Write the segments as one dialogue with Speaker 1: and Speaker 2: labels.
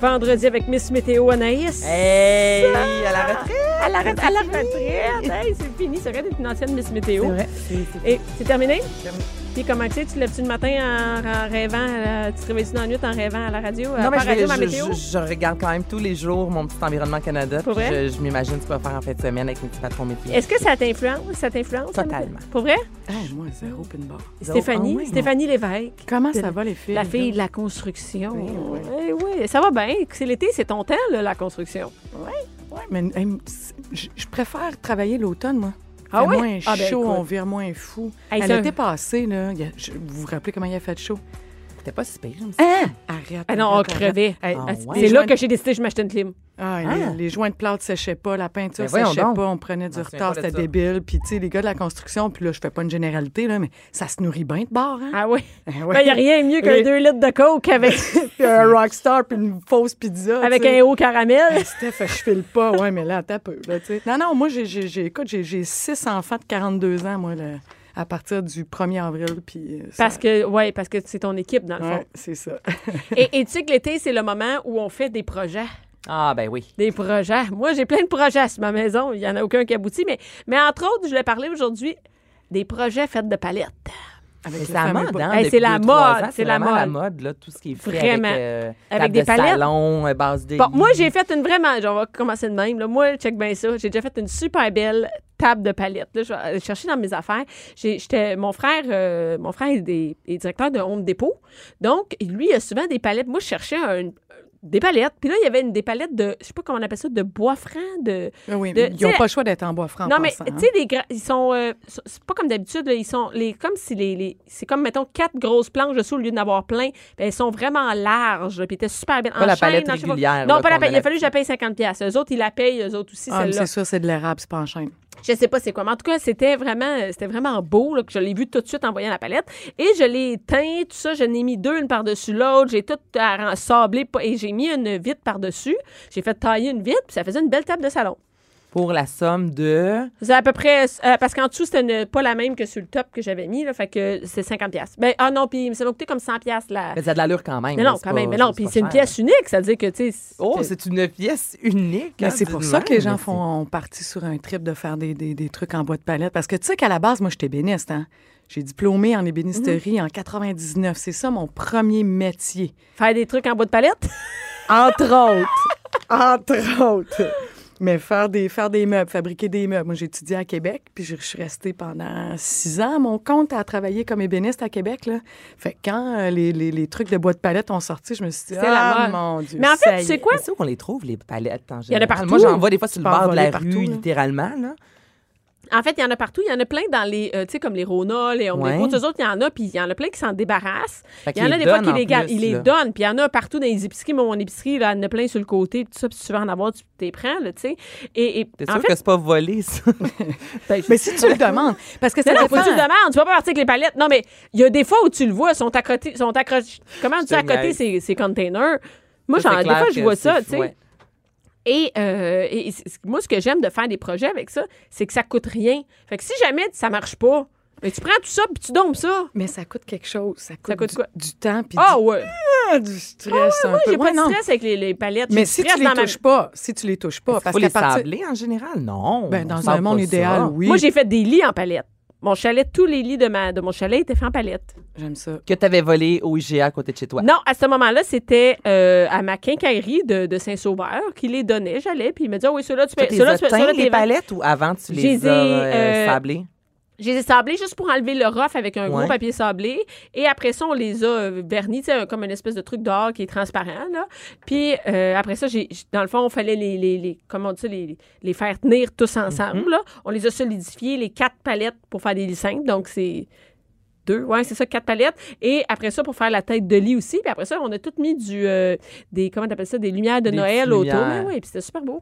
Speaker 1: Vendredi avec Miss Météo Anaïs.
Speaker 2: Hey, à la retraite.
Speaker 1: À la, ret- à la
Speaker 2: C'est fini.
Speaker 1: retraite. Hey, c'est fini. C'est vrai d'être une ancienne Miss Météo.
Speaker 2: C'est- c'est-
Speaker 1: Et c'est terminé? Puis comment tu sais, tu te lèves-tu le matin en, en rêvant, à la- tu te réveilles-tu dans la nuit en rêvant à la radio, à
Speaker 2: Non, mais
Speaker 1: pas
Speaker 2: je,
Speaker 1: radio,
Speaker 2: vais-
Speaker 1: ma
Speaker 2: je-
Speaker 1: météo?
Speaker 2: je- je regarde quand même tous les jours mon petit environnement Canada.
Speaker 1: Pour
Speaker 2: puis
Speaker 1: vrai?
Speaker 2: Je, je m'imagine ce qu'on va faire en fin de semaine avec mes petits patrons métiers.
Speaker 1: Est-ce que ça t'influence? Ça t'influence? la météo?
Speaker 2: Totalement.
Speaker 1: Pour vrai?
Speaker 3: moi, zéro pin bar.
Speaker 1: Stéphanie,
Speaker 2: Ah oui,
Speaker 1: Stéphanie Lévesque,
Speaker 3: Comment ça va, les filles?
Speaker 1: la fille de la construction. Oui, oui. ça va bien. C'est l'été, c'est ton temps, là, la construction.
Speaker 3: Ouais, mais hey, c'est- je je préfère travailler l'automne, moi.
Speaker 1: Ah
Speaker 3: Fait
Speaker 1: oui?
Speaker 3: moins
Speaker 1: Ah, ben,
Speaker 3: chaud,
Speaker 1: écoute.
Speaker 3: on vire moins fou.
Speaker 1: Hey,
Speaker 3: à
Speaker 1: ça-
Speaker 3: l'été passé, là, il y a- je- vous vous rappelez comment il a fait chaud?
Speaker 2: oh, T'es pas si pire. hein? il me
Speaker 3: Arrête.
Speaker 1: Ah non, on
Speaker 3: arrête, arrête.
Speaker 1: crevait.
Speaker 3: Hey,
Speaker 2: Ah
Speaker 1: Ah,
Speaker 2: ouais.
Speaker 1: C'est
Speaker 3: Les
Speaker 1: là
Speaker 3: joints-
Speaker 1: que j'ai décidé que je m'achetais une clim.
Speaker 3: Ah, et
Speaker 2: Ah.
Speaker 3: Les, les joints de plâtre ne séchaient pas, la
Speaker 2: Mais
Speaker 3: peinture ne
Speaker 2: Ben, voyons
Speaker 3: séchait
Speaker 2: donc.
Speaker 3: pas, on prenait
Speaker 2: Je
Speaker 3: du
Speaker 2: me souviens
Speaker 3: retard,
Speaker 2: pas de
Speaker 3: c'était
Speaker 2: ça.
Speaker 3: débile. Puis, tu sais, les gars de la construction, puis là, je fais pas une généralité, là, mais ça se nourrit bien de bord. Hein?
Speaker 1: Ah oui?
Speaker 3: Eh
Speaker 1: Il
Speaker 3: ouais.
Speaker 1: n'y a rien de mieux qu'un
Speaker 3: Oui.
Speaker 1: 2 litres de coke avec,
Speaker 3: Puis un rockstar, puis une fausse pizza.
Speaker 1: avec
Speaker 3: tu sais.
Speaker 1: un haut caramel.
Speaker 3: Hey, Steph, je file pas. Ouais, mais là, t'as peu. Là, tu sais. non, non, moi, j'ai, j'ai, j'ai- écoute, j'ai, j'ai six enfants de 42 ans, moi, là, à partir du 1er avril. Puis, euh, ça-
Speaker 1: Parce que, ouais, parce que c'est ton équipe, dans le fond.
Speaker 3: Ouais, c'est ça.
Speaker 1: Et, et tu sais que l'été, c'est le moment où on fait des projets.
Speaker 2: semble. Ah, ben oui.
Speaker 1: Des projets. Moi, j'ai plein de projets sur ma maison. Il n'y en a aucun qui aboutit. Mais, mais entre autres, je voulais parler aujourd'hui des projets faits de palettes.
Speaker 3: Avec
Speaker 2: Mais
Speaker 3: le
Speaker 2: c'est la
Speaker 3: fameux
Speaker 2: mode,
Speaker 3: bo-
Speaker 2: hein?
Speaker 1: Hey,
Speaker 2: depuis
Speaker 1: c'est la
Speaker 2: deux, trois
Speaker 1: mode,
Speaker 2: ans,
Speaker 1: c'est la
Speaker 2: vraiment la
Speaker 1: mode.
Speaker 2: mode, là, tout ce qui est fait
Speaker 1: Vraiment.
Speaker 2: avec, euh,
Speaker 1: Avec
Speaker 2: table
Speaker 1: des
Speaker 2: de
Speaker 1: palettes.
Speaker 2: salon, euh, base de
Speaker 1: Bon,
Speaker 2: lit.
Speaker 1: moi, j'ai fait une vraiment. On va commencer de même. là. Moi, check bien ça. J'ai déjà fait une super belle table de palettes. Là, je vais aller chercher dans mes affaires. J'ai- j'étais- mon frère, euh, mon frère est, des- est directeur de Home Depot. Donc, lui, il a souvent des palettes. Moi, je cherchais un- des palettes. Puis là, il y avait une, des palettes de, je sais pas comment on appelle ça, de bois franc, de,
Speaker 3: Ah oui,
Speaker 1: de-
Speaker 3: mais
Speaker 1: tu
Speaker 3: ils n'ont
Speaker 1: sais,
Speaker 3: pas le choix d'être en bois franc. en
Speaker 1: non, mais
Speaker 3: passant,
Speaker 1: tu
Speaker 3: hein.
Speaker 1: sais, les gra- ils sont. euh, so- c'est pas comme d'habitude, là, ils sont. Les, comme si les. les- c'est comme, mettons, quatre grosses planches dessous au lieu d'en avoir plein. Ben, elles sont vraiment larges, là, puis elles étaient super bien.
Speaker 2: Pas la palette
Speaker 1: je sais pas-
Speaker 2: régulière,
Speaker 1: Non,
Speaker 2: là,
Speaker 1: pas la
Speaker 2: qu'on
Speaker 1: palette. Il
Speaker 2: a
Speaker 1: a fallu que je la
Speaker 2: l'habitude.
Speaker 1: paye 50$. Eux autres, ils la payent, eux autres aussi,
Speaker 3: Ah, mais
Speaker 1: celle-là.
Speaker 3: c'est sûr, c'est de l'érable, c'est pas en chaîne.
Speaker 1: Je sais pas c'est quoi. Mais en tout cas, c'était vraiment, c'était vraiment beau, là, que je l'ai vu tout de suite en voyant la palette. Et je l'ai teint, tout ça. Je n'ai mis deux, une par-dessus l'autre. J'ai tout arran- sablé pas- et j'ai mis une vitre par-dessus. J'ai fait tailler une vitre, puis ça faisait une belle table de salon.
Speaker 2: Pour la somme de.
Speaker 1: C'est à peu près. euh, parce qu'en dessous, c'était une- pas la même que sur le top que j'avais mis, là. Fait que c'est 50$. Ben, ah non, puis ça m'a coûté comme 100$ la.
Speaker 2: Mais ça a de l'allure quand même.
Speaker 1: Mais
Speaker 2: là,
Speaker 1: non,
Speaker 2: c'est
Speaker 1: quand
Speaker 2: pas-
Speaker 1: même. Mais non,
Speaker 2: c'est
Speaker 1: puis
Speaker 2: pas
Speaker 1: c'est une
Speaker 2: cher.
Speaker 1: pièce unique. Ça veut dire que, tu sais.
Speaker 2: Oh,
Speaker 1: que-
Speaker 2: c'est une pièce unique.
Speaker 3: Mais
Speaker 2: hein,
Speaker 3: c'est
Speaker 2: dis
Speaker 3: pour
Speaker 2: de
Speaker 3: ça que les
Speaker 2: même.
Speaker 3: gens font, ont parti sur un trip de faire des, des- des trucs en bois de palette. Parce que tu sais qu'à la base, moi, j'étais ébéniste. Hein? J'ai diplômé en ébénisterie
Speaker 1: Mhm.
Speaker 3: en 99. C'est ça mon premier métier.
Speaker 1: faire des trucs en bois de palette.
Speaker 3: Entre autres. Entre autres. Mais faire des, faire des meubles, fabriquer des meubles. Moi, j'ai étudié à Québec, puis je, je suis restée pendant six ans à mon compte à travailler comme ébéniste à Québec. Là. Fait que quand euh, les, les- les trucs de bois de palette ont sorti, je me suis dit,
Speaker 1: C'était la
Speaker 3: ah,
Speaker 1: mode.
Speaker 3: mon Dieu.
Speaker 1: Mais en
Speaker 3: ça
Speaker 1: fait, tu
Speaker 3: y
Speaker 1: sais
Speaker 3: est.
Speaker 1: quoi?
Speaker 2: C'est où qu'on les trouve, les palettes en
Speaker 1: y en a
Speaker 2: général?
Speaker 1: partout.
Speaker 2: Moi, j'en vois des fois sur le
Speaker 3: Pas
Speaker 2: bord de la
Speaker 3: envolé partout,
Speaker 2: rue,
Speaker 3: là.
Speaker 2: littéralement. Là.
Speaker 1: En fait, il y en a partout. Il y en a plein dans les. euh, tu sais, comme les Rona, les Home
Speaker 2: Ouais.
Speaker 1: Depot. Eux autres, il y en a, puis il y en a plein qui s'en débarrassent.
Speaker 2: Fait
Speaker 1: Il y en
Speaker 2: qu'ils
Speaker 1: a des
Speaker 2: les
Speaker 1: fois
Speaker 2: donnent
Speaker 1: qui
Speaker 2: en
Speaker 1: les gardent.
Speaker 2: plus,
Speaker 1: Ils les
Speaker 2: là.
Speaker 1: donnent. Puis il y en a partout dans les épiceries. Moi, mon épicerie, là, il y en a plein sur le côté. Puis tout ça, puis si tu veux en avoir, tu t'es prends, là, tu sais. Et, et
Speaker 2: T'es
Speaker 1: en
Speaker 2: sûr
Speaker 1: fait,
Speaker 2: que c'est pas volé, ça?
Speaker 3: Mais si tu le demandes, parce que ça
Speaker 1: Non, non, faut
Speaker 3: dépend.
Speaker 1: que tu le demandes. Tu vas pas partir avec les palettes. Non, mais il y a des fois où tu le vois, sont accrotés. Sont accrotés comment tu
Speaker 2: te
Speaker 1: accotés
Speaker 2: niaise.
Speaker 1: ces, ces containers? Moi,
Speaker 2: Ça,
Speaker 1: j'en-
Speaker 2: c'est
Speaker 1: des fois,
Speaker 2: clair
Speaker 1: je
Speaker 2: que
Speaker 1: vois ça,
Speaker 2: c'est-
Speaker 1: tu sais.
Speaker 2: ouais.
Speaker 1: Et, euh, et- et c- c- moi, ce que j'aime de faire des projets avec ça, c'est que ça coûte rien. Fait que si jamais ça marche pas, mais tu prends tout ça puis tu dompes ça.
Speaker 3: Mais ça coûte quelque chose. Ça coûte,
Speaker 1: coûte
Speaker 3: du,
Speaker 1: quoi?
Speaker 3: du temps puis
Speaker 1: Ah ouais. Ah,
Speaker 3: du, du stress un peu.
Speaker 1: J'ai
Speaker 3: Ouais,
Speaker 1: pas de
Speaker 3: non.
Speaker 1: stress avec les, les palettes. J'ai
Speaker 3: Mais
Speaker 1: du
Speaker 3: si
Speaker 1: stress
Speaker 3: tu les
Speaker 1: dans ma-
Speaker 3: touches pas, si tu les touches pas,
Speaker 2: Parce
Speaker 3: parce
Speaker 2: faut les
Speaker 3: qu'à partir...
Speaker 2: sabler en général? Non.
Speaker 3: Ben,
Speaker 2: on
Speaker 3: dans
Speaker 2: sable
Speaker 3: un monde
Speaker 2: pas
Speaker 3: idéal,
Speaker 2: ça.
Speaker 3: oui.
Speaker 1: Moi, j'ai fait des lits en palette. Mon chalet, tous les lits de, ma, de mon chalet étaient faits en palette.
Speaker 3: J'aime ça.
Speaker 2: Que t'avais volé au IGA à côté de chez toi.
Speaker 1: Non, à ce moment-là, c'était euh, à ma quincaillerie de, de Saint-Sauveur qui les donnait. J'allais, puis il me disait, Ah oui, ceux-là, tu peux.
Speaker 2: Tu les
Speaker 1: ceux-là,
Speaker 2: as
Speaker 1: tu peux-
Speaker 2: teints,
Speaker 1: ceux-là, t'es-
Speaker 2: les palettes, ou avant tu
Speaker 1: Je les
Speaker 2: les
Speaker 1: ai,
Speaker 2: as euh,
Speaker 1: euh,
Speaker 2: sablées?
Speaker 1: Je les ai sablés juste pour enlever le rough avec un gros
Speaker 2: Ouais.
Speaker 1: papier sablé. Et après ça, on les a euh, vernis, tu sais, un- comme une espèce de truc dehors qui est transparent. Là. Puis euh, après ça, j'ai, j- dans le fond, on fallait les, les, les- comment on dit ça, les, les faire tenir tous ensemble.
Speaker 2: Mhm.
Speaker 1: là. On les a solidifiés, les quatre palettes pour faire des lits simples. Donc, c'est deux, ouais, c'est ça, quatre palettes. Et après ça, pour faire la tête de lit aussi. Puis après ça, on a tout mis du, euh, des, comment t'appelles ça, des lumières de
Speaker 2: Des
Speaker 1: Noël
Speaker 2: petites
Speaker 1: autour.
Speaker 2: lumières.
Speaker 1: Ouais, ouais, puis c'était super beau.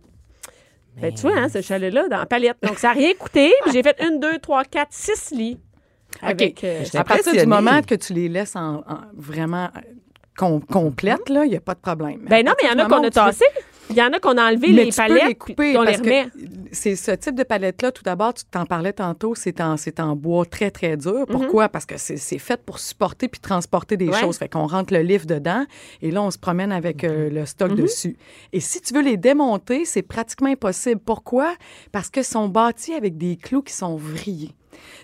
Speaker 1: Ben, tu vois, hein, ce chalet-là, dans la palette. Donc, ça n'a rien coûté. Puis j'ai fait une, deux, trois, quatre, six lits. Avec, euh,
Speaker 2: J'étais
Speaker 3: À partir du
Speaker 2: impressionnée.
Speaker 3: moment que tu les laisses en, en- vraiment euh, com- complètes, là, il n'y a pas de problème.
Speaker 1: ben non, mais il y en a qu'on a tassé. Il y en a qu'on a enlevé les
Speaker 3: tu peux
Speaker 1: palettes, puis on les
Speaker 3: parce que
Speaker 1: remet.
Speaker 3: C'est ce type de palette-là, tout d'abord, tu t'en parlais tantôt, c'est en, c'est en bois très, très dur. Pourquoi? Parce que c'est, c'est fait pour supporter puis transporter des
Speaker 1: Mhm. Ouais. Mhm.
Speaker 3: choses. Fait qu'on rentre le livre dedans et là, on se promène avec euh, le stock dessus. Et si tu veux les démonter, c'est pratiquement impossible. Pourquoi? Parce que sont bâtis avec des clous qui sont vrillés.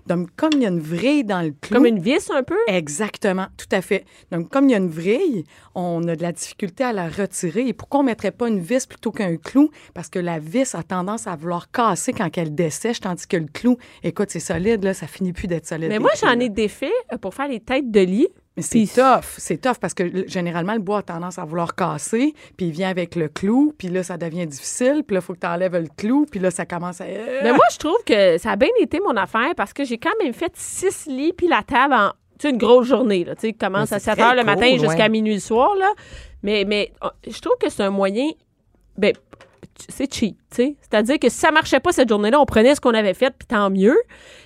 Speaker 3: Donc, comme il y a une vrille dans le clou...
Speaker 1: Comme une vis, un peu.
Speaker 3: Exactement, tout à fait. Donc, comme il y a une vrille, on a de la difficulté à la retirer. Et pourquoi on ne mettrait pas une vis plutôt qu'un clou? Parce que la vis a tendance à vouloir casser quand elle dessèche, tandis que le clou, écoute, c'est solide, là, ça finit plus d'être solide.
Speaker 1: Mais
Speaker 3: les
Speaker 1: moi,
Speaker 3: clous,
Speaker 1: j'en
Speaker 3: là.
Speaker 1: ai défait euh, pour faire les têtes de lit.
Speaker 3: Mais c'est
Speaker 1: Puis-
Speaker 3: tough, c'est tough parce que l- généralement, le bois a tendance à vouloir casser, puis il vient avec le clou, puis là, ça devient difficile, puis là, il faut que tu enlèves le clou, puis là, ça commence à.
Speaker 1: Mais moi, je trouve que ça a bien été mon affaire parce que j'ai quand même fait six lits puis la table en tu sais, une grosse journée. Là. Tu sais, commence
Speaker 2: Mais
Speaker 1: à
Speaker 2: c'est
Speaker 1: 7 heures le
Speaker 2: très
Speaker 1: matin
Speaker 2: cool,
Speaker 1: jusqu'à
Speaker 2: ouais.
Speaker 1: minuit le soir. Là. Mais, mais oh, je trouve que c'est un moyen. Ben, tu- c'est cheap. tu sais. C'est-à-dire que si ça marchait pas cette journée-là, on prenait ce qu'on avait fait, puis tant mieux.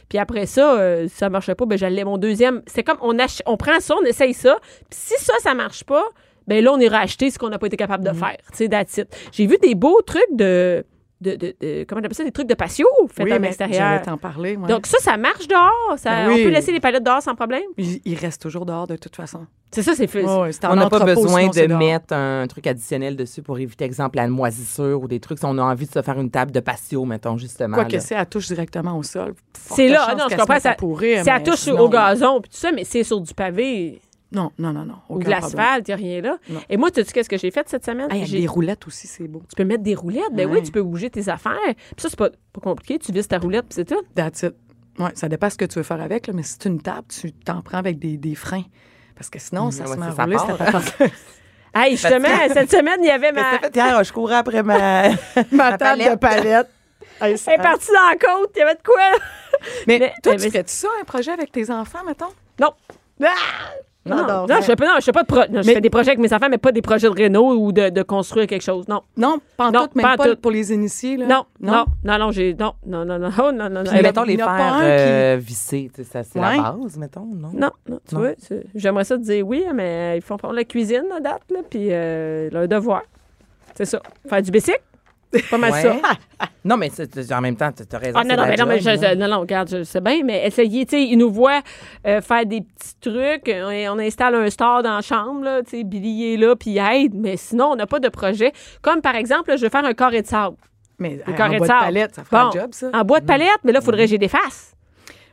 Speaker 1: Puis après ça, euh, si ça marchait pas, ben j'allais mon deuxième. C'est comme on, ach- on prend ça, on essaye ça. Puis si ça, ça marche pas, ben là, on ira acheter ce qu'on n'a pas été capable
Speaker 3: Mhm.
Speaker 1: de faire. Tu sais, that's it. J'ai vu des beaux trucs de. de, de, de- comment on appelle ça? Des trucs de patio faits
Speaker 3: oui,
Speaker 1: à
Speaker 3: mais
Speaker 1: l'extérieur.
Speaker 3: j'allais t'en parler. ouais.
Speaker 1: Donc ça, ça marche dehors. Ça,
Speaker 3: Ben oui.
Speaker 1: On peut laisser les palettes dehors sans problème.
Speaker 3: il, il reste toujours dehors de toute façon.
Speaker 1: C'est ça, c'est fait.
Speaker 3: Ouais, ouais, c'est en
Speaker 2: On n'a pas
Speaker 3: entrepôt,
Speaker 2: besoin
Speaker 3: sinon, c'est
Speaker 2: de
Speaker 3: dehors.
Speaker 2: mettre un truc additionnel dessus pour éviter, exemple, la moisissure ou des trucs. Si on a envie de se faire une table de patio, mettons, justement.
Speaker 3: Quoi que
Speaker 2: là.
Speaker 3: c'est, elle touche directement au sol. Forte
Speaker 1: C'est là, Ah
Speaker 3: chance
Speaker 1: non, je
Speaker 3: qu'elle se
Speaker 1: comprends.
Speaker 3: mette à
Speaker 1: Ça,
Speaker 3: pourrir,
Speaker 1: ça
Speaker 3: mais
Speaker 1: touche
Speaker 3: sinon-
Speaker 1: au gazon, puis tout ça, mais c'est sur du pavé
Speaker 3: Non, non, non, non.
Speaker 1: ou
Speaker 3: aucun
Speaker 1: de
Speaker 3: problème.
Speaker 1: l'asphalte, il n'y a rien là.
Speaker 3: Non. Ah,
Speaker 1: Et moi, tu sais qu'est-ce que j'ai fait cette semaine?
Speaker 3: Hey, avec
Speaker 1: J'ai-
Speaker 3: des roulettes aussi, c'est beau.
Speaker 1: tu peux mettre des roulettes. Ben
Speaker 3: Ouais.
Speaker 1: oui, tu peux bouger tes affaires. Puis ça, c'est pas, pas compliqué. Tu vises ta roulette, puis c'est tout.
Speaker 3: That's it. Ouais, ça dépend ce que tu veux faire avec, là, mais si c'est une table, tu t'en prends avec des, des freins. Parce que sinon,
Speaker 1: Mm,
Speaker 3: ça
Speaker 2: ouais,
Speaker 3: se met
Speaker 2: ça,
Speaker 3: à
Speaker 2: ça
Speaker 3: rouler,
Speaker 2: part.
Speaker 3: ça fait
Speaker 1: Hey, justement, cette semaine, il y avait
Speaker 2: Qu'est-ce
Speaker 1: ma.
Speaker 2: que t'as fait hier? Je courais après ma.
Speaker 3: Ma table de palette.
Speaker 1: Elle est partie dans la côte. Il y avait de quoi?
Speaker 3: Mais,
Speaker 1: Mais- eh,
Speaker 3: toi,
Speaker 1: mais-
Speaker 3: tu ferais-tu ça, un projet avec tes enfants, mettons?
Speaker 1: Non. Non, non, je fais pas, non, je fais pas de pro- non, je
Speaker 3: Mais-
Speaker 1: fais des projets avec mes enfants, mais pas des projets de réno ou de, de construire quelque chose. Non.
Speaker 3: Non, pas en
Speaker 1: Non,
Speaker 3: tout, même
Speaker 1: pas en
Speaker 3: pas,
Speaker 1: tout.
Speaker 3: pour les initiés. Là.
Speaker 1: Non, non, non, non, j'ai. Non, non, non, non, oh, non, non, non.
Speaker 2: Puis,
Speaker 1: Eh ben,
Speaker 2: mettons, les
Speaker 3: il y en a pas
Speaker 2: faire
Speaker 3: un qui-
Speaker 2: euh, visser, tu sais, ça, c'est
Speaker 3: Ouais.
Speaker 2: la base, mettons, non?
Speaker 1: Non, non, tu
Speaker 2: Non.
Speaker 1: vois, c'est- j'aimerais ça te dire oui, mais ils font prendre la cuisine à date, là, puis euh, leur devoir. C'est ça. Faire du bicycle, c'est pas mal
Speaker 2: Ouais.
Speaker 1: ça.
Speaker 2: Non, mais c'est- c'est- en même temps, tu as raison.
Speaker 1: Ah non,
Speaker 2: c'est
Speaker 1: non,
Speaker 2: la
Speaker 1: mais non, mais
Speaker 2: job,
Speaker 1: je-
Speaker 2: là.
Speaker 1: je- non, non, regarde, je sais bien, mais essayez, tu sais, ils nous voient euh, faire des petits trucs, on, on installe un store dans la chambre, là, tu sais, Billy est là, puis il aide, mais sinon, on n'a pas de projet. Comme, par exemple, là, je veux faire un carré de sable.
Speaker 3: Mais euh,
Speaker 1: Un
Speaker 3: en
Speaker 1: carré
Speaker 3: bois de
Speaker 1: sable.
Speaker 3: palette, ça fera
Speaker 1: Bon.
Speaker 3: un job, ça. Mm.
Speaker 1: En bois de palette, mais là, il faudrait que j'ai des faces.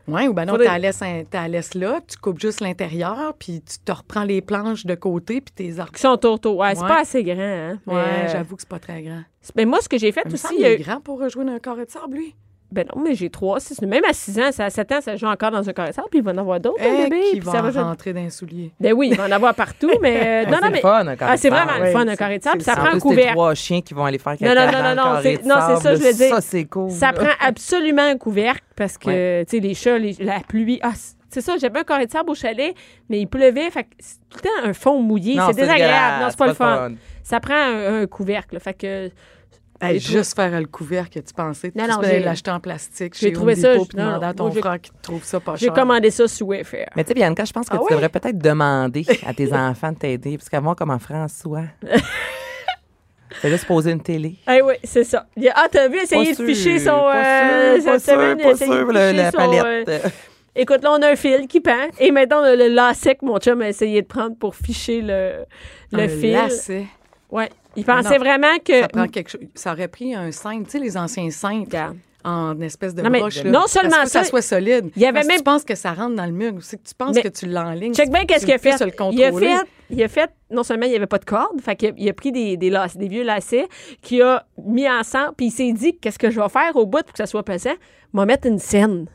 Speaker 3: Oui, ou ben non,
Speaker 1: Faudrait-
Speaker 3: t'en laisses, un- t'en laisses là, tu coupes juste l'intérieur, puis tu te reprends les planches de côté, puis tes arbres.
Speaker 1: Qui sont autour. Ouais, c'est
Speaker 3: Ouais.
Speaker 1: pas assez grand, hein.
Speaker 3: Ouais,
Speaker 1: mais, euh,
Speaker 3: j'avoue que c'est pas très grand.
Speaker 1: Mais moi, ce que j'ai fait
Speaker 3: Mais
Speaker 1: aussi,
Speaker 3: ça,
Speaker 1: il
Speaker 3: il
Speaker 1: y a
Speaker 3: est
Speaker 1: eu-
Speaker 3: grand pour rejoindre un carré de sable, lui.
Speaker 1: Ben non, mais j'ai trois, six. Même à 6 ans, ça- à 7 ans, ça joue encore dans un carré de sable, puis il va en avoir d'autres, hein,
Speaker 3: Eh,
Speaker 1: bébé.
Speaker 3: qui
Speaker 1: puis
Speaker 3: va
Speaker 1: ça va
Speaker 3: en
Speaker 1: jouer-
Speaker 3: rentrer dans les souliers.
Speaker 1: Ben oui, il va en avoir partout, mais. euh, non,
Speaker 2: C'est
Speaker 1: non,
Speaker 2: le
Speaker 1: mais.
Speaker 2: fun, un carré
Speaker 1: Ah,
Speaker 2: de
Speaker 1: c'est
Speaker 2: sable.
Speaker 1: vraiment le
Speaker 3: ouais,
Speaker 1: fun, un
Speaker 3: c'est-
Speaker 1: carré de sable, puis ça
Speaker 2: En
Speaker 1: prend un
Speaker 2: plus,
Speaker 1: couvert.
Speaker 2: t'es trois chiens qui vont aller faire
Speaker 1: non,
Speaker 2: caca
Speaker 1: non,
Speaker 2: dans
Speaker 1: non,
Speaker 2: le
Speaker 1: non,
Speaker 2: carré
Speaker 1: c'est-
Speaker 2: de
Speaker 1: non, c'est ça,
Speaker 2: sable,
Speaker 1: je veux dire.
Speaker 2: Ça, c'est cool.
Speaker 1: Ça
Speaker 2: là.
Speaker 1: prend absolument un couvercle parce que, tu sais, les chats, les- la pluie. Ah, c'est- c'est ça, j'avais un carré de sable au chalet, mais il pleuvait. Fait que c'est tout le temps un fond mouillé.
Speaker 2: Non,
Speaker 1: C'est désagréable.
Speaker 2: dégueulasse,
Speaker 1: Non, c'est pas le fun. Ça prend un, un couvercle. là, Fait que
Speaker 3: Hey,
Speaker 1: Et toi?
Speaker 3: Ben, juste faire le couvercle, tu pensais.
Speaker 1: Non,
Speaker 3: Non,
Speaker 1: non,
Speaker 3: non,
Speaker 1: j'ai-
Speaker 3: tu l'acheter en plastique.
Speaker 1: j'ai
Speaker 3: chez
Speaker 1: trouvé
Speaker 3: Home
Speaker 1: ça,
Speaker 3: Depot,
Speaker 1: je-
Speaker 3: puis
Speaker 1: non,
Speaker 3: demander à
Speaker 1: non,
Speaker 3: ton
Speaker 1: moi, j'ai-
Speaker 3: frère qui te trouve ça pas
Speaker 1: j'ai
Speaker 3: cher.
Speaker 1: commandé ça sur Wayfair.
Speaker 2: Mais tu sais, Bianca, je pense que
Speaker 3: Ah
Speaker 2: tu
Speaker 3: ouais?
Speaker 2: devrais peut-être demander à tes enfants de t'aider, parce qu'à moi, comme en François, c'est juste poser une télé.
Speaker 1: Ah oui, c'est ça. Il y a- Ah, t'as vu essayer
Speaker 2: Pas
Speaker 1: de ficher
Speaker 2: sûr,
Speaker 1: son.
Speaker 2: pas
Speaker 1: euh,
Speaker 2: sûr, pas
Speaker 1: cette semaine,
Speaker 2: sûr,
Speaker 1: il a
Speaker 2: pas
Speaker 1: essayé de
Speaker 2: sûr, le-
Speaker 1: ficher
Speaker 2: la
Speaker 1: son,
Speaker 2: palette.
Speaker 1: euh, Écoute, là, on a un fil qui pend. Et maintenant, on a le lacet que mon chum a essayé de prendre pour ficher le, le
Speaker 3: Un
Speaker 1: fil.
Speaker 3: Ah, lacet.
Speaker 1: Ouais. Il pensait
Speaker 3: Non.
Speaker 1: vraiment que.
Speaker 3: Ça, prend quelque chose. ça aurait pris un cintre, tu sais, les anciens cintres
Speaker 1: Regarde.
Speaker 3: en espèce de
Speaker 1: Non, mais
Speaker 3: broche.
Speaker 1: non
Speaker 3: là.
Speaker 1: seulement
Speaker 3: Parce que
Speaker 1: ça,
Speaker 3: ça soit solide.
Speaker 1: il y avait
Speaker 3: Parce que
Speaker 1: même-
Speaker 3: Tu penses que ça rentre dans le mur aussi, que tu penses
Speaker 1: Mais-
Speaker 3: que tu l'enlignes.
Speaker 1: Check bien
Speaker 3: tu-
Speaker 1: qu'est-ce
Speaker 3: tu
Speaker 1: qu'il a
Speaker 3: peux
Speaker 1: fait.
Speaker 3: se le
Speaker 1: il a
Speaker 3: contrôler.
Speaker 1: fait, il a fait, non seulement il n'y avait pas de corde, fait qu'il a- il a pris des, des, lac- des vieux lacets qu'il a mis ensemble, puis il s'est dit qu'est-ce que je vais faire au bout pour que ça soit pesant, m'a mettre une scène.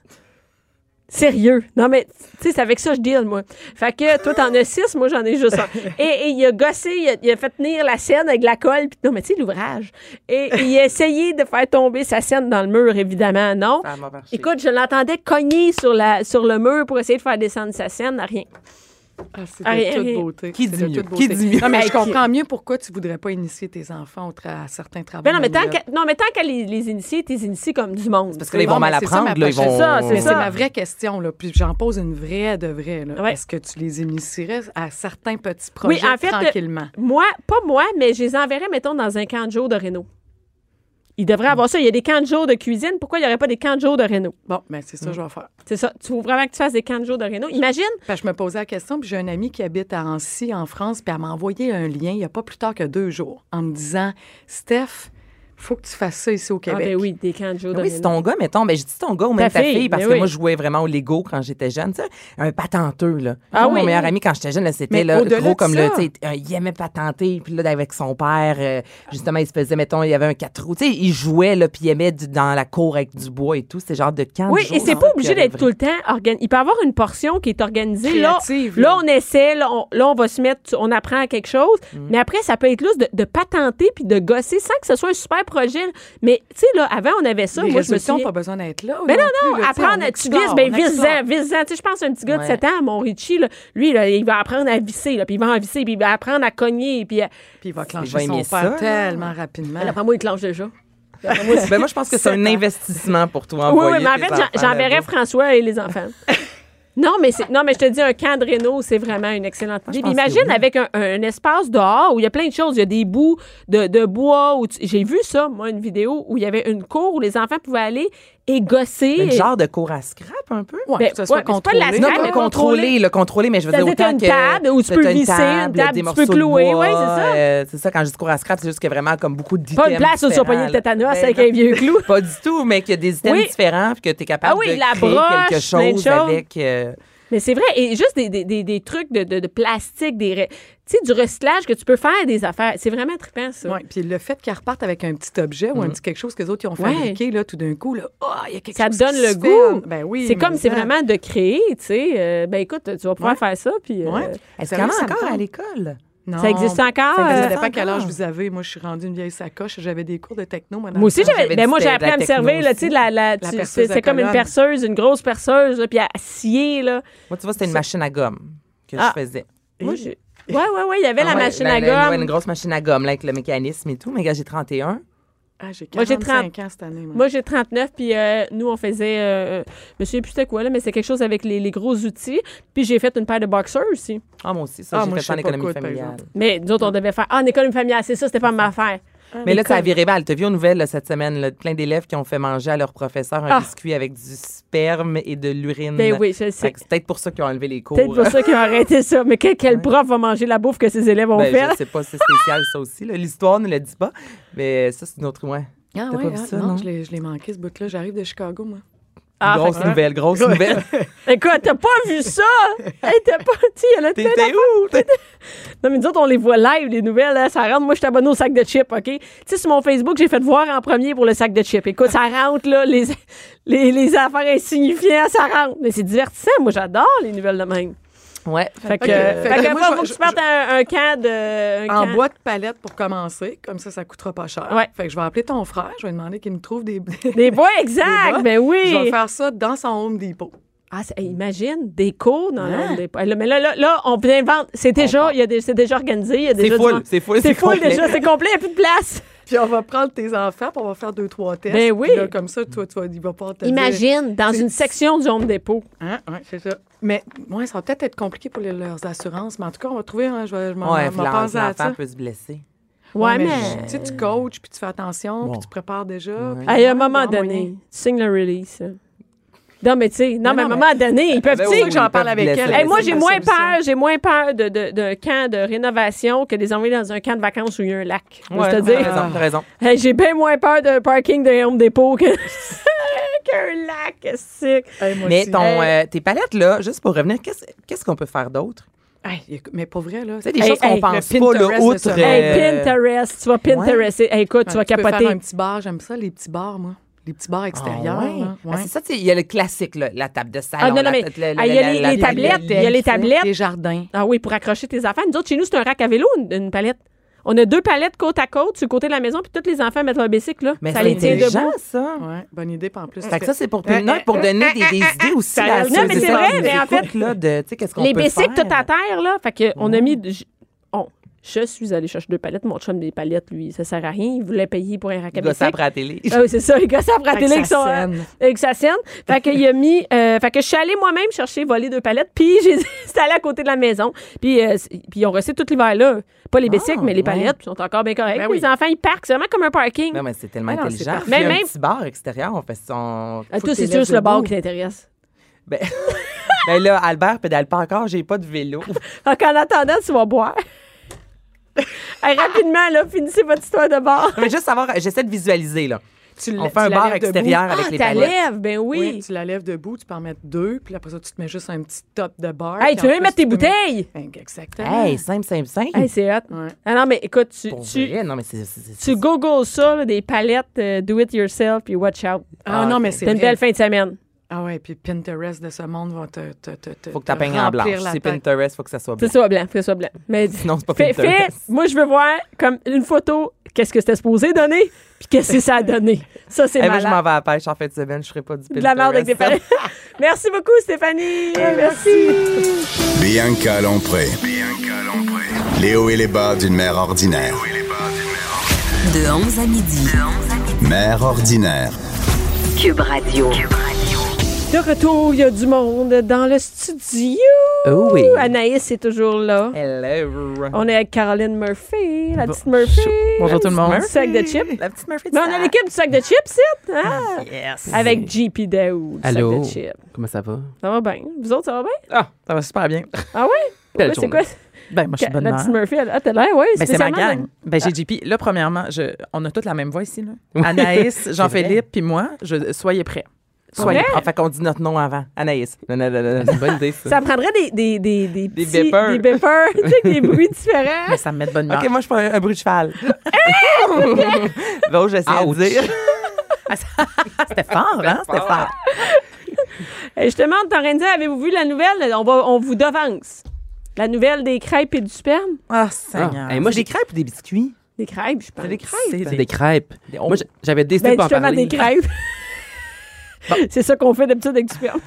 Speaker 1: Sérieux. Non, mais, tu sais, c'est avec ça que je deal, moi. Fait que, toi, t'en as six, moi, j'en ai juste un. Et, et il a gossé, il a, il a fait tenir la scène avec de la colle, puis non, mais tu sais, l'ouvrage. Et il a essayé de faire tomber sa scène dans le mur, évidemment, non.
Speaker 2: Ça m'a marché.
Speaker 1: Écoute, je l'entendais cogner sur, la, sur le mur pour essayer de faire descendre sa scène, rien.
Speaker 3: Ah, c'est
Speaker 1: Ah, rien,
Speaker 3: de toute
Speaker 1: rien.
Speaker 3: beauté.
Speaker 2: Qui
Speaker 3: C'est
Speaker 2: dit
Speaker 3: de
Speaker 2: mieux?
Speaker 3: toute beauté.
Speaker 2: Qui dit mieux?
Speaker 3: Non, mais je
Speaker 1: Qui-
Speaker 3: comprends mieux pourquoi tu voudrais pas initier tes enfants au tra- à certains travaux.
Speaker 1: Ben non, mais tant
Speaker 3: manuels.
Speaker 1: qu'à non, mais tant qu'à les, les initier, t'es initié comme du monde.
Speaker 2: Parce que là, ils vont
Speaker 3: Non, mais
Speaker 2: mal
Speaker 3: c'est ça,
Speaker 2: apprendre.
Speaker 3: ma
Speaker 2: là, ils
Speaker 3: prochaine-
Speaker 2: vont...
Speaker 1: ça, c'est
Speaker 3: Mais
Speaker 1: ça.
Speaker 3: c'est ma vraie question, là. Puis j'en pose une vraie de vraie, là.
Speaker 1: Ouais.
Speaker 3: Est-ce que tu les initierais à certains petits
Speaker 1: Oui,
Speaker 3: projets
Speaker 1: en fait,
Speaker 3: tranquillement?
Speaker 1: euh, moi, pas moi, mais je les enverrais, mettons, dans un camp de jour de Renault. Il devrait avoir ça. Il y a des camps de jour de cuisine. Pourquoi il n'y aurait pas des camps de jour de Renault?
Speaker 3: Bon, ben c'est ça que je vais faire.
Speaker 1: C'est ça. Tu veux vraiment que tu fasses des camps de jour de Renault? Imagine.
Speaker 3: Parce que je me posais la question, puis j'ai un ami qui habite à Ancy, en France, puis elle m'a envoyé un lien il n'y a pas plus tard que deux jours, en me disant Steph, faut que tu fasses ça ici au
Speaker 1: Ah,
Speaker 3: Québec.
Speaker 1: ben oui, des camps de jour de
Speaker 2: Oui, c'est
Speaker 1: Renault.
Speaker 2: ton gars, mettons. Ben, je dis ton gars ou même
Speaker 1: Ta
Speaker 2: ta,
Speaker 1: fille,
Speaker 2: fille, parce
Speaker 1: mais
Speaker 2: que
Speaker 1: oui.
Speaker 2: moi, je jouais vraiment au Lego quand j'étais jeune. Tu sais, un patenteux, là.
Speaker 1: Ah
Speaker 2: Moi,
Speaker 1: oui.
Speaker 2: Mon meilleur ami, quand j'étais jeune, là,
Speaker 3: Mais
Speaker 2: c'était là,
Speaker 3: au-delà
Speaker 2: gros
Speaker 3: de
Speaker 2: comme
Speaker 3: ça.
Speaker 2: le. tu sais, euh, Il aimait patenter, puis là, avec son père, euh, justement, il se faisait, mettons, il y avait un quatre roues. Tu sais, il jouait, là, puis il aimait du- dans la cour avec du bois et tout. C'était genre de camp. de
Speaker 1: Oui,
Speaker 2: jour,
Speaker 1: et c'est
Speaker 2: hein,
Speaker 1: pas
Speaker 2: qui
Speaker 1: obligé
Speaker 2: aurait
Speaker 1: d'être tout le temps organ- Il peut y avoir une portion qui est organisée. Là,
Speaker 3: Créative,
Speaker 1: là,
Speaker 3: là.
Speaker 1: on essaie, là on, là, on va se mettre, on apprend à quelque chose.
Speaker 3: Mm.
Speaker 1: Mais après, ça peut être lousse de, de patenter puis de gosser sans que ce soit un super projet. Mais, tu sais, là, avant, on avait ça.
Speaker 3: Les
Speaker 1: Moi, je me
Speaker 3: résolutions,
Speaker 1: souviens.
Speaker 3: pas besoin d'être là.
Speaker 1: Mais non, non,
Speaker 3: plus, là, tu sais,
Speaker 1: apprendre,
Speaker 3: on
Speaker 1: tu
Speaker 3: explore,
Speaker 1: visses, ben
Speaker 3: on
Speaker 1: vise-en,
Speaker 3: explore.
Speaker 1: vise-en. Tu sais, je pense à un petit gars de
Speaker 2: Ouais.
Speaker 1: 7 ans, mon Richie, là, lui, là, il va apprendre à visser, là, puis il va en visser, puis il va apprendre à cogner, puis euh,
Speaker 3: Puis il va
Speaker 2: Il va
Speaker 3: clencher son
Speaker 2: aimer ça,
Speaker 3: père
Speaker 2: là.
Speaker 3: tellement rapidement.
Speaker 1: après moi, il clenche déjà.
Speaker 2: Ben, moi, je pense que c'est un investissement pour toi.
Speaker 1: Oui,
Speaker 2: envoyer
Speaker 1: oui, mais en
Speaker 2: tes
Speaker 1: fait, j'en-
Speaker 2: enfants
Speaker 1: j'enverrais
Speaker 2: là-bas.
Speaker 1: François et les enfants. Non mais, c'est- non, mais je te dis, un camp de réno, c'est vraiment une excellente idée. Puis
Speaker 2: pense que
Speaker 1: imagine
Speaker 2: oui.
Speaker 1: avec un, un espace dehors où il y a plein de choses. Il y a des bouts de, de bois. où tu- J'ai vu ça, moi, une vidéo où il y avait une cour où les enfants pouvaient aller et gosser.
Speaker 2: Mais le genre de cour à scrap, un peu.
Speaker 3: Ouais,
Speaker 1: Ben,
Speaker 3: que ce soit
Speaker 1: ouais, mais c'est pas
Speaker 3: contrôlé.
Speaker 1: de la
Speaker 2: Non,
Speaker 1: Ah, mais
Speaker 2: pas
Speaker 1: contrôlé.
Speaker 2: contrôlé, le contrôlé, mais je veux dire
Speaker 1: C'est-à-dire,
Speaker 2: autant
Speaker 1: t'as une
Speaker 2: que
Speaker 1: table où tu
Speaker 2: t'as
Speaker 1: peux visser, une table,
Speaker 2: des
Speaker 1: tu peux
Speaker 2: morceaux de
Speaker 1: clouer,
Speaker 2: bois,
Speaker 1: ouais, c'est ça.
Speaker 2: euh, c'est ça, quand je dis cours à scrap, c'est juste qu'il y a vraiment comme beaucoup d'items
Speaker 1: Pas une place où tu vas pogner le
Speaker 2: différents, là.
Speaker 1: tétanos
Speaker 2: Ben
Speaker 1: avec
Speaker 2: non.
Speaker 1: un vieux clou.
Speaker 2: Pas du tout, mais qu'il y a des items
Speaker 1: Oui.
Speaker 2: différents, puis que tu es capable
Speaker 1: Ah oui,
Speaker 2: de
Speaker 1: la
Speaker 2: créer
Speaker 1: broche,
Speaker 2: quelque
Speaker 1: plein de choses.
Speaker 2: chose avec... euh,
Speaker 1: Mais c'est vrai, et juste des, des, des, des trucs de, de, de plastique, des re- tu sais, du recyclage que tu peux faire des affaires. C'est vraiment trippant, ça. Mhm.
Speaker 3: Ouais, puis le fait qu'ils repartent avec un petit objet ou un petit quelque chose que les autres ils ont
Speaker 1: Ouais.
Speaker 3: fabriqué, là, tout d'un coup, là, Ah, il y a quelque
Speaker 1: Ça te
Speaker 3: chose
Speaker 1: donne
Speaker 3: qui
Speaker 1: le
Speaker 3: se fait.
Speaker 1: goût.
Speaker 3: Ben oui.
Speaker 1: c'est comme
Speaker 3: mais
Speaker 1: c'est
Speaker 3: ça.
Speaker 1: vraiment de créer, tu sais. euh, ben écoute, tu vas pouvoir
Speaker 3: Ouais.
Speaker 1: faire ça, puis euh,
Speaker 3: Ouais.
Speaker 2: Est-ce
Speaker 3: Ça,
Speaker 2: qu'il y en
Speaker 3: ça
Speaker 2: a
Speaker 3: me
Speaker 2: encore à
Speaker 3: tente.
Speaker 2: l'école?
Speaker 3: Non.
Speaker 1: ça existe encore.
Speaker 2: Ça
Speaker 3: Ça
Speaker 1: euh,
Speaker 2: existe
Speaker 3: dépend
Speaker 2: encore.
Speaker 3: quel âge vous avez. Moi, je suis rendue une vieille sacoche. J'avais des cours de techno. dans
Speaker 1: moi aussi,
Speaker 3: le temps.
Speaker 1: j'avais.
Speaker 2: j'avais
Speaker 1: Ben
Speaker 2: dit
Speaker 1: moi, j'ai
Speaker 2: c'était
Speaker 1: appris
Speaker 2: de la
Speaker 1: à me
Speaker 2: techno
Speaker 1: servir, là, tu sais,
Speaker 2: aussi.
Speaker 1: la, la, tu-
Speaker 3: perceuse
Speaker 1: c'est
Speaker 3: à
Speaker 1: c'est comme une
Speaker 3: colonne.
Speaker 1: perceuse, une grosse perceuse, là, puis à scier, là.
Speaker 2: Moi, tu vois, c'était une machine à gomme que
Speaker 1: Ah.
Speaker 2: je faisais.
Speaker 1: Moi, j'ai. Ouais, ouais, ouais, il y avait
Speaker 2: Ah
Speaker 1: la
Speaker 2: ouais,
Speaker 1: machine
Speaker 2: la-
Speaker 1: à
Speaker 2: la- ouais,
Speaker 1: gomme.
Speaker 2: Une grosse machine à gomme, là, avec le mécanisme et tout. Mais gars, j'ai 31.
Speaker 3: Ah, j'ai
Speaker 1: Moi, j'ai
Speaker 3: 45 ans cette année. moi.
Speaker 1: Moi, j'ai 39, puis euh, nous, on faisait. Euh, je me souviens plus c'était quoi, là, mais c'est quelque chose avec les, les gros outils. Puis j'ai fait une paire de boxers aussi.
Speaker 2: Ah, moi aussi, ça,
Speaker 3: Ah,
Speaker 2: j'ai
Speaker 3: moi,
Speaker 2: fait
Speaker 3: je
Speaker 2: ça en
Speaker 3: sais pas
Speaker 2: économie
Speaker 3: quoi, par
Speaker 2: familiale.
Speaker 3: exemple.
Speaker 1: Mais nous autres, on devait faire. Ah, en économie familiale, c'est ça, c'était pas ma affaire.
Speaker 2: Mais là, ça a viré mal. T'as vu aux nouvelles là, cette semaine, là, plein d'élèves qui ont fait manger à leur professeur un
Speaker 1: Ah.
Speaker 2: biscuit avec du sperme et de l'urine.
Speaker 1: Ben oui, je le
Speaker 2: Fait
Speaker 1: sais.
Speaker 2: que C'est peut-être pour euh, ça qu'ils ont enlevé les cours.
Speaker 1: Peut-être pour ça qu'ils ont arrêté ça. Mais que- quel prof va manger la bouffe que ses élèves ont
Speaker 2: Ben, je
Speaker 1: fait?
Speaker 2: sais pas, c'est spécial ça aussi. là. L'histoire ne le dit pas. Mais ça, c'est une autre. Ouais.
Speaker 3: Ah,
Speaker 2: T'as
Speaker 3: ouais,
Speaker 2: pas vu
Speaker 3: ah,
Speaker 2: ça,
Speaker 3: non,
Speaker 2: non?
Speaker 3: je l'ai je l'ai manqué ce bout-là. J'arrive de Chicago, moi.
Speaker 1: Ah,
Speaker 2: grosse
Speaker 1: fait que-
Speaker 2: nouvelle, grosse nouvelle.
Speaker 1: Écoute, t'as pas vu ça? hey, t'as pas. Tu elle a tellement-
Speaker 2: T'étais où?
Speaker 1: Non, mais nous autres, on les voit live, les nouvelles, là, ça rentre. Moi, je suis abonnée au sac de chips, OK? Tu sais, sur mon Facebook, j'ai fait voir en premier pour le sac de chips. Écoute, ça rentre, là, les, les, les affaires insignifiantes, ça rentre. Mais c'est divertissant. Moi, j'adore les nouvelles de même.
Speaker 2: Ouais.
Speaker 1: Fait que,
Speaker 3: Ok.
Speaker 1: euh,
Speaker 3: Fait
Speaker 1: fait
Speaker 3: que
Speaker 1: que
Speaker 3: moi,
Speaker 1: faut-
Speaker 3: je-
Speaker 1: faut que
Speaker 3: je-
Speaker 1: tu partes un, un camp de. un
Speaker 3: En
Speaker 1: camp.
Speaker 3: boîte palette pour commencer. Comme ça, ça coûtera pas cher.
Speaker 1: Ouais.
Speaker 3: Fait que je vais appeler ton frère. Je vais demander qu'il me trouve des.
Speaker 1: Des voix
Speaker 3: Des
Speaker 1: exact,
Speaker 3: voix.
Speaker 1: ben
Speaker 3: Je vais
Speaker 1: oui.
Speaker 3: faire ça dans son Home Depot.
Speaker 1: Ah, c'est- hey, imagine, des cours dans
Speaker 3: Hein?
Speaker 1: le- des- là, Mais là, là, là, on invente. C'est déjà, il y a des- c'est déjà organisé. il y a
Speaker 2: C'est
Speaker 1: déjà du
Speaker 2: full,
Speaker 1: monde.
Speaker 2: c'est full,
Speaker 1: C'est
Speaker 2: c'est
Speaker 1: full
Speaker 2: complet.
Speaker 1: déjà, c'est complet, il n'y a plus de place.
Speaker 3: Puis on va prendre tes enfants, puis on va faire deux, trois tests.
Speaker 1: Ben oui.
Speaker 3: Puis là, comme ça, toi, tu vas, il va pas te dire-
Speaker 1: Imagine, dans une section du Home Depot.
Speaker 3: Hein, ouais, c'est ça. Mais ouais, ça va peut-être être compliqué pour les- leurs assurances, mais en tout cas, on va trouver. hein, je vais je m'en
Speaker 2: Ouais,
Speaker 3: m'en
Speaker 2: puis
Speaker 3: penser à
Speaker 2: l'enfant
Speaker 3: ça.
Speaker 2: peut se blesser.
Speaker 1: Ouais,
Speaker 3: Ouais,
Speaker 1: mais.
Speaker 3: je- Tu sais, tu coaches, puis tu fais attention,
Speaker 2: Bon.
Speaker 3: puis tu prépares déjà. puis-
Speaker 1: Hey, à un moment
Speaker 3: Ouais,
Speaker 1: donné,
Speaker 3: moyen.
Speaker 1: tu signes le release. là. Non, mais tu sais, non, mais à un
Speaker 3: non,
Speaker 1: moment donné, ils peuvent.
Speaker 2: Ben
Speaker 1: tu sais,
Speaker 2: oui,
Speaker 3: que j'en
Speaker 2: ils
Speaker 3: parle
Speaker 2: peuvent
Speaker 3: avec
Speaker 2: blesser.
Speaker 3: elle.
Speaker 1: Hey,
Speaker 3: Ben,
Speaker 1: moi,
Speaker 3: c'est
Speaker 1: j'ai
Speaker 3: une
Speaker 1: moins
Speaker 3: solution.
Speaker 1: peur, j'ai moins peur de, de- d'un camp de rénovation que de les envoyer dans un camp de vacances où il y a un lac.
Speaker 2: Ouais,
Speaker 1: je te
Speaker 2: t'as
Speaker 1: dis,
Speaker 2: raison, t'as raison.
Speaker 1: Hey, j'ai bien moins peur d'un parking de Home Depot que- qu'un lac, c'est
Speaker 3: Hey, moi
Speaker 2: Mais
Speaker 3: aussi.
Speaker 2: ton,
Speaker 3: Hey,
Speaker 2: euh, tes palettes, là, juste pour revenir, qu'est-ce qu'est-ce qu'on peut faire d'autre?
Speaker 3: hey, écoute, mais pour vrai, là.
Speaker 2: Tu sais, des
Speaker 1: Hey,
Speaker 2: choses qu'on
Speaker 1: hey,
Speaker 2: pense
Speaker 3: le
Speaker 2: pas, là,
Speaker 3: Pinterest,
Speaker 2: outre.
Speaker 3: là, ça.
Speaker 1: Hey,
Speaker 2: euh,
Speaker 1: Pinterest, tu vas Pinterester. Hey, écoute, tu vas
Speaker 2: Ah,
Speaker 3: peux
Speaker 1: capoter.
Speaker 3: faire un petit bar, j'aime ça, les petits bars, moi. les petits bars
Speaker 2: Ah,
Speaker 3: extérieurs.
Speaker 2: ouais.
Speaker 3: là.
Speaker 2: Ah,
Speaker 3: Ouais.
Speaker 2: c'est ça, tu sais, il y a le classique, là, la table de salon.
Speaker 1: Ah, non, non,
Speaker 2: la-
Speaker 1: mais-
Speaker 2: la- la-
Speaker 1: ah, il y a
Speaker 2: la-
Speaker 1: les-
Speaker 2: la-
Speaker 1: les
Speaker 2: la-
Speaker 1: tablettes.
Speaker 2: la-
Speaker 1: Il y a les tablettes.
Speaker 3: Des jardins.
Speaker 1: Ah oui, pour accrocher tes affaires. Nous autres, chez nous, c'est un rack à vélo, une, une palette. On a deux palettes côte à côte sur le côté de la maison, puis tous les enfants mettent leur bicycle là.
Speaker 2: Mais
Speaker 1: ça
Speaker 2: c'est
Speaker 1: les tient
Speaker 2: intelligent,
Speaker 1: debout.
Speaker 2: ça.
Speaker 3: Ouais, bonne idée, puis en plus.
Speaker 2: Fait que ça, c'est pour, non, pour donner des, des idées aussi.
Speaker 1: Ça-
Speaker 2: à
Speaker 1: non,
Speaker 2: ceux
Speaker 1: mais
Speaker 2: et
Speaker 1: c'est
Speaker 2: celles
Speaker 1: vrai,
Speaker 2: qui nous
Speaker 1: mais en
Speaker 2: écoutent,
Speaker 1: fait,
Speaker 2: là, de, tu sais, qu'est-ce qu'on
Speaker 1: Les
Speaker 2: peut
Speaker 1: bicycles
Speaker 2: faire. Mmh.
Speaker 1: tout à terre là, fait que on a mis j- on- je suis allée chercher deux palettes, mon chum des palettes lui, ça sert à rien, il voulait payer pour un rack à
Speaker 2: Il doit
Speaker 1: bicycle.
Speaker 2: s'apprendre à la télé.
Speaker 1: Ah oui, c'est ça, les gars, ça prend la
Speaker 3: Fait que
Speaker 1: télé
Speaker 3: ça
Speaker 1: qui sont-
Speaker 3: scène.
Speaker 1: avec sa scène. Fait que il a mis, euh, fait que je suis allée moi-même chercher voler deux palettes, puis j'ai installé à côté de la maison. Puis euh, c- puis ils ont resté tout l'hiver là, pas les bicycles, mais les
Speaker 2: Ah, ouais. Ben
Speaker 1: palettes, puis ils sont encore bien corrects.
Speaker 3: Ben
Speaker 1: Puis
Speaker 3: oui.
Speaker 1: Les enfants ils parquent, c'est vraiment comme un parking.
Speaker 2: Non, mais c'est tellement
Speaker 3: Ah non, c'est
Speaker 2: intelligent.
Speaker 3: parfait.
Speaker 2: Mais
Speaker 1: Mais
Speaker 2: même... un
Speaker 1: même-
Speaker 2: petit bar extérieur, on fait son...
Speaker 1: Ah,
Speaker 2: faut
Speaker 1: toi,
Speaker 2: que
Speaker 1: c'est
Speaker 2: t'es
Speaker 1: sûr
Speaker 2: là
Speaker 1: c'est le bar
Speaker 2: debout.
Speaker 1: qui t'intéresse.
Speaker 2: Ben, ben là, Albert pédale pas encore, j'ai pas de vélo.
Speaker 1: Fait qu'en attendant, tu vas boire. Hey, rapidement, là, finissez votre histoire de bar.
Speaker 2: Mais juste savoir, j'essaie de visualiser, là.
Speaker 3: Tu
Speaker 2: On
Speaker 3: la-
Speaker 2: fait un
Speaker 3: tu la
Speaker 2: bar
Speaker 3: lèves debout.
Speaker 2: extérieur avec
Speaker 1: Ah,
Speaker 2: les
Speaker 1: ta
Speaker 2: palettes.
Speaker 1: lève, ben oui.
Speaker 3: Oui. tu la lèves debout, tu peux en mettre deux, puis après ça, tu te mets juste un petit top de bar.
Speaker 1: Hey, tu
Speaker 3: puis
Speaker 1: veux
Speaker 3: en
Speaker 1: même
Speaker 3: plus,
Speaker 1: mettre tes
Speaker 3: tu peux mettre-
Speaker 1: bouteilles?
Speaker 3: Ben, Exactement.
Speaker 2: Hey, simple, simple, simple.
Speaker 1: Ah. Hey, c'est hot.
Speaker 3: Ouais.
Speaker 1: Ah non, mais écoute, tu,
Speaker 2: Pour
Speaker 1: tu,
Speaker 2: vrai, non, mais c'est... c'est- c'est-
Speaker 1: tu googles ça, là, des palettes euh, do it yourself, puis watch out.
Speaker 3: Ah,
Speaker 2: Ah,
Speaker 3: non,
Speaker 2: ok.
Speaker 3: mais c'est
Speaker 1: C'est une
Speaker 3: vrai.
Speaker 1: belle fin de semaine.
Speaker 3: Ah ouais, puis Pinterest de ce monde va te. te, te, te
Speaker 2: Faut que
Speaker 3: te
Speaker 2: t'appelles en
Speaker 3: remplir
Speaker 2: blanche.
Speaker 3: la
Speaker 2: C'est
Speaker 3: tête.
Speaker 2: Pinterest, faut que ça soit
Speaker 1: C'est
Speaker 2: blanc.
Speaker 1: soit blanc, fais soit blanc. Mais
Speaker 2: Sinon, c'est pas
Speaker 1: fais, fais,
Speaker 2: Pinterest.
Speaker 1: moi je veux voir comme une photo, qu'est-ce que c'était supposé donner, puis qu'est-ce que ça a donné. Ça c'est
Speaker 2: Eh, moi,
Speaker 1: malade.
Speaker 2: je m'en vais à la pêche en fin de semaine, je ferai pas du Pinterest.
Speaker 1: de la merde avec des palettes. Merci beaucoup Stéphanie.
Speaker 4: Euh,
Speaker 1: merci.
Speaker 5: Bianca Lompré. Léo et les bas d'une mère ordinaire.
Speaker 6: De 11 à midi.
Speaker 5: Mère ordinaire.
Speaker 6: Cube Radio.
Speaker 1: De retour, il y a du monde dans le studio.
Speaker 2: Oh oui.
Speaker 1: Anaïs est toujours là.
Speaker 4: Eh.
Speaker 2: Hello.
Speaker 1: On est avec Caroline Murphy, la petite Murphy.
Speaker 2: Bonjour
Speaker 1: la
Speaker 2: tout le
Speaker 1: petite
Speaker 2: monde.
Speaker 1: Murphy. Sac de chips.
Speaker 2: La petite Murphy.
Speaker 1: Mais on a l'équipe du sac de chips, c'est? Ah.
Speaker 2: Yes.
Speaker 1: Avec JP Daou, du sac
Speaker 4: Allô?
Speaker 1: de chips.
Speaker 4: Comment ça va?
Speaker 1: Ça va bien. Vous autres, ça va bien?
Speaker 2: Ah, ça va super bien.
Speaker 1: Ah ouais?
Speaker 4: Belle
Speaker 1: Ouais, c'est
Speaker 4: journée.
Speaker 1: quoi?
Speaker 4: Ben, moi, je suis bonne
Speaker 1: la
Speaker 4: mère.
Speaker 1: petite Murphy, elle, ah, t'as l'air, oui.
Speaker 4: Ben, c'est ma
Speaker 2: hein?
Speaker 4: gang. Ben,
Speaker 2: Ah.
Speaker 4: j'ai JP. Là, premièrement, je- on a toutes la même voix ici. Là. Anaïs, Jean-Philippe, puis moi, je, soyez prêts.
Speaker 2: Soyez
Speaker 1: vrai?
Speaker 2: prêts. Fait qu'on dit notre nom avant. Anaïs. Non, non, non, non, non.
Speaker 4: C'est une bonne idée, ça.
Speaker 1: Ça prendrait des, des, des, des,
Speaker 4: Des
Speaker 1: petits-
Speaker 4: beepers.
Speaker 1: Des beepers, tu sais, des bruits différents.
Speaker 4: Mais ça me met de bonne humeur.
Speaker 2: OK, moi, je prends un, un bruit de cheval. L'autre, j'essaie
Speaker 4: Ouch.
Speaker 2: de dire.
Speaker 4: C'était fort, hein? C'était fort.
Speaker 1: Et je te demande, Torrenzi, avez-vous vu la nouvelle? On, va, on vous devance. La nouvelle des crêpes et du sperme?
Speaker 4: Ah,
Speaker 2: Seigneur.
Speaker 4: Et moi,
Speaker 2: C'est
Speaker 4: j'ai
Speaker 2: des crêpes ou des biscuits?
Speaker 1: Des crêpes, je pense.
Speaker 2: C'est des crêpes.
Speaker 4: des crêpes. Moi, j'- j'avais décidé
Speaker 1: Ben,
Speaker 4: de pas en
Speaker 1: justement,
Speaker 4: parler.
Speaker 1: des crêpes. C'est ça qu'on fait d'habitude avec du sperme.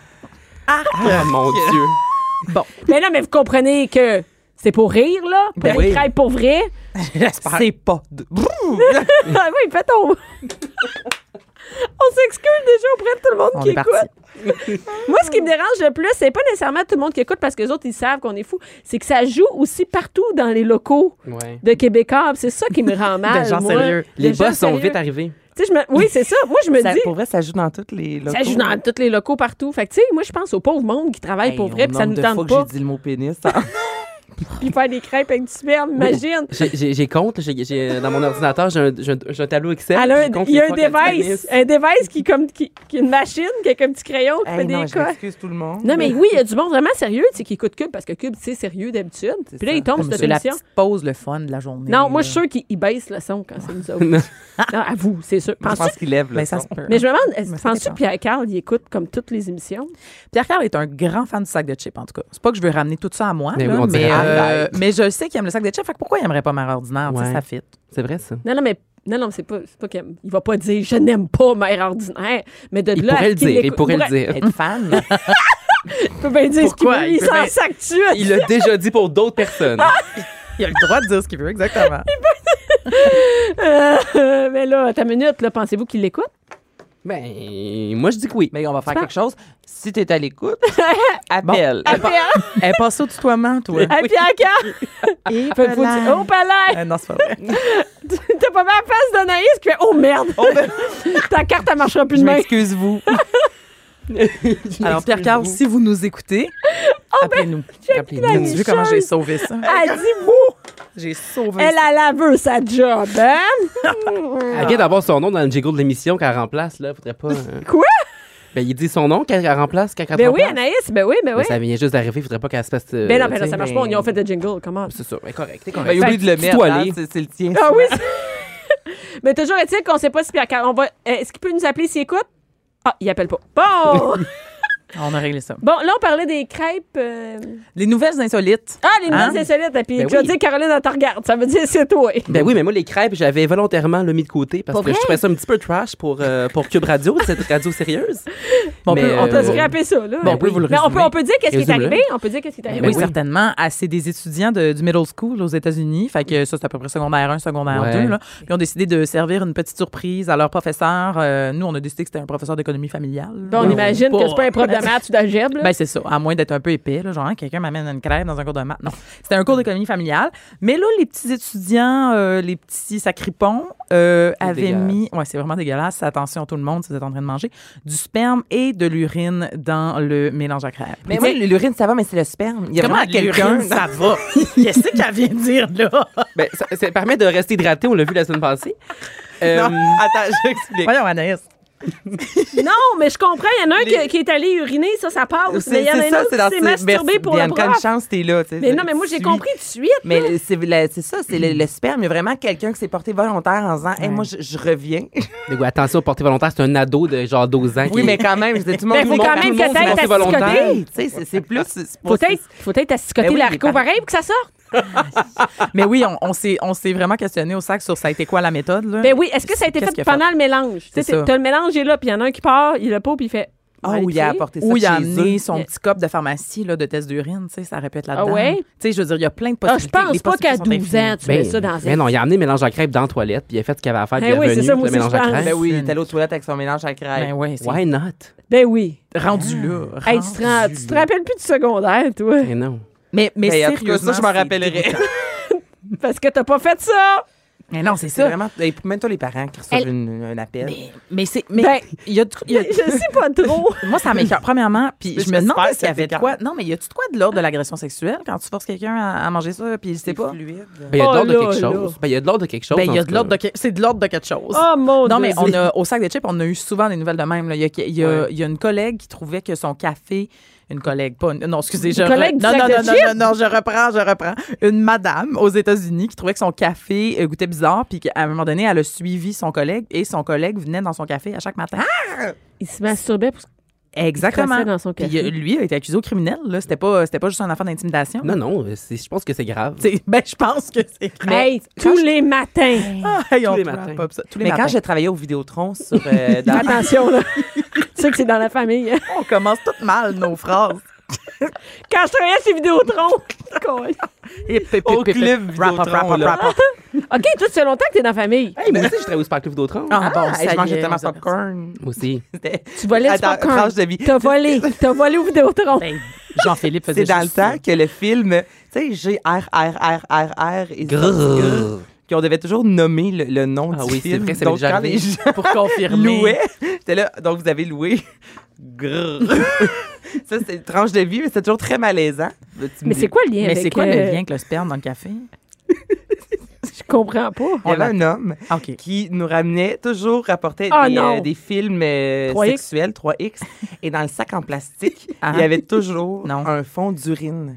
Speaker 4: Ah, mon Dieu.
Speaker 1: Mais non, mais vous comprenez que c'est pour rire, là. Pas des
Speaker 4: Ben oui.
Speaker 1: crêpes pour vrai.
Speaker 4: J'espère.
Speaker 2: C'est pas. de-
Speaker 1: Ah oui, fais ton. On s'excuse déjà auprès de tout le monde
Speaker 4: On
Speaker 1: qui
Speaker 4: est parti.
Speaker 1: écoute. Moi, ce qui me dérange le plus, c'est pas nécessairement tout le monde qui écoute parce que les autres, ils savent qu'on est fous. C'est que ça joue aussi partout dans les locaux
Speaker 4: Ouais.
Speaker 1: de Québécois. Puis C'est ça qui me rend mal.
Speaker 4: Des gens
Speaker 1: moi.
Speaker 4: sérieux.
Speaker 1: Des
Speaker 4: Les
Speaker 1: gens
Speaker 4: boss sont
Speaker 1: sérieux.
Speaker 4: vite arrivés.
Speaker 1: Tu sais, je me- Oui, c'est ça. Moi, je me
Speaker 2: Ça-
Speaker 1: dis.
Speaker 2: pour vrai, ça joue dans toutes les.
Speaker 1: Ça joue dans tous les locaux partout. Fait que, tu sais, moi, je pense au pauvre monde qui travaille pour vrai, puis ça nous tente
Speaker 2: fois
Speaker 1: pas,
Speaker 2: que j'ai dit le mot pénis. ça-
Speaker 1: puis faire des crêpes avec du sperme, imagine.
Speaker 4: J'ai- J'ai j'ai compte. j'ai- j'ai- Dans mon ordinateur, j'ai un, j'ai un- j'ai un tableau Excel.
Speaker 1: Elle a
Speaker 4: puis je
Speaker 1: un-
Speaker 4: compte
Speaker 1: il y a
Speaker 4: les
Speaker 1: un
Speaker 4: fois qu'elle dit
Speaker 1: device,
Speaker 4: Anaïs.
Speaker 1: un device qui, comme, qui, qui est une machine, qui a un petit crayon, qui
Speaker 2: Hey,
Speaker 1: fait
Speaker 2: non,
Speaker 1: des
Speaker 2: je
Speaker 1: codes.
Speaker 2: m'excuse tout le monde.
Speaker 1: Non, mais oui, il y a du monde vraiment sérieux tu sais, qui écoute Cube parce que Cube, c'est sérieux d'habitude.
Speaker 2: C'est
Speaker 1: Puis là,
Speaker 2: ça.
Speaker 1: il tombe
Speaker 7: Comme
Speaker 1: sur cette
Speaker 7: c'est la
Speaker 1: émission.
Speaker 7: petite pause, le fun de la journée.
Speaker 1: Non, moi, je suis
Speaker 7: là.
Speaker 1: sûre qu'il baisse le son quand c'est nous autres. non, à vous, c'est sûr.
Speaker 2: Je
Speaker 1: Penses-tu-
Speaker 2: pense qu'il lève le
Speaker 7: Ben, ça
Speaker 2: son.
Speaker 7: se peut.
Speaker 1: mais je me demande, est-ce-
Speaker 7: Mais ça
Speaker 1: penses-tu
Speaker 7: dépend.
Speaker 1: que Pierre-Carl, il écoute comme toutes les émissions?
Speaker 7: Pierre Carl est un grand fan du sac de chips, en tout cas. C'est pas que je veux ramener tout ça à moi,
Speaker 4: Mais
Speaker 7: là,
Speaker 4: oui, on dirait.
Speaker 7: mais, euh,
Speaker 4: Arrête.
Speaker 7: mais je sais qu'il aime le sac de chips. Fait que pourquoi il aimerait pas Mère Ordinaire? Tu sais,
Speaker 4: Ouais.
Speaker 7: Ça fit.
Speaker 4: C'est vrai, ça.
Speaker 1: Non, non, mais. Non, non, mais c'est pas, c'est pas qu'il aime- il va pas dire je n'aime pas mère ordinaire, mais de
Speaker 4: Il
Speaker 1: là. à
Speaker 4: pourrait le
Speaker 1: qu'il
Speaker 4: dire. Il
Speaker 1: l'écoute-
Speaker 4: pourrait le dire.
Speaker 2: Être fan.
Speaker 1: Il peut bien dire ce qu'il
Speaker 7: Pourquoi?
Speaker 1: veut,
Speaker 7: Il
Speaker 1: il
Speaker 7: peut
Speaker 1: s'en
Speaker 7: bien-
Speaker 1: s'actue.
Speaker 4: Il l'a déjà dit pour d'autres personnes.
Speaker 7: Il a le droit de dire ce qu'il veut, exactement.
Speaker 1: Euh, mais là, ta minute, là, pensez-vous qu'il l'écoute?
Speaker 4: Ben, moi, je dis que oui.
Speaker 2: mais on va faire
Speaker 1: Tu
Speaker 2: quelque chose. Si t'es à l'écoute, appelle.
Speaker 1: Pierre-
Speaker 7: Elle passe au tutoiement, toi.
Speaker 1: à Pierre-Carl!
Speaker 7: Et
Speaker 1: Faites-vous dire, oh, palais!
Speaker 7: Euh, non, c'est pas vrai.
Speaker 1: T'as pas ma face d'Anaïs qui fait, oh merde!
Speaker 4: ben.
Speaker 1: Ta carte, elle marchera plus
Speaker 7: Je
Speaker 1: demain.
Speaker 7: m'excuse-vous. Alors, Pierre Carl, si vous nous écoutez, appelez-nous.
Speaker 1: la
Speaker 7: Appelez-nous. Tu vu comment j'ai
Speaker 1: nicheuse.
Speaker 7: sauvé ça?
Speaker 1: Elle dit, vous!
Speaker 7: J'ai sauvé
Speaker 1: Elle, elle la veut, sa job, hein?
Speaker 4: Elle
Speaker 1: Ah.
Speaker 4: vient d'avoir son nom dans le jingle de l'émission qu'elle remplace, là. Faudrait pas. euh,
Speaker 1: Quoi?
Speaker 4: Ben, il dit son nom qu'elle qu'elle remplace, qu'elle qu'elle
Speaker 1: Ben oui,
Speaker 4: remplace.
Speaker 1: Anaïs, ben oui, ben oui.
Speaker 4: Ben, ça vient juste d'arriver, faudrait pas qu'elle se fasse. euh,
Speaker 1: Ben non, ben
Speaker 4: tu
Speaker 1: non,
Speaker 4: sais,
Speaker 1: ça marche pas, on y a fait le jingle, comment?
Speaker 4: C'est ça, ben correct.
Speaker 2: Ben, il
Speaker 1: Fait Ah
Speaker 2: oublie
Speaker 1: que
Speaker 2: de le
Speaker 4: tutoyer.
Speaker 2: mettre. hein, C'est c'est le tien.
Speaker 1: Ah oui, c'est- Mais toujours est-il qu'on sait pas si Pierre Car- on va. euh, Est-ce qu'il peut nous appeler s'il écoute? Ah, il appelle pas. Bon!
Speaker 7: Eh,
Speaker 4: On a réglé ça.
Speaker 1: bon, là, on parlait des crêpes. euh,
Speaker 4: Les nouvelles insolites.
Speaker 1: Ah, les
Speaker 4: Hein?
Speaker 1: nouvelles insolites. Et puis,
Speaker 7: Ben oui.
Speaker 1: Claudie et Caroline, elle te regarde. Ça veut dire c'est toi.
Speaker 7: Ben oui, mais moi, les crêpes, j'avais volontairement le mis de côté parce
Speaker 8: Pour
Speaker 7: que je
Speaker 8: vrai?
Speaker 7: trouvais ça un petit peu trash pour, euh, pour Cube Radio, cette radio sérieuse.
Speaker 4: Bon, on
Speaker 7: Mais,
Speaker 4: peut- on
Speaker 7: euh,
Speaker 1: On peut scraper ça, là.
Speaker 4: Bon, ben, on peut vous le
Speaker 1: Mais on peut,
Speaker 4: résumer.
Speaker 1: on peut dire qu'est-ce qui est
Speaker 7: Résume-le.
Speaker 1: arrivé. On peut dire qu'est-ce qui est
Speaker 4: Ben
Speaker 1: arrivé.
Speaker 4: oui,
Speaker 7: oui.
Speaker 4: certainement. Ah, c'est des étudiants de- du middle school aux États-Unis. Fait que ça, c'est à peu près secondaire 1, secondaire
Speaker 7: Ouais.
Speaker 4: 2. Là. Ils ont décidé de servir une petite surprise à leur professeur. Euh, nous, on a décidé que c'était un professeur d'économie familiale.
Speaker 1: Bon, Ben, on
Speaker 4: Donc,
Speaker 1: imagine que c'est pas un prof de maths ou d'algèbre. là.
Speaker 4: Ben, c'est ça. À moins d'être un peu épais, là, genre, hein, quelqu'un m'amène une crêpe dans un cours de maths. Non. C'était un cours d'économie familiale. Mais là, les petits étudiants, euh, les petits sacripons, euh, avaient
Speaker 7: dégueulasse.
Speaker 4: mis, ouais, c'est vraiment dégueulasse. Attention tout le monde si vous êtes en train de manger, du sperme et de l'urine dans le mélange à crêpes.
Speaker 2: Mais moi, l'urine, ça va, mais c'est le sperme. Il y a
Speaker 4: Comment
Speaker 2: vraiment quelqu'un.
Speaker 4: quelqu'un, ça va? Qu'est-ce qu'elle vient de dire, là?
Speaker 7: Ben, ça, ça permet de rester hydraté, on l'a vu la semaine passée. Euh, attends, je explique.
Speaker 4: Voyons, Anaïs.
Speaker 1: non, mais je comprends. Il y en a un qui, qui est allé uriner, ça, ça passe. Mais il y en a un autre qui s'est masturbé pour le
Speaker 2: Bianca, une
Speaker 1: prof.
Speaker 2: chance, t'es là. tu sais.
Speaker 1: Mais non, mais moi, j'ai
Speaker 2: Suis.
Speaker 1: compris Mm. tout de suite.
Speaker 2: Mais le- c'est la- c'est ça, c'est le, le sperme. Il y a vraiment quelqu'un qui s'est porté volontaire en disant Hey, moi, je, je reviens.
Speaker 7: Mais oui, attention, porter volontaire, c'est un ado de genre 12 ans.
Speaker 2: oui,
Speaker 7: qui-
Speaker 2: mais quand même, je dis, tout le monde.
Speaker 1: Ben, faut
Speaker 2: tout le
Speaker 1: quand
Speaker 2: monde-
Speaker 1: même
Speaker 2: tout le
Speaker 1: que
Speaker 2: monde
Speaker 1: t'ailles
Speaker 2: se porte
Speaker 1: t'assicoter.
Speaker 2: volontaire. Tu sais, c'est- c'est plus. c'est pour-
Speaker 1: Faut être, faut être à
Speaker 2: Ben oui,
Speaker 1: l'haricot
Speaker 2: les parents-
Speaker 1: pareil pour que ça sorte.
Speaker 4: Mais oui, on, on s'est on s'est vraiment questionné au sac sur ça a été quoi la méthode, là?
Speaker 1: Ben oui, est-ce que ça a été
Speaker 4: Qu'est-ce
Speaker 1: fait
Speaker 4: qu'il a
Speaker 1: pendant le mélange? Tu
Speaker 4: C'est
Speaker 1: sais,
Speaker 4: ça.
Speaker 1: t'as le mélange, il est là, puis il y en a un qui part, il le pas, puis il fait. on va
Speaker 2: Ah, où il a
Speaker 1: l'écrire.
Speaker 2: apporté ça.
Speaker 4: Ou il a
Speaker 2: chez eux.
Speaker 4: amené son
Speaker 1: Yeah.
Speaker 4: petit cop de pharmacie là, de test d'urine, tu sais, ça aurait pu être là-dedans.
Speaker 1: Ah ouais?
Speaker 4: Tu sais, je veux dire, il y a plein de
Speaker 1: Ah, je
Speaker 4: possibilités.
Speaker 1: pense
Speaker 4: Les
Speaker 1: pas qu'à
Speaker 4: possibilités sont Ben
Speaker 1: 12 ans, tu mets ça dans
Speaker 7: Mais
Speaker 1: un.
Speaker 7: ben, non, il a amené mélange à crêpes dans la toilette, puis il a fait ce qu'il avait à faire, puis
Speaker 1: Eh
Speaker 7: il est
Speaker 1: oui, c'est
Speaker 7: revenu,
Speaker 1: ça,
Speaker 7: puis
Speaker 1: moi
Speaker 7: le mélange
Speaker 1: aussi,
Speaker 7: à
Speaker 1: je pense.
Speaker 7: crêpes.
Speaker 2: Ben oui, il est allé aux toilettes avec son mélange à crêpes.
Speaker 4: Ben ouais, c'est
Speaker 7: Why not?
Speaker 1: Ben oui.
Speaker 4: rendu là.
Speaker 1: Hey,
Speaker 4: rendu
Speaker 1: tu, te rends- tu te rappelles plus du secondaire, toi?
Speaker 7: Mais Ben non.
Speaker 4: Mais, mais,
Speaker 2: Mais en tout cas,
Speaker 4: sérieusement,
Speaker 2: ça, je m'en
Speaker 4: c'est
Speaker 2: rappellerai.
Speaker 4: dégoûtant.
Speaker 1: Parce que t'as pas fait ça!
Speaker 4: Mais non, c'est
Speaker 2: C'est
Speaker 4: ça.
Speaker 2: vraiment. hey, Même toi, les parents qui reçoivent
Speaker 8: Elle-
Speaker 2: une- un appel.
Speaker 4: Mais c'est. Mais
Speaker 1: Ben,
Speaker 4: il y a, du- il y a-
Speaker 1: Je sais pas trop.
Speaker 4: moi, ça m'écoeure, premièrement. Puis
Speaker 2: Mais
Speaker 4: je me demande
Speaker 2: j'espère
Speaker 4: s'il y
Speaker 2: que
Speaker 4: avait de
Speaker 2: t'écoeure.
Speaker 4: quoi. Non, mais y a-tu de quoi de l'ordre de l'agression sexuelle quand tu forces quelqu'un à, à manger ça, puis il sait pas?
Speaker 2: fluide.
Speaker 7: Ben, il y a
Speaker 1: Oh
Speaker 7: de l'ordre de
Speaker 1: là,
Speaker 7: quelque
Speaker 1: là.
Speaker 7: chose. Ben, il y a de l'ordre de quelque chose.
Speaker 4: Ben, il y
Speaker 7: en
Speaker 4: a
Speaker 7: tout
Speaker 4: de
Speaker 7: cas.
Speaker 4: l'ordre de que- c'est de l'ordre de quelque chose.
Speaker 1: Oh mon
Speaker 4: Non, mais
Speaker 1: Dieu.
Speaker 4: on a, au sac des chips, on a eu souvent des nouvelles de même. là. Il y a, il y a- il y a une collègue qui trouvait que son café. Une collègue, pas une. Non, excusez, je.
Speaker 1: collègue du
Speaker 4: non,
Speaker 1: sac
Speaker 4: non,
Speaker 1: de
Speaker 4: non, non,
Speaker 1: chips?
Speaker 4: non, non, je reprends, je reprends. Une madame aux États-Unis qui trouvait que son café euh, goûtait bizarre, puis qu'à un moment donné, elle a suivi son collègue et son collègue venait dans son café à chaque matin.
Speaker 1: Il se masturbait pour se
Speaker 4: Exactement.
Speaker 1: crasser dans son
Speaker 4: Puis
Speaker 1: café.
Speaker 4: euh, lui a été accusé au criminel, là. C'était pas, c'était pas juste un affaire d'intimidation.
Speaker 7: Non, non, c'est- je pense que c'est grave.
Speaker 4: C'est- Ben, je pense que c'est.
Speaker 1: Hey, tous les matins.
Speaker 4: Ah, hey, on
Speaker 7: les
Speaker 4: trappe
Speaker 7: matins.
Speaker 4: pas ça. Tous les
Speaker 2: Mais
Speaker 4: matins.
Speaker 2: quand j'ai travaillé au Vidéotron sur. euh, dans-
Speaker 1: Attention, là. tu sais que c'est dans la famille. hein.
Speaker 4: on commence toutes mal nos phrases.
Speaker 1: Quand je travaillais chez Vidéotron. Cool.
Speaker 2: Au club
Speaker 4: Wrap up, wrap
Speaker 2: Vidéotron,
Speaker 4: up,
Speaker 2: là.
Speaker 4: wrap up.
Speaker 1: OK, toi, ça fait longtemps que t'es dans la famille.
Speaker 7: Hey, moi aussi, je travaille au Sparkle d'autres
Speaker 4: Ah, bon,
Speaker 2: Ah,
Speaker 4: ça
Speaker 2: je
Speaker 4: y
Speaker 2: mangeais
Speaker 4: est,
Speaker 2: tellement
Speaker 4: on
Speaker 2: de popcorn.
Speaker 7: Moi aussi.
Speaker 1: Tu volais du
Speaker 2: Attends,
Speaker 1: popcorn.
Speaker 2: tranche de vie.
Speaker 1: T'as volé. T'as volé au Vidéotron.
Speaker 4: Ben, Jean-Philippe faisait
Speaker 2: C'est dans le
Speaker 4: juste
Speaker 2: temps que le film, tu sais, G R R R R R et
Speaker 7: Grrr.
Speaker 2: qu'on devait toujours nommer le, le nom
Speaker 7: Ah
Speaker 2: du
Speaker 7: oui, c'est
Speaker 2: film.
Speaker 7: vrai, ça m'est
Speaker 2: Donc
Speaker 7: déjà
Speaker 2: quand les
Speaker 7: arrivé.
Speaker 2: gens
Speaker 4: ça. pour confirmer.
Speaker 2: louaient, j'étais là. Donc vous avez loué. Grrr. ça c'est une tranche de vie, mais c'est toujours très malaisant.
Speaker 1: Mais c'est quoi le lien
Speaker 4: Mais
Speaker 1: avec,
Speaker 4: c'est quoi
Speaker 1: euh,
Speaker 4: le lien avec le sperme dans le café?
Speaker 1: Je comprends pas.
Speaker 2: Il y avait un homme
Speaker 4: OK.
Speaker 2: qui nous ramenait toujours rapportait
Speaker 1: Ah,
Speaker 2: des,
Speaker 1: non.
Speaker 2: euh, des films euh,
Speaker 1: 3X.
Speaker 2: sexuels 3X et dans le sac en plastique,
Speaker 4: Ah.
Speaker 2: il y avait toujours
Speaker 4: Non.
Speaker 2: un fond d'urine.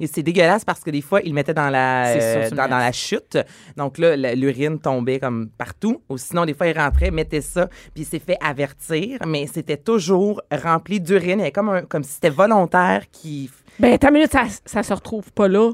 Speaker 2: Et c'est dégueulasse parce que des fois, ils le mettaient dans la,
Speaker 4: C'est sûr,
Speaker 2: euh,
Speaker 4: c'est
Speaker 2: dans, dans la chute. Donc là, la- l'urine tombait comme partout. Ou sinon, des fois, ils rentraient, mettaient ça, puis il s'est fait avertir. Mais c'était toujours rempli d'urine. Il y avait Comme, un- comme si c'était volontaire qui...
Speaker 1: Ben, ta minute, ça, ça se retrouve pas là.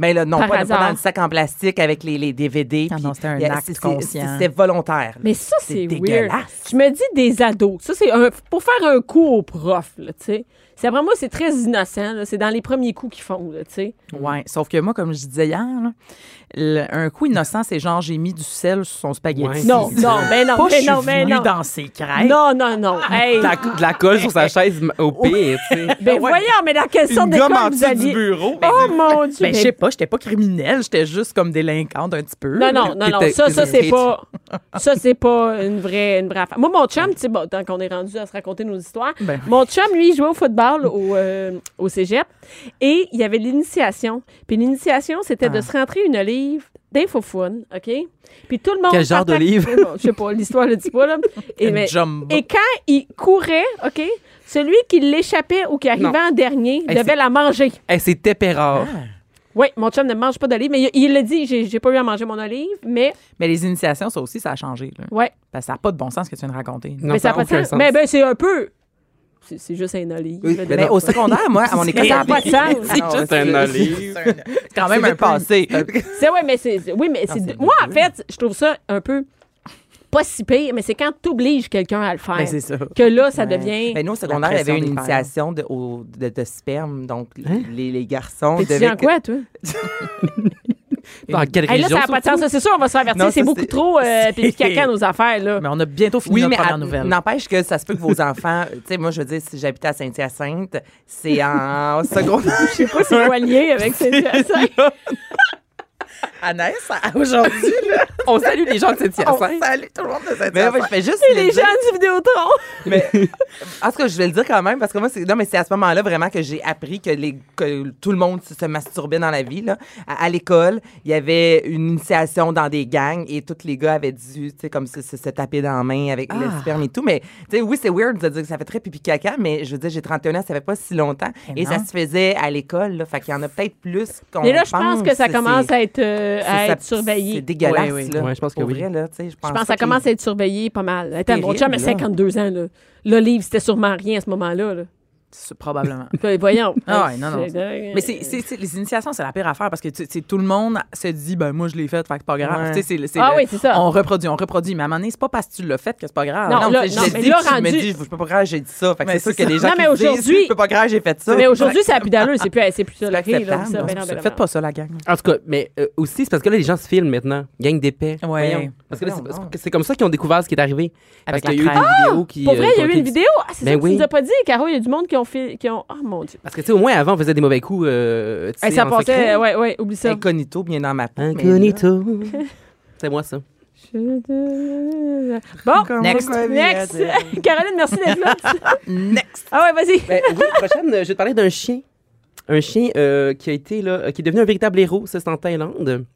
Speaker 2: Mais ben là, non,
Speaker 1: Par
Speaker 2: pas, pas
Speaker 1: hasard.
Speaker 2: dans le sac en plastique avec les, les DVD.
Speaker 4: Ah
Speaker 2: puis-
Speaker 4: non, c'était un
Speaker 2: il y a-
Speaker 4: acte
Speaker 2: c'est- c'est-
Speaker 4: conscient.
Speaker 2: C'était volontaire. là.
Speaker 1: Mais ça, c'est
Speaker 2: C'est
Speaker 1: weird.
Speaker 2: dégueulasse.
Speaker 1: Je me dis des ados. Ça, c'est un- pour faire un coup au prof, là, tu sais. C'est- Après moi, c'est très innocent. là. C'est dans les premiers coups qu'ils font, là, tu sais.
Speaker 4: Ouais. Sauf que moi, comme je disais hier, là, le- un coup innocent, c'est genre j'ai mis du sel sur son spaghetti.
Speaker 7: Ouais.
Speaker 1: Non,
Speaker 7: C'est-
Speaker 1: non, mais non,
Speaker 4: Pas je
Speaker 1: mais
Speaker 4: suis
Speaker 1: non, mais
Speaker 4: venue
Speaker 1: non.
Speaker 4: dans ses crêpes.
Speaker 1: Non, non, non. Hey.
Speaker 7: De la, de la colle sur sa chaise m- au pire, tu sais.
Speaker 1: Ben voyons, mais dans quelle sorte
Speaker 2: Une
Speaker 1: d'école
Speaker 2: gomme en
Speaker 1: vous
Speaker 2: dessous du
Speaker 1: alliez?
Speaker 2: bureau.
Speaker 1: Oh mon Dieu!
Speaker 4: Ben,
Speaker 1: mais-
Speaker 4: je sais pas, j'étais pas criminelle, j'étais juste comme délinquante un petit peu.
Speaker 1: Non, non, non, non.
Speaker 7: T'étais-
Speaker 1: Ça, ça,
Speaker 7: t'étais-
Speaker 1: c'est pas. Ça, c'est pas une vraie, une vraie affaire. Moi, mon chum, tu sais, bon, tant qu'on est rendu à se raconter nos histoires,
Speaker 4: Ben.
Speaker 1: mon chum, lui, il jouait au football au, euh, au cégep et il y avait l'initiation. Puis l'initiation, c'était
Speaker 2: Ah.
Speaker 1: de se rentrer une olive d'infofoun, OK? Puis tout le monde.
Speaker 7: Quel genre
Speaker 1: partait-
Speaker 7: d'olive?
Speaker 1: Non, Je sais pas, l'histoire le dit pas, là. Et,
Speaker 4: Une
Speaker 1: mais-
Speaker 4: jumbo.
Speaker 1: et quand il courait, OK? Celui qui l'échappait ou qui arrivait en dernier
Speaker 7: Hey,
Speaker 1: devait
Speaker 7: c'est-
Speaker 1: la manger.
Speaker 7: Hey, c'est Tepperard.
Speaker 1: Oui, mon chum ne mange pas d'olive, mais il- il l'a dit, j'ai j'ai pas eu à manger mon olive, mais
Speaker 4: Mais les initiations, ça aussi, ça a changé. Là.
Speaker 1: ouais,
Speaker 4: Parce que ça n'a pas de bon sens ce que tu viens de raconter.
Speaker 7: Non,
Speaker 1: mais ça a pas de
Speaker 7: aucun
Speaker 1: sens. Mais ben c'est un peu c'est c'est juste un olive.
Speaker 2: Oui,
Speaker 1: là,
Speaker 2: mais ben
Speaker 1: de-
Speaker 2: au secondaire, moi, à mon école,
Speaker 1: ça n'a pas de sens.
Speaker 7: C'est juste un olive.
Speaker 4: C'est quand même un passé.
Speaker 1: C'est ouais, mais c'est c'est- oui, mais c'est
Speaker 2: c'est
Speaker 1: moi en fait, je trouve ça un peu pas si pire, mais c'est quand tu obliges quelqu'un à le faire
Speaker 4: Ben, c'est ça.
Speaker 1: que là ça devient
Speaker 2: Mais Ben, nous, au secondaire, il y
Speaker 4: pression
Speaker 2: avait une
Speaker 4: des parents.
Speaker 2: initiation de, au- de, de sperme. Donc, les, les garçons
Speaker 1: T'es
Speaker 2: devaient.
Speaker 1: étudiant en quoi toi
Speaker 7: Dans quelle
Speaker 1: Hey, là
Speaker 7: région?
Speaker 1: ça n'a pas de sens, ça, c'est sûr on va se faire avertir,
Speaker 2: Non,
Speaker 1: c'est
Speaker 2: ça,
Speaker 1: beaucoup
Speaker 2: c'est-
Speaker 1: trop euh, pipi caca nos affaires là.
Speaker 4: Mais on a bientôt fini
Speaker 2: Oui,
Speaker 4: notre
Speaker 2: mais
Speaker 4: première
Speaker 2: à-
Speaker 4: nouvelle.
Speaker 2: n'empêche que ça se peut que vos enfants. Tu sais, moi, je veux dire, si j'habitais à Saint-Hyacinthe, c'est en secondaire.
Speaker 1: Je sais pas si c'est lié avec cette
Speaker 2: Anaïs,
Speaker 7: Aujourd'hui, là, on salue les gens de cette
Speaker 1: Ah
Speaker 2: on
Speaker 7: hyacinthe
Speaker 2: salue tout le monde de Saint-Hyacinthe.
Speaker 4: Mais
Speaker 2: Mais
Speaker 4: ouais,
Speaker 2: je fais juste. le
Speaker 1: Les
Speaker 2: dire.
Speaker 1: gens du Vidéotron.
Speaker 2: Mais, en tout cas, je vais le dire quand même, parce que moi, c'est, non, mais c'est à ce moment-là vraiment que j'ai appris que, les, que tout le monde se se masturbait dans la vie. Là. À, à l'école, il y avait une initiation dans des gangs et tous les gars avaient dû, tu sais, comme se, se- se taper dans la main avec le
Speaker 1: Ah.
Speaker 2: sperme et tout. Mais, tu sais, oui, c'est weird de dire que ça fait très pipi caca, mais je veux dire, j'ai 31 ans, ça fait pas si longtemps.
Speaker 4: Mais
Speaker 2: et
Speaker 4: non.
Speaker 2: ça se faisait à l'école, là. Fait qu'il y en a peut-être plus qu'on.
Speaker 1: Mais là, je pense que ça
Speaker 2: C'est-
Speaker 1: commence
Speaker 2: c'est-
Speaker 1: à être, euh, à
Speaker 2: c'est-
Speaker 1: être surveillé.
Speaker 2: C'est dégueulasse,
Speaker 4: Oui, oui.
Speaker 2: là.
Speaker 7: Ouais, je pense que
Speaker 2: Pour
Speaker 7: oui.
Speaker 2: vrai, là, tu sais, je
Speaker 1: Je
Speaker 2: pense,
Speaker 1: pense que
Speaker 2: pas
Speaker 1: ça
Speaker 2: qu'il-
Speaker 1: commence à être surveillé pas mal. Attends, mon
Speaker 2: terrible,
Speaker 1: chum a
Speaker 2: là.
Speaker 1: 52 ans. Là. L'olive, c'était sur rien à ce moment-là. là.
Speaker 4: C'est- Probablement.
Speaker 1: Puis, Voyons.
Speaker 4: Ah ouais, non, non. Mais
Speaker 1: Mais
Speaker 4: c'est, c'est- c'est- les initiations, c'est la pire affaire parce que tu- tu sais, tout le monde se dit, ben moi je l'ai faite, fait que c'est pas grave.
Speaker 2: Ouais.
Speaker 4: Tu sais, c'est, c'est
Speaker 1: Ah
Speaker 4: le-
Speaker 1: oui, c'est ça.
Speaker 4: On reproduit, on reproduit. Mais à un moment donné, c'est pas parce que tu l'as fait que c'est pas grave.
Speaker 1: Non,
Speaker 2: Non,
Speaker 1: là,
Speaker 2: tu sais,
Speaker 1: non,
Speaker 2: je
Speaker 1: mais
Speaker 2: l'ai dit,
Speaker 1: là,
Speaker 2: puis je me
Speaker 1: rendu-
Speaker 2: dis, je peux pas grave, j'ai dit ça. Fait que
Speaker 4: Mais
Speaker 2: c'est sûr
Speaker 4: c'est
Speaker 2: que
Speaker 4: ça.
Speaker 2: les gens
Speaker 1: Non, mais
Speaker 2: qui se
Speaker 1: aujourd'hui-
Speaker 2: disent, je peux pas grave, j'ai fait ça.
Speaker 1: Mais aujourd'hui, ça n'a plus d'allure. C'est plus, c'est plus ça.
Speaker 2: C'est
Speaker 1: le rire, là,
Speaker 2: acceptable,
Speaker 1: ça,
Speaker 2: non,
Speaker 1: ben
Speaker 2: c'est
Speaker 1: non,
Speaker 2: ça.
Speaker 1: ben non,
Speaker 4: Faites
Speaker 1: ben
Speaker 4: pas ça, la gang.
Speaker 7: En tout cas, mais euh, aussi, c'est parce que là, les gens se filment maintenant. Gang d'épais.
Speaker 4: Ouais.
Speaker 7: Voyons. Parce que là, c'est-
Speaker 2: Voyons donc.
Speaker 7: c'est, comme ça qu'ils ont découvert ce qui est arrivé.
Speaker 4: Avec
Speaker 7: parce qu'il y
Speaker 4: la
Speaker 7: a eu une vidéo qui.
Speaker 1: non. Ah! Pour
Speaker 7: euh,
Speaker 1: vrai,
Speaker 7: qui
Speaker 1: il y a
Speaker 7: ont
Speaker 1: eu
Speaker 7: été
Speaker 1: une vidéo. Ah, c'est
Speaker 7: Ben
Speaker 1: ça que tu
Speaker 7: oui.
Speaker 1: nous as pas dit, Caro. Il y a du monde qui ont. fait- Qui ont... Oh mon Dieu.
Speaker 7: Parce que, tu sais, au moins, avant, on faisait des mauvais coups. euh, tu
Speaker 1: Hey,
Speaker 7: sais,
Speaker 1: ça
Speaker 7: en
Speaker 1: passait.
Speaker 7: secret.
Speaker 1: Ouais, ouais, oublie ça.
Speaker 2: Incognito, bien dans ma peau. mais là-
Speaker 7: Incognito. c'est moi, ça.
Speaker 1: Bon,
Speaker 4: Next.
Speaker 1: next. Caroline, merci d'être là.
Speaker 4: Next.
Speaker 1: Ah ouais, vas-y.
Speaker 7: Ben, oui, prochaine, euh, je vais te parler d'un chien. Un chien euh, qui a été là, euh, qui est devenu un véritable héros, ça c'est en Thaïlande.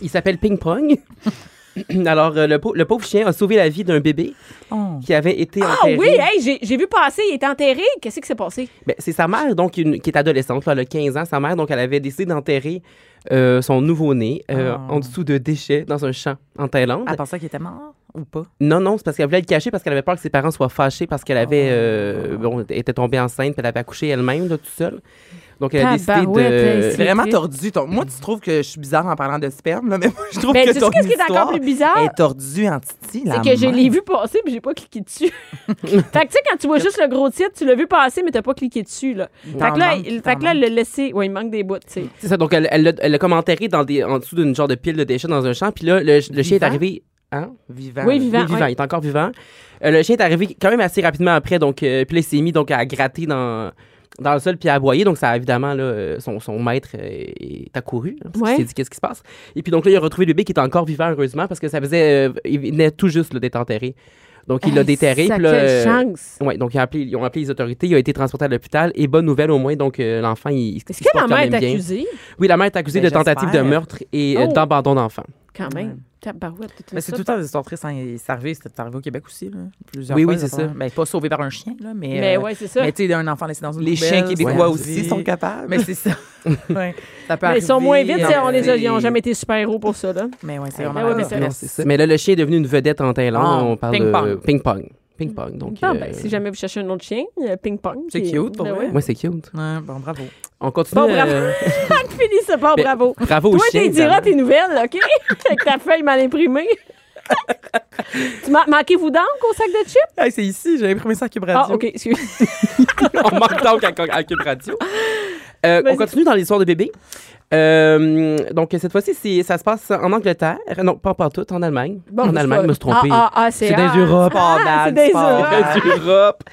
Speaker 7: Il s'appelle Ping Pong. Alors, euh, le, pau- le pauvre chien a sauvé la vie d'un bébé
Speaker 4: Oh.
Speaker 7: qui avait été
Speaker 1: Ah
Speaker 7: enterré.
Speaker 1: oui, hey, j'ai- j'ai vu passer. Il est enterré. Qu'est-ce qui s'est passé?
Speaker 7: Ben, c'est sa mère, donc, une- qui est adolescente, là, elle a 15 ans. Sa mère, donc, elle avait décidé d'enterrer euh, son nouveau-né euh,
Speaker 4: Ah.
Speaker 7: en dessous de déchets dans un champ en Thaïlande.
Speaker 4: Elle pensait qu'il était mort ou pas?
Speaker 7: Non, non, c'est parce qu'elle voulait le cacher parce qu'elle avait peur que ses parents soient fâchés parce qu'elle avait
Speaker 1: Ah.
Speaker 7: euh, bon, était tombée enceinte puis elle avait accouché elle-même là, toute seule. Donc elle a décidé
Speaker 1: Tabarouette, hey,
Speaker 7: de
Speaker 1: c'est-
Speaker 2: Vraiment
Speaker 1: Ok.
Speaker 2: tordu. ton- Moi, tu trouves que je suis bizarre en parlant de sperme, là, mais moi, je trouve
Speaker 1: Ben,
Speaker 2: que
Speaker 1: tu sais
Speaker 2: ton
Speaker 1: qu'est-ce qui est
Speaker 2: histoire
Speaker 1: encore plus bizarre?
Speaker 2: est tordue en titi,
Speaker 1: C'est que je l'ai vu passer puis j'ai pas cliqué dessus. fait que tu sais, quand tu vois juste le gros titre, tu l'as vu passer mais t'as pas cliqué dessus. Là. Fait que là,
Speaker 4: manque,
Speaker 1: il,
Speaker 4: t'en
Speaker 1: fait que là, le laisser. Ouais, il manque des bouts, tu sais.
Speaker 7: c'est ça. Donc elle elle l'a- elle l'a comme enterré dans des en dessous d'une genre de pile de déchets dans un champ puis là le, le chien est
Speaker 2: Vivant?
Speaker 7: arrivé hein
Speaker 2: Vivant.
Speaker 1: Oui, vivant.
Speaker 7: Oui, vivant,
Speaker 1: ouais.
Speaker 7: il est encore vivant. Euh, le chien est arrivé quand même assez rapidement après, donc euh, puis là, il s'est mis donc à gratter dans, dans le sol puis à aboyer, donc ça a évidemment là, euh, son, son maître euh, est accouru. hein, parce
Speaker 1: Ouais.
Speaker 7: qu'il s'est dit qu'est-ce qui se passe. Et puis donc là, il a retrouvé le bébé qui est encore vivant heureusement parce que ça faisait, euh, il venait tout juste là, d'être enterré. Donc il l'a
Speaker 1: Hey,
Speaker 7: déterré.
Speaker 1: ça,
Speaker 7: puis là,
Speaker 1: quelle
Speaker 7: euh,
Speaker 1: chance.
Speaker 7: ouais, donc ils ont, appelé, ils ont appelé les autorités, il a été transporté à l'hôpital et bonne nouvelle au moins, donc euh, l'enfant il, il se
Speaker 1: Est-ce que la
Speaker 7: porte quand
Speaker 1: mère
Speaker 7: même
Speaker 1: est
Speaker 7: bien.
Speaker 1: accusée?
Speaker 7: Oui, la mère est accusée
Speaker 4: Ben,
Speaker 7: de tentative de
Speaker 4: j'espère.
Speaker 7: meurtre et euh,
Speaker 1: Oh.
Speaker 7: d'abandon d'enfant.
Speaker 1: Quand même. Tabarouette, tout
Speaker 4: Mais c'est
Speaker 1: ça.
Speaker 4: tout le temps des histoires tristes. hein. Il s'est arrivé, c'était arrivé au Québec aussi. Là, plusieurs
Speaker 7: Oui,
Speaker 4: fois,
Speaker 7: oui,
Speaker 4: des
Speaker 7: c'est
Speaker 4: affaires.
Speaker 7: ça.
Speaker 4: Ben, pas sauvé par un chien, là, mais.
Speaker 1: Mais
Speaker 4: euh,
Speaker 1: ouais, c'est ça.
Speaker 4: Mais tu sais, un enfant laissé dans une
Speaker 2: Les
Speaker 4: poubelle,
Speaker 2: chiens
Speaker 4: c'est
Speaker 2: québécois
Speaker 4: arrivé.
Speaker 2: aussi sont capables.
Speaker 4: Mais c'est ça. Ouais. Ça peut
Speaker 1: Mais ils sont
Speaker 4: arriver,
Speaker 1: moins vite, tu sais,
Speaker 2: hein,
Speaker 1: on les a,
Speaker 4: euh,
Speaker 1: ils ont jamais été super héros pour ça, là.
Speaker 4: Mais ouais, c'est
Speaker 1: Ben
Speaker 4: vraiment
Speaker 1: ouais,
Speaker 4: la
Speaker 1: mais
Speaker 7: Non,
Speaker 4: maîtresse.
Speaker 7: c'est ça. Mais là, le chien est devenu une vedette en Thaïlande.
Speaker 4: Ah,
Speaker 7: on parle
Speaker 4: ping-pong.
Speaker 7: de ping-pong. Ping-pong. Donc,
Speaker 1: Ah,
Speaker 7: euh,
Speaker 1: ben, si jamais vous cherchez un autre chien, euh, ping-pong.
Speaker 4: C'est
Speaker 1: qui est-
Speaker 4: cute, pour
Speaker 1: Ben
Speaker 4: vrai.
Speaker 1: ouais.
Speaker 7: Ouais, c'est cute.
Speaker 4: Ouais, bon, bravo.
Speaker 7: On continue.
Speaker 1: Bon, bravo.
Speaker 7: euh,
Speaker 1: Fini ce port,
Speaker 7: mais-
Speaker 1: bravo.
Speaker 7: bravo au
Speaker 1: Toi,
Speaker 7: chien.
Speaker 1: tu diras
Speaker 7: évidemment.
Speaker 1: tes nouvelles, OK? Avec ta feuille mal imprimée. tu ma- manquez-vous donc au sac de chips?
Speaker 4: Hey, Ah, c'est ici, j'ai imprimé ça à Cube
Speaker 1: Ah,
Speaker 4: Radio.
Speaker 1: OK, excuse.
Speaker 7: on manque donc à, à Cube Radio. Euh,
Speaker 1: Vas-y.
Speaker 7: on continue dans l'histoire de bébé. Euh, donc, cette fois-ci, c'est- ça se passe en Angleterre. Non, pas en tout, en Allemagne.
Speaker 1: Bon,
Speaker 7: en
Speaker 1: c'est
Speaker 7: Allemagne,
Speaker 1: pas-
Speaker 7: je me suis trompé.
Speaker 1: Ah, ah, ah, c'est
Speaker 7: C'est
Speaker 1: ah,
Speaker 7: des Europes.
Speaker 1: ah,
Speaker 2: Ah,
Speaker 1: c'est des
Speaker 2: c'est pas
Speaker 1: Europes.
Speaker 2: Ah.
Speaker 7: d'Europe.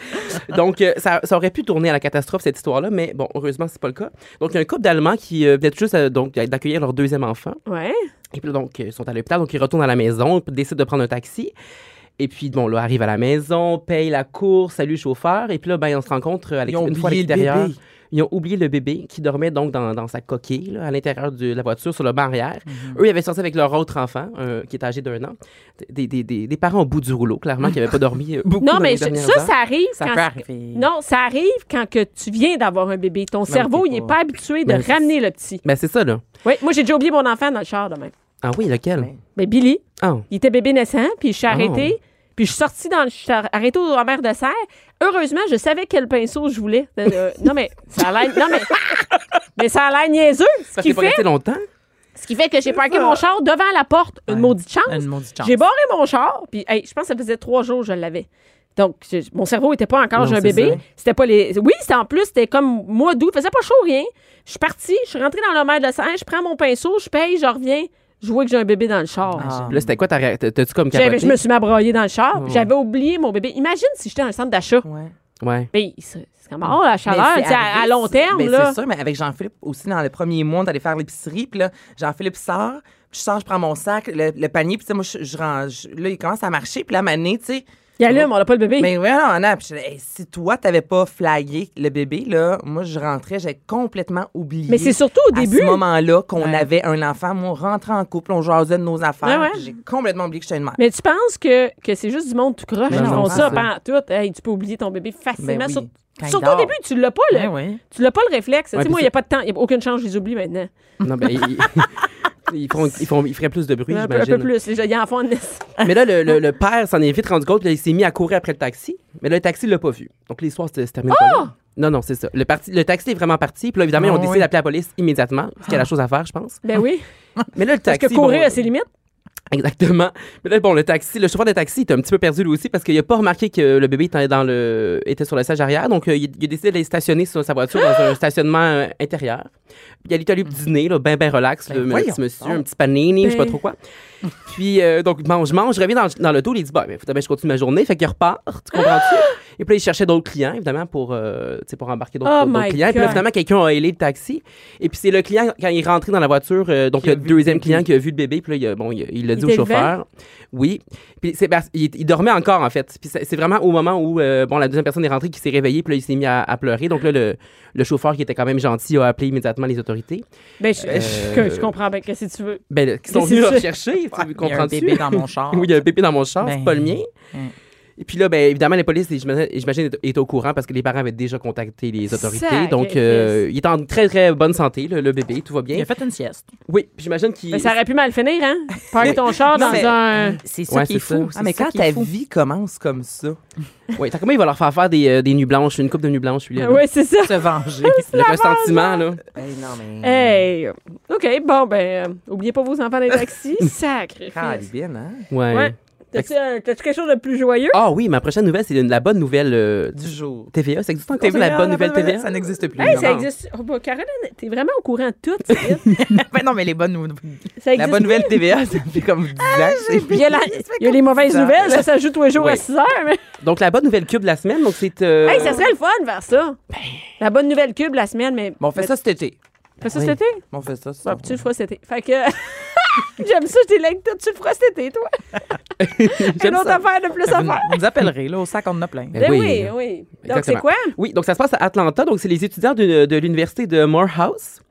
Speaker 7: Donc, euh, ça, ça aurait pu tourner à la catastrophe, cette histoire-là, mais bon, heureusement, c'est pas le cas. Donc, il y a un couple d'Allemands qui euh, venait tout juste euh, donc, d'accueillir leur deuxième enfant.
Speaker 1: Ouais.
Speaker 7: Et puis, là, donc, euh, ils sont à l'hôpital, donc ils retournent à la maison, puis décident de prendre un taxi. Et puis, bon, là, arrive à la maison, paye la course, salue le chauffeur. Et puis là, ben, on se rencontre à
Speaker 2: Ils
Speaker 7: l'ex-
Speaker 2: ont
Speaker 7: une fois à
Speaker 2: oublié le
Speaker 7: l'extérieur.
Speaker 2: bébé.
Speaker 7: Ils ont oublié le bébé qui dormait donc dans, dans sa coquille, là, à l'intérieur de la voiture, sur le banc arrière. Eux, ils avaient sorti avec leur autre enfant, euh, qui est âgé d'un an. Des, des- des- des parents au bout du rouleau, clairement, qui n'avaient pas dormi euh, beaucoup.
Speaker 1: Non,
Speaker 7: dans
Speaker 1: mais
Speaker 7: les
Speaker 1: je-
Speaker 7: dernières
Speaker 1: ça,
Speaker 7: heures.
Speaker 1: ça arrive
Speaker 2: Ça
Speaker 1: quand.
Speaker 2: peut arriver.
Speaker 1: Non, ça arrive quand que tu viens d'avoir un bébé. Ton cerveau,
Speaker 2: t'es
Speaker 1: il n'est
Speaker 2: pas-
Speaker 1: pas habitué de
Speaker 7: Ben, c'est-
Speaker 1: ramener le petit.
Speaker 7: Ben, c'est ça, là.
Speaker 1: Oui, moi, j'ai déjà oublié mon enfant dans le char demain.
Speaker 7: Ah oui, lequel?
Speaker 1: Mais Billy,
Speaker 7: Ah,
Speaker 1: il était bébé naissant, puis je suis arrêtée, puis je suis sortie dans le. Je suis ar- arrêtée au mer de serre. Heureusement, je savais quel pinceau je voulais. Euh, euh, non, mais ça a l'air. Non, mais. Mais ça a l'air niaiseux. Ce
Speaker 7: parce qu'il
Speaker 1: qui,
Speaker 7: est pas
Speaker 1: fait,
Speaker 7: resté longtemps.
Speaker 1: ce qui fait que j'ai parqué mon char devant la porte. Une
Speaker 4: Ouais.
Speaker 1: maudite chance.
Speaker 4: Une maudite chance.
Speaker 1: J'ai barré mon char, puis hey, je pense que ça faisait trois jours que je l'avais. Donc, je- mon cerveau n'était pas encore
Speaker 7: Non,
Speaker 1: j'ai un
Speaker 7: c'est
Speaker 1: bébé.
Speaker 7: ça.
Speaker 1: C'était pas les. Oui, c'était en plus, c'était comme mois d'août, il faisait pas chaud rien. Je suis partie, je suis rentrée dans le mer de la Seine, je prends mon pinceau, je paye, je reviens, je vois que j'ai un bébé dans le char.
Speaker 4: Ah.
Speaker 7: Puis Là, c'était quoi? ta ré- t'as- T'as-tu comme
Speaker 1: J'avais-
Speaker 7: capoté?
Speaker 1: Je me suis m'abroyée dans le char,
Speaker 7: Oh.
Speaker 1: j'avais oublié mon bébé. Imagine si j'étais dans un centre d'achat.
Speaker 2: Ouais.
Speaker 7: Ouais.
Speaker 1: Ben, c'est c'est comme oh, la chaleur,
Speaker 2: Mais
Speaker 1: tu
Speaker 2: c'est
Speaker 1: sais, à,
Speaker 2: arrivé,
Speaker 1: à long
Speaker 2: c'est-
Speaker 1: terme,
Speaker 2: mais
Speaker 1: là.
Speaker 2: C'est sûr, mais avec Jean-Philippe aussi, dans le premier mois, on allait faire l'épicerie. Puis là, Jean-Philippe sort, puis je sors, je prends mon sac, le, le panier, puis tu sais, moi, je, je range. Là, il commence à marcher, puis là, à un moment donné, tu sais.
Speaker 1: Il allume, on n'a pas le bébé.
Speaker 2: Mais voilà, Anna, puis je dis, Hey, si toi, t'avais pas flagué le bébé, là, moi, je rentrais, j'avais complètement oublié.
Speaker 1: Mais c'est surtout au
Speaker 2: à
Speaker 1: début.
Speaker 2: ce moment-là qu'on
Speaker 4: Ouais.
Speaker 2: avait un enfant. Moi, on rentrait en couple, on jasait de nos affaires.
Speaker 1: Ouais, ouais.
Speaker 2: puis J'ai complètement oublié que j'étais une mère.
Speaker 1: Mais tu penses que, que c'est juste du monde tout croche qui
Speaker 7: Ben non,
Speaker 1: font
Speaker 7: c'est
Speaker 1: ça
Speaker 7: ça.
Speaker 1: pendant tout. Hey, tu peux oublier ton bébé facilement.
Speaker 2: Ben oui,
Speaker 1: Sur-
Speaker 4: quand il
Speaker 1: surtout au
Speaker 4: dort.
Speaker 1: début, tu l'as pas, le,
Speaker 4: Ouais,
Speaker 2: Ben
Speaker 4: ouais.
Speaker 1: tu l'as pas le réflexe.
Speaker 7: Ben Ouais,
Speaker 1: tu sais,
Speaker 7: puis
Speaker 1: moi, il n'y
Speaker 7: c'est-
Speaker 1: a pas de temps. Il n'y a aucune chance, je les oublie maintenant.
Speaker 7: Non, ben, ils, ils, font, ils, font, ils feraient plus de bruit,
Speaker 1: un, peu, un
Speaker 7: j'imagine.
Speaker 1: peu plus. Les gens, ils en font une-
Speaker 7: Mais là, le, le- le père s'en est vite rendu compte. Là, il s'est mis à courir après le taxi. Mais là, le taxi l'a pas vu. Donc, l'histoire se, se termine pas
Speaker 1: Ah!
Speaker 7: là. Non, non, c'est ça. Le, parti, le taxi est vraiment parti. Puis là, évidemment, ils ont
Speaker 2: Ah,
Speaker 7: décidé
Speaker 2: oui.
Speaker 7: d'appeler la police immédiatement, ce qui est la chose à faire, je pense.
Speaker 1: Ben oui.
Speaker 7: Mais là, le
Speaker 1: Ah. Parce
Speaker 7: taxi.
Speaker 1: que courir
Speaker 7: bon,
Speaker 1: à ses limites.
Speaker 7: Exactement. Mais là, bon, le taxi, le chauffeur de taxi était un petit peu perdu lui aussi parce qu'il a pas remarqué que le bébé était, dans le, était sur le siège arrière. Donc, euh, il, il a décidé d'aller stationner sur sa voiture dans
Speaker 1: Ah!
Speaker 7: un stationnement euh, intérieur. Puis, il est allé dîner, là, ben, ben relax, le,
Speaker 2: voyons
Speaker 7: petit monsieur,
Speaker 2: donc.
Speaker 7: un petit panini, je sais pas
Speaker 1: Ben.
Speaker 7: trop quoi. Puis, euh, donc, mange, mange, je reviens dans, dans l'auto, il dit, bah, ben, faut que je continue ma journée. Fait qu'il repart, tu comprends-tu?
Speaker 1: Ah!
Speaker 7: Et puis, là, il cherchait d'autres clients, évidemment, pour, euh, tu sais, pour embarquer d'autres
Speaker 1: Oh
Speaker 7: d'autres
Speaker 1: my
Speaker 7: clients. Puis, là,
Speaker 1: God.
Speaker 7: finalement, quelqu'un a ailé le taxi. Et puis, c'est le client, quand il est rentré dans la voiture, euh, donc
Speaker 2: Qui a
Speaker 7: le
Speaker 2: vu le
Speaker 7: deuxième
Speaker 2: bébé.
Speaker 7: client qui a vu le bébé, puis là, il a- bon, il a- il l'a
Speaker 1: Il
Speaker 7: dit au
Speaker 1: était
Speaker 7: chauffeur. Oui. Puis c'est parce- il, il dormait encore, en fait. Puis c'est c'est vraiment au moment où euh, bon, la deuxième personne est rentrée qui s'est réveillée, puis là, il s'est mis à, à pleurer. Donc là, le, le chauffeur, qui était quand même gentil, a appelé immédiatement les autorités.
Speaker 1: Ben, je,
Speaker 7: Euh,
Speaker 1: que je comprends bien que si tu veux.
Speaker 7: Ben, là, qui sont
Speaker 1: Mais c'est
Speaker 7: venus le
Speaker 1: ça.
Speaker 7: rechercher. Tu
Speaker 4: Ah, Il y a un
Speaker 7: comprends-tu?
Speaker 4: bébé dans mon char.
Speaker 7: Oui, il y a un bébé dans mon char, c'est
Speaker 4: Ben,
Speaker 7: pas le mien.
Speaker 4: hein.
Speaker 7: Et puis là, ben, évidemment, la police, j'imagine, j'imagine, est- est au courant parce que les parents avaient déjà contacté les autorités.
Speaker 1: Sacré
Speaker 7: Donc, euh, il est en très, très bonne santé, le, le bébé, tout va
Speaker 4: Il
Speaker 7: bien.
Speaker 4: a fait une sieste.
Speaker 7: Oui, puis j'imagine qu'il...
Speaker 1: Ben, ça aurait pu mal finir, hein? Parque ton char
Speaker 2: Non,
Speaker 1: dans
Speaker 2: mais-
Speaker 1: un.
Speaker 4: C'est ça
Speaker 7: Ouais,
Speaker 4: qui est
Speaker 7: c'est ça.
Speaker 4: fou.
Speaker 2: Ah, mais quand ta vie commence comme ça,
Speaker 7: Oui, t'as comment il va leur faire faire des, euh, des nuits blanches, une coupe de nuits blanches, lui, là.
Speaker 1: Oui, c'est ça.
Speaker 4: se venger.
Speaker 7: Le ressentiment, là.
Speaker 2: Hey, non,
Speaker 7: Hmm.
Speaker 2: mais.
Speaker 1: Hey. OK, bon, ben, euh, oubliez pas vos enfants dans les taxis. Sacré. fils.
Speaker 2: Calibine, hein?
Speaker 7: Ouais.
Speaker 1: Ouais. T'as-tu un- t'as-tu quelque chose de plus joyeux?
Speaker 7: Ah oui, ma prochaine nouvelle, c'est une- la bonne nouvelle euh,
Speaker 2: Du jour.
Speaker 7: TVA. Ça existe encore, ça, la bonne nouvelle TVA?
Speaker 2: Ça n'existe plus.
Speaker 1: Hey, ça
Speaker 2: non.
Speaker 1: existe. Oh, bah, Caroline, t'es vraiment au courant de tout. ça.
Speaker 4: Ben non, mais les bonnes nouvelles.
Speaker 1: Ça
Speaker 2: La
Speaker 1: existe.
Speaker 2: bonne nouvelle TVA, ça fait comme 10 ans. c'est-
Speaker 1: Il y a, la- il y a les mauvaises
Speaker 2: ça.
Speaker 1: nouvelles, ça, ça joue tous les jours à
Speaker 7: Oui.
Speaker 1: 6 heures. Mais...
Speaker 7: Donc, la bonne nouvelle cube de la semaine, donc c'est... euh,
Speaker 1: Hey, ça serait le fun vers ça. La bonne nouvelle cube la semaine, mais.
Speaker 2: Bon, on fait
Speaker 1: mais-
Speaker 2: ça cet été.
Speaker 1: Fais ça
Speaker 7: oui.
Speaker 1: cet été?
Speaker 2: Bon, on fait ça.
Speaker 1: Bon, puis tu le feras cet été. Fait que. J'aime ça, je t'élègue tout. Tu le feras cet été, toi. Une autre affaire de plus à
Speaker 4: Vous,
Speaker 1: faire.
Speaker 4: vous nous appellerez, là, au sac, on en a plein.
Speaker 7: Ben
Speaker 1: Ben
Speaker 7: oui.
Speaker 1: oui, oui. Donc, c'est
Speaker 7: Exactement.
Speaker 1: quoi?
Speaker 7: Oui, donc ça se passe à Atlanta. Donc, c'est les étudiants de, de l'université de Morehouse.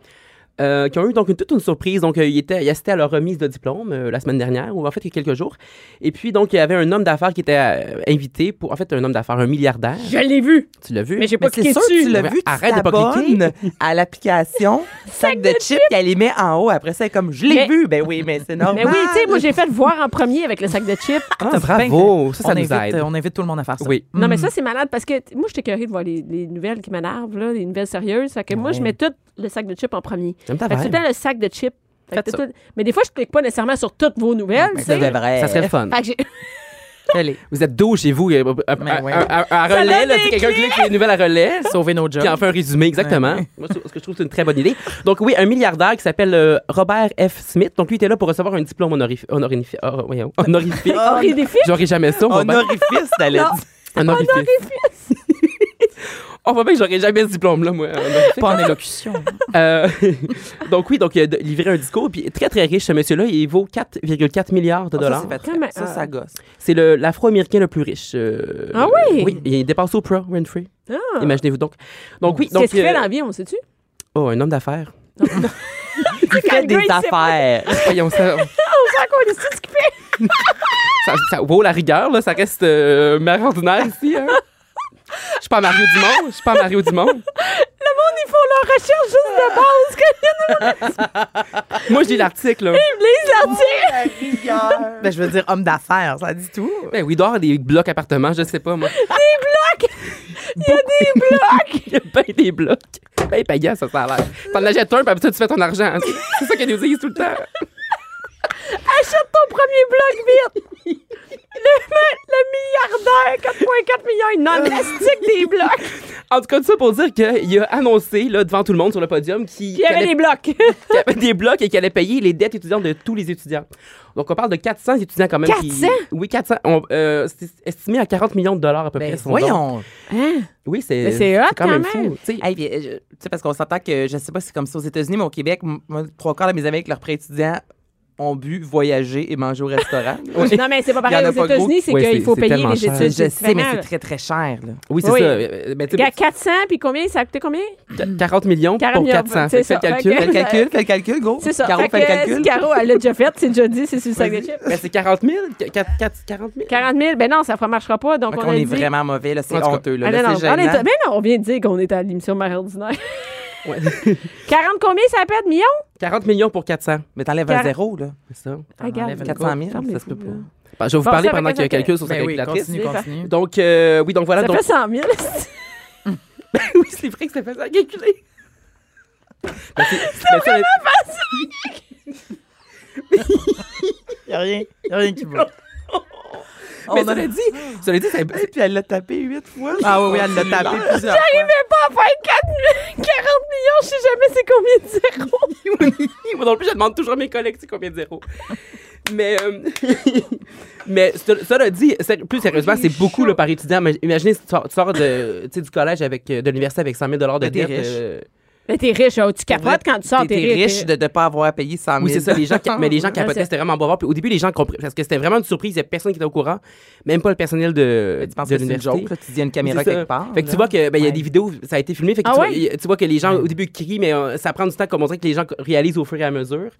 Speaker 7: euh, qui ont eu donc une- toute une surprise. Donc, euh, ils, étaient, ils assistaient à leur remise de diplôme euh, la semaine dernière, ou en fait, il y a quelques jours. Et puis, donc, il y avait un homme d'affaires qui était euh, invité pour, en fait, un homme d'affaires, un milliardaire.
Speaker 1: Je l'ai vu,
Speaker 7: Tu l'as vu?
Speaker 1: mais j'ai pas
Speaker 2: Mais Ben, c'est
Speaker 1: cliqué
Speaker 2: sûr que tu
Speaker 1: dessus.
Speaker 2: l'as
Speaker 7: Mais
Speaker 2: vu,
Speaker 7: arrête
Speaker 2: arrête
Speaker 7: de
Speaker 2: de
Speaker 7: pas cliquer.
Speaker 2: à l'application sac de chips, puis elle les met en haut. Après ça, elle est comme, je l'ai
Speaker 1: Mais-
Speaker 2: vu. Ben oui, mais c'est normal.
Speaker 1: Mais oui, tu sais, moi, j'ai fait voir en premier avec le sac de chips.
Speaker 7: Ah, bravo! Ça, ça
Speaker 4: on
Speaker 7: nous
Speaker 4: invite,
Speaker 7: aide.
Speaker 4: euh, On invite tout le monde à faire ça.
Speaker 7: Oui.
Speaker 1: Non, mais ça, c'est malade parce que t- moi, je suis écœurée de voir les, les nouvelles qui m'énervent, là, les nouvelles sérieuses. Fait que moi, je mets tout le sac de chips en premier.
Speaker 7: J'aime ta
Speaker 1: Fait que tout
Speaker 7: vibe.
Speaker 1: le temps, le sac de chips. Fait que tout- Mais des fois, je clique pas nécessairement sur toutes vos nouvelles.
Speaker 7: Ben,
Speaker 1: tu
Speaker 2: C'est
Speaker 1: sais.
Speaker 2: vrai.
Speaker 7: Ça serait le fun.
Speaker 1: Fait que j'ai-
Speaker 4: Allez,
Speaker 7: Vous êtes dos chez vous, euh, euh, à,
Speaker 4: Mais ouais.
Speaker 7: à- à- à relais,
Speaker 1: donne
Speaker 7: là,
Speaker 1: des
Speaker 7: c'est quelqu'un qui clique sur les nouvelles à relais,
Speaker 4: sauver nos jobs.
Speaker 7: qui en fait un résumé, exactement. Moi, ce ce que je trouve que c'est une très bonne idée. Donc oui, un milliardaire qui s'appelle euh, Robert F. Smith. Donc lui était là pour recevoir un diplôme honorifi- honorifi- oh, voyons, honorifique.
Speaker 1: Henri Défi, Oh
Speaker 7: J'aurais jamais ça, Robert.
Speaker 2: Honorifice, elle a dit.
Speaker 7: Honorifique. On voit bien que j'aurais jamais ce diplôme-là, moi.
Speaker 4: Pas en élocution.
Speaker 7: Euh, donc oui, donc il a de- livré un discours, puis très très riche ce monsieur-là, il vaut 4,4 milliards de
Speaker 2: Ah, ça,
Speaker 7: dollars.
Speaker 2: c'est pas
Speaker 1: Comme,
Speaker 2: très- ça,
Speaker 1: euh,
Speaker 2: ça gosse.
Speaker 7: C'est le- l'afro-américain le plus riche. euh,
Speaker 1: Ah oui?
Speaker 7: Oui, il dépasse Oprah Winfrey.
Speaker 1: Ah.
Speaker 7: Imaginez-vous donc. Donc oui, donc
Speaker 1: Qu'est-ce qu'il fait
Speaker 7: euh,
Speaker 1: dans la vie, on sait-tu? Ah,
Speaker 7: oh un homme d'affaires.
Speaker 1: Il
Speaker 7: fait des affaires. Voyons ça. ça, ça vaut la rigueur, là. Ça reste euh, mère ordinaire ici, hein. Je suis pas Mario Dumont. Je suis pas Mario Dumont.
Speaker 1: Ils font leur recherche juste de base.
Speaker 7: Moi, je lis l'article, là.
Speaker 1: Ils lisent l'article.
Speaker 4: Ben, je veux dire homme d'affaires, ça dit tout.
Speaker 7: Ben oui, il doit y avoir des blocs appartements, je sais pas, moi. Il y a ben des blocs. Ben payant, ça, ça a l'air. T'en achètes un, puis après ça, tu fais ton argent. C'est ça qu'elle nous dit tout le temps.
Speaker 1: Achète ton premier bloc vite. Le, le milliardaire, 4,4 millions, il
Speaker 7: Euh,
Speaker 1: en plastique des blocs.
Speaker 7: En tout cas, tout ça pour dire qu'il a annoncé, là, devant tout le monde sur le podium, qu'il
Speaker 1: Il y avait
Speaker 7: qu'elle-
Speaker 1: des blocs.
Speaker 7: qu'il y avait des blocs et qu'elle allait payer les dettes étudiantes de tous les étudiants. Donc, on parle de 400 étudiants quand même. qui-
Speaker 1: 400?
Speaker 7: oui, 400. On, euh, c'est estimé à 40 millions de dollars à peu près.
Speaker 2: Ben,
Speaker 7: son don.
Speaker 2: voyons.
Speaker 7: Hein? Oui, c'est
Speaker 1: Mais Ben, c'est hot quand même.
Speaker 7: fou. tu sais.
Speaker 2: Hey, puis, euh, je- tu sais, parce qu'on s'entend que, je sais pas si c'est comme ça aux États-Unis, mais au Québec, m- moi, trois quarts de mes amis avec leurs prêts étudiants ont bu, voyagé et mangé au restaurant.
Speaker 1: Non, mais c'est pas
Speaker 2: Il y
Speaker 1: pareil
Speaker 2: en a
Speaker 1: aux
Speaker 2: pas gros.
Speaker 1: États-Unis, c'est
Speaker 7: Ouais,
Speaker 1: qu'il
Speaker 7: c'est-
Speaker 1: faut
Speaker 7: c'est euh,
Speaker 1: payer
Speaker 7: tellement
Speaker 1: les
Speaker 7: cher.
Speaker 1: études.
Speaker 2: je
Speaker 1: c'est
Speaker 2: sais, mais
Speaker 1: différent.
Speaker 2: c'est très, très cher. là.
Speaker 7: Oui, c'est
Speaker 1: Oui.
Speaker 7: ça. Euh, ben, tu sais,
Speaker 1: Gars, 400, puis combien ça a coûté combien?
Speaker 7: qu- 40 millions
Speaker 1: 40
Speaker 7: pour
Speaker 1: millions,
Speaker 7: 400.
Speaker 1: c'est
Speaker 7: Fait que
Speaker 1: ça.
Speaker 7: calcul.
Speaker 1: Fait
Speaker 2: Fais le calcul, fais le calcul, gros.
Speaker 1: C'est ça.
Speaker 2: Caro,
Speaker 1: Fait
Speaker 2: fais le
Speaker 1: que,
Speaker 2: calcul.
Speaker 1: si Caro, elle l'a déjà fait, c'est déjà dit, c'est sur le sac de chips.
Speaker 7: Ben, c'est 40 000? Qu- quatre- quatre- 40 000?
Speaker 1: 40 000, ben non, ça ne marchera pas. Donc,
Speaker 2: Donc,
Speaker 1: on,
Speaker 2: on
Speaker 1: a
Speaker 2: est
Speaker 1: dit...
Speaker 2: vraiment mauvais, là,
Speaker 7: En
Speaker 2: c'est
Speaker 7: tout cas,
Speaker 2: honteux, là.
Speaker 1: Ah, non,
Speaker 2: là,
Speaker 1: non,
Speaker 2: c'est
Speaker 1: on est-
Speaker 2: gênant.
Speaker 1: ben non, on vient de dire qu'on était à l'émission Mère ordinaire.
Speaker 7: Ouais.
Speaker 1: 40 combien ça pète? Millions?
Speaker 7: 40 millions pour 400.
Speaker 2: Mais t'enlèves un
Speaker 1: Car-
Speaker 2: zéro, là.
Speaker 7: C'est ça.
Speaker 1: Ah, regarde.
Speaker 2: 400 000,
Speaker 1: Ferme les
Speaker 7: Ça se peut
Speaker 1: fous, là.
Speaker 7: pas. Ben, je vais vous
Speaker 1: Bon,
Speaker 7: parler
Speaker 1: ça,
Speaker 7: pendant
Speaker 1: fait
Speaker 7: qu'il y a
Speaker 1: que-
Speaker 7: calcul sur sa
Speaker 4: Ben oui,
Speaker 7: calculatrice.
Speaker 4: continue, continue.
Speaker 7: Donc, euh, oui, donc voilà.
Speaker 1: Ça
Speaker 7: donc,
Speaker 1: fait 100 000.
Speaker 7: oui, c'est vrai que ça fait ça à calculer. Ben, c'est ben, ça,
Speaker 4: Il a rien, y a rien qui va.
Speaker 1: Oh,
Speaker 7: Mais ça l'a dit, ça l'a dit, c'est- c'est-
Speaker 2: Puis elle l'a tapé huit fois. Ah oui, oui, elle l'a tapé plusieurs
Speaker 1: Je
Speaker 2: fois.
Speaker 1: vais pas à faire 4 000, 40 millions, je sais jamais c'est combien de zéros.
Speaker 7: moi non plus, je demande toujours à mes collègues, c'est combien de zéros. Mais, euh, mais ce- cela dit, ser- plus sérieusement, c'est beaucoup le par étudiant. Mais Imaginez, si tu sors, tu sors de, tu sais, du collège avec, euh, de l'université avec 100 000 de
Speaker 2: Ben, t'es
Speaker 7: dette.
Speaker 2: riche.
Speaker 7: euh,
Speaker 1: Mais t'es riche, hein, tu capotes quand tu sors, t'es
Speaker 2: T'es riche
Speaker 1: riche.
Speaker 2: de ne pas avoir payé 100 000.
Speaker 7: oui, c'est ça, les gens, qui- mais les gens
Speaker 1: Ouais,
Speaker 7: capotaient,
Speaker 1: c'est-
Speaker 7: c'était vraiment beau à voir. Puis au début, les gens comprenaient, parce que c'était vraiment une surprise, il n'y a personne qui était au courant, même pas le personnel de,
Speaker 2: Mais Tu penses
Speaker 7: de
Speaker 2: que c'est une
Speaker 7: l'université.
Speaker 2: joke, là, tu dis à une caméra
Speaker 7: C'est ça.
Speaker 2: quelque part.
Speaker 7: Fait que tu
Speaker 2: là.
Speaker 7: vois que ben, il y a
Speaker 2: Ouais.
Speaker 7: des vidéos, ça a été filmé. Fait que
Speaker 1: Ah
Speaker 7: tu,
Speaker 1: ouais?
Speaker 7: vois, tu vois que les gens au début crient, mais euh, ça prend du temps comme on dirait que les gens réalisent au fur et à mesure.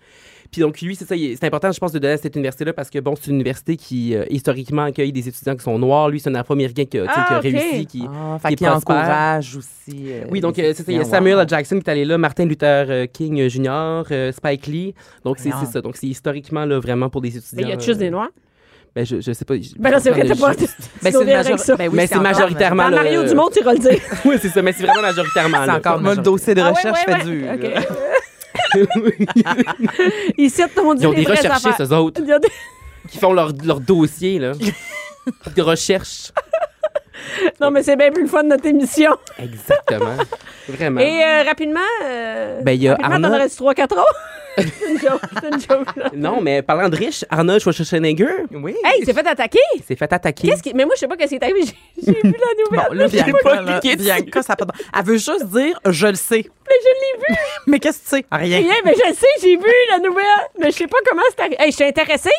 Speaker 7: Puis donc lui, c'est ça, il- c'est important, je pense, de donner à cette université-là parce que bon, c'est une université qui euh, historiquement accueille des étudiants qui sont noirs. Lui, c'est un Afro-américain qui, a- tu sais,
Speaker 1: Ah,
Speaker 7: qui a
Speaker 1: ok.
Speaker 7: réussi, qui.
Speaker 2: Ah,
Speaker 7: qui
Speaker 2: fait
Speaker 7: est
Speaker 2: qu'il
Speaker 7: prospère.
Speaker 2: encourage aussi. euh,
Speaker 7: Oui, donc
Speaker 2: les
Speaker 7: euh, c'est ça, il y a
Speaker 2: étudiants,
Speaker 7: Samuel
Speaker 2: wow.
Speaker 7: L. Jackson qui est allé là, Martin Luther euh, King euh, Jr., euh, Spike Lee. Donc c'est
Speaker 2: Voyons.
Speaker 7: c'est ça, donc c'est historiquement là vraiment pour des
Speaker 1: Mais
Speaker 7: étudiants.
Speaker 1: il y a juste des
Speaker 7: euh,
Speaker 1: noirs.
Speaker 7: Ben je, je sais pas. je-
Speaker 1: Ben non, c'est vrai,
Speaker 7: Ah, je-
Speaker 1: t'es pas.
Speaker 2: Ben,
Speaker 1: Ben,
Speaker 2: c'est une
Speaker 1: avec
Speaker 2: majori-
Speaker 1: ça.
Speaker 2: ben oui, c'est
Speaker 7: Mais c'est
Speaker 2: encore-
Speaker 7: majoritairement.
Speaker 1: Dans
Speaker 7: là,
Speaker 1: Mario
Speaker 7: euh,
Speaker 1: Dumont, tu iras le dire.
Speaker 7: Oui, c'est ça, mais c'est vraiment majoritairement.
Speaker 2: C'est
Speaker 7: là.
Speaker 2: encore moi, le
Speaker 7: Majoritairement.
Speaker 2: dossier de
Speaker 1: Ah ouais,
Speaker 2: recherche
Speaker 1: ouais,
Speaker 2: fait
Speaker 1: ouais.
Speaker 2: dur.
Speaker 1: Ok. Ils citent ton
Speaker 7: Ils
Speaker 1: dieu.
Speaker 7: ont des recherchés, ceux autres,
Speaker 1: Ils ont des-
Speaker 7: qui font leur, leur dossier, là. de recherche.
Speaker 1: Non, mais c'est bien plus le fun de notre émission.
Speaker 7: Exactement. Vraiment.
Speaker 1: Et euh, rapidement, euh,
Speaker 7: Ben, il y a
Speaker 1: rapidement, t'en
Speaker 7: Arnaud-
Speaker 1: aurais 3-4 ans. c'est une joke, c'est une joke. là.
Speaker 7: Non, mais parlant de riche, Arnold Schwarzenegger
Speaker 2: Oui.
Speaker 1: Hey, il s'est fait attaquer.
Speaker 7: s'est fait attaquer.
Speaker 1: Qu'est-ce qui... Mais moi, je sais pas qu'est-ce qui est arrivé. J'ai j'ai vu la nouvelle.
Speaker 4: Bon, là,
Speaker 7: pas
Speaker 4: Bianca, là,
Speaker 7: cliqué dessus.
Speaker 4: Bianca, ça a pas de bon- Elle veut juste dire, je le sais.
Speaker 1: Mais je l'ai vu.
Speaker 4: Mais qu'est-ce que tu sais?
Speaker 7: Eh,
Speaker 4: Rien.
Speaker 1: Rien, mais je sais, j'ai vu la nouvelle. Mais je sais pas comment c'est arrivé. Hey, je suis intéressée.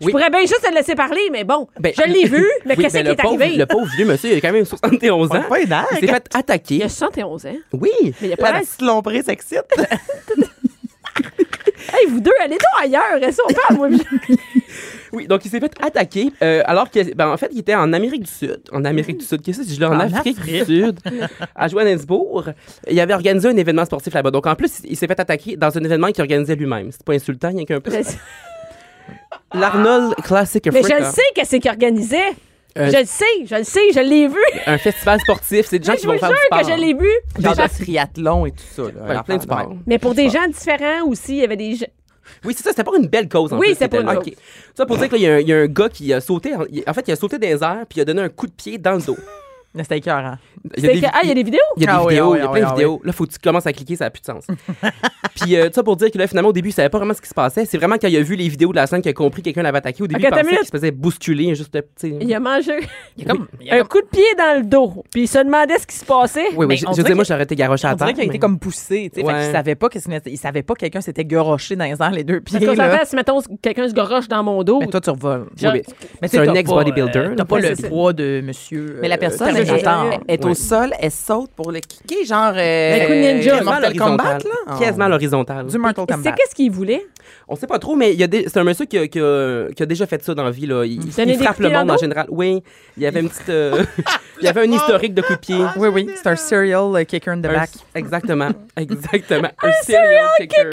Speaker 1: Je
Speaker 7: Oui.
Speaker 1: pourrais bien juste te laisser parler, mais bon,
Speaker 7: Ben,
Speaker 1: je l'ai vu. Mais
Speaker 7: Oui,
Speaker 1: qu'est-ce
Speaker 7: ben,
Speaker 1: qui
Speaker 7: le
Speaker 1: est
Speaker 7: pauvre-
Speaker 1: arrivé?
Speaker 7: Le pauvre vieux monsieur, il a quand même 71 ans.
Speaker 2: Pas une heure.
Speaker 7: Il s'est fait
Speaker 1: Il
Speaker 7: attaquer.
Speaker 1: a 71 ans.
Speaker 7: Oui.
Speaker 1: Mais il a pas
Speaker 2: La
Speaker 1: l'air.
Speaker 2: petite lombrée s'excite.
Speaker 1: Hey, vous deux, allez donc ailleurs. Restez, on parle, moi.
Speaker 7: Oui, donc il s'est fait attaquer euh, alors que, ben, en fait, il était en Amérique du Sud. En Amérique du Sud, qu'est-ce que je dis là? En,
Speaker 4: En
Speaker 7: Afrique, du Sud, à Johannesburg. Il avait organisé un événement sportif là-bas. Donc en plus, il s'est fait attaquer dans un événement qu'il organisait lui-même. C'est pas insultant, il y a qu'un peu.
Speaker 1: Mais,
Speaker 7: L'Arnold Classic hein.
Speaker 1: mais je
Speaker 7: Africa.
Speaker 1: le sais qu'est-ce qu'il organisait.
Speaker 7: Euh,
Speaker 1: je le sais, je le sais, je l'ai vu.
Speaker 7: Un festival sportif, c'est des gens
Speaker 1: Mais
Speaker 7: qui
Speaker 1: je
Speaker 7: vont
Speaker 1: vous
Speaker 7: faire
Speaker 1: jure
Speaker 7: du sport.
Speaker 1: que je l'ai vu.
Speaker 2: Genre de triathlon et tout ça. Là,
Speaker 7: Ouais,
Speaker 2: l'affaire,
Speaker 7: plein de
Speaker 2: là,
Speaker 7: sport.
Speaker 2: ouais.
Speaker 1: Mais pour des gens différents aussi, il y avait des gens.
Speaker 7: Oui, c'est ça, c'était pour une belle cause. En
Speaker 1: Oui,
Speaker 7: plus,
Speaker 1: c'était
Speaker 7: qui
Speaker 1: pour
Speaker 7: était
Speaker 1: une
Speaker 7: là.
Speaker 1: cause.
Speaker 7: OK. Ça pour dire qu'il y, a un- il y a un gars qui a sauté, en, il- en fait, il a sauté dans les airs puis il a donné un coup de pied dans le dos.
Speaker 4: Mais C'était écœurant.
Speaker 7: Il y a des
Speaker 1: C'est que-
Speaker 7: vi-
Speaker 1: Ah, il y a des vidéos?
Speaker 7: Il y a
Speaker 4: Ah
Speaker 7: des
Speaker 4: oui,
Speaker 7: vidéos,
Speaker 4: ah oui,
Speaker 7: il y a
Speaker 4: ah
Speaker 7: plein
Speaker 4: oui,
Speaker 7: de
Speaker 4: ah
Speaker 7: vidéos. Là, faut que tu commences à cliquer, ça n'a plus de sens. Puis, euh, ça pour dire que là, finalement, au début, il savait pas vraiment ce qui se passait. C'est vraiment quand il a vu les vidéos de la scène qu'il a compris que quelqu'un l'avait attaqué. Au début,
Speaker 1: Ok,
Speaker 7: il
Speaker 1: attends une
Speaker 7: pensait
Speaker 1: minute.
Speaker 7: qu'il se faisait bousculer, juste, tu sais.
Speaker 1: Il a mangé
Speaker 4: Il y a comme, il y a
Speaker 1: un
Speaker 4: comme-
Speaker 1: coup de pied dans le dos. Puis il se demandait ce qui se passait.
Speaker 7: Oui,
Speaker 4: Mais
Speaker 7: oui, je,
Speaker 4: on
Speaker 7: je
Speaker 4: dirait
Speaker 7: veux dire, moi,
Speaker 4: que-
Speaker 7: j'aurais été garoché à
Speaker 4: on
Speaker 7: terre.
Speaker 4: dirait qu'il a été
Speaker 7: mais-
Speaker 4: comme poussé, tu sais.
Speaker 7: Ouais.
Speaker 4: Il savait pas que c'était- il savait pas que quelqu'un s'était garoché dans les airs les deux pieds.
Speaker 1: Parce qu'on
Speaker 4: là.
Speaker 1: s'entend, si mettons quelqu'un se goroche dans mon dos,
Speaker 4: Mais toi, tu revoles.
Speaker 1: Genre,
Speaker 7: Oui,
Speaker 4: Mais
Speaker 7: C'est
Speaker 4: tu sais,
Speaker 7: un
Speaker 4: t'as
Speaker 7: ex-bodybuilder,
Speaker 4: pas, euh, T'as pas
Speaker 1: Ouais,
Speaker 4: le
Speaker 1: c'est ça.
Speaker 4: poids de monsieur.
Speaker 2: Mais la
Speaker 4: euh,
Speaker 2: personne elle,
Speaker 4: Terminator.
Speaker 2: elle- elle est au
Speaker 7: Ouais.
Speaker 2: sol, elle saute pour le kicker, genre. Euh,
Speaker 1: Un coup de ninja.
Speaker 2: Mortal
Speaker 7: Quasiment à
Speaker 2: Kombat,
Speaker 7: l'horizontale.
Speaker 2: là.
Speaker 4: Ah.
Speaker 7: Quasiment à l'horizontale.
Speaker 4: Du Mortal
Speaker 1: c'est
Speaker 4: Kombat.
Speaker 1: qu'est-ce qu'il voulait?
Speaker 7: On sait pas trop, mais il y a des- c'est un monsieur qui a, qui a- qui a déjà fait ça dans la vie. Là. Il,
Speaker 1: Donner
Speaker 7: il
Speaker 1: des
Speaker 7: frappe
Speaker 1: coups de
Speaker 7: le
Speaker 1: pied dans
Speaker 7: monde
Speaker 1: le
Speaker 7: en
Speaker 1: dos?
Speaker 7: général. Oui, il y avait une petite. euh, il y avait un historique de coups de pied.
Speaker 4: Oui, oui. C'est un serial euh, kicker in the
Speaker 7: Un-
Speaker 4: back.
Speaker 7: Exactement, exactement. un serial kicker.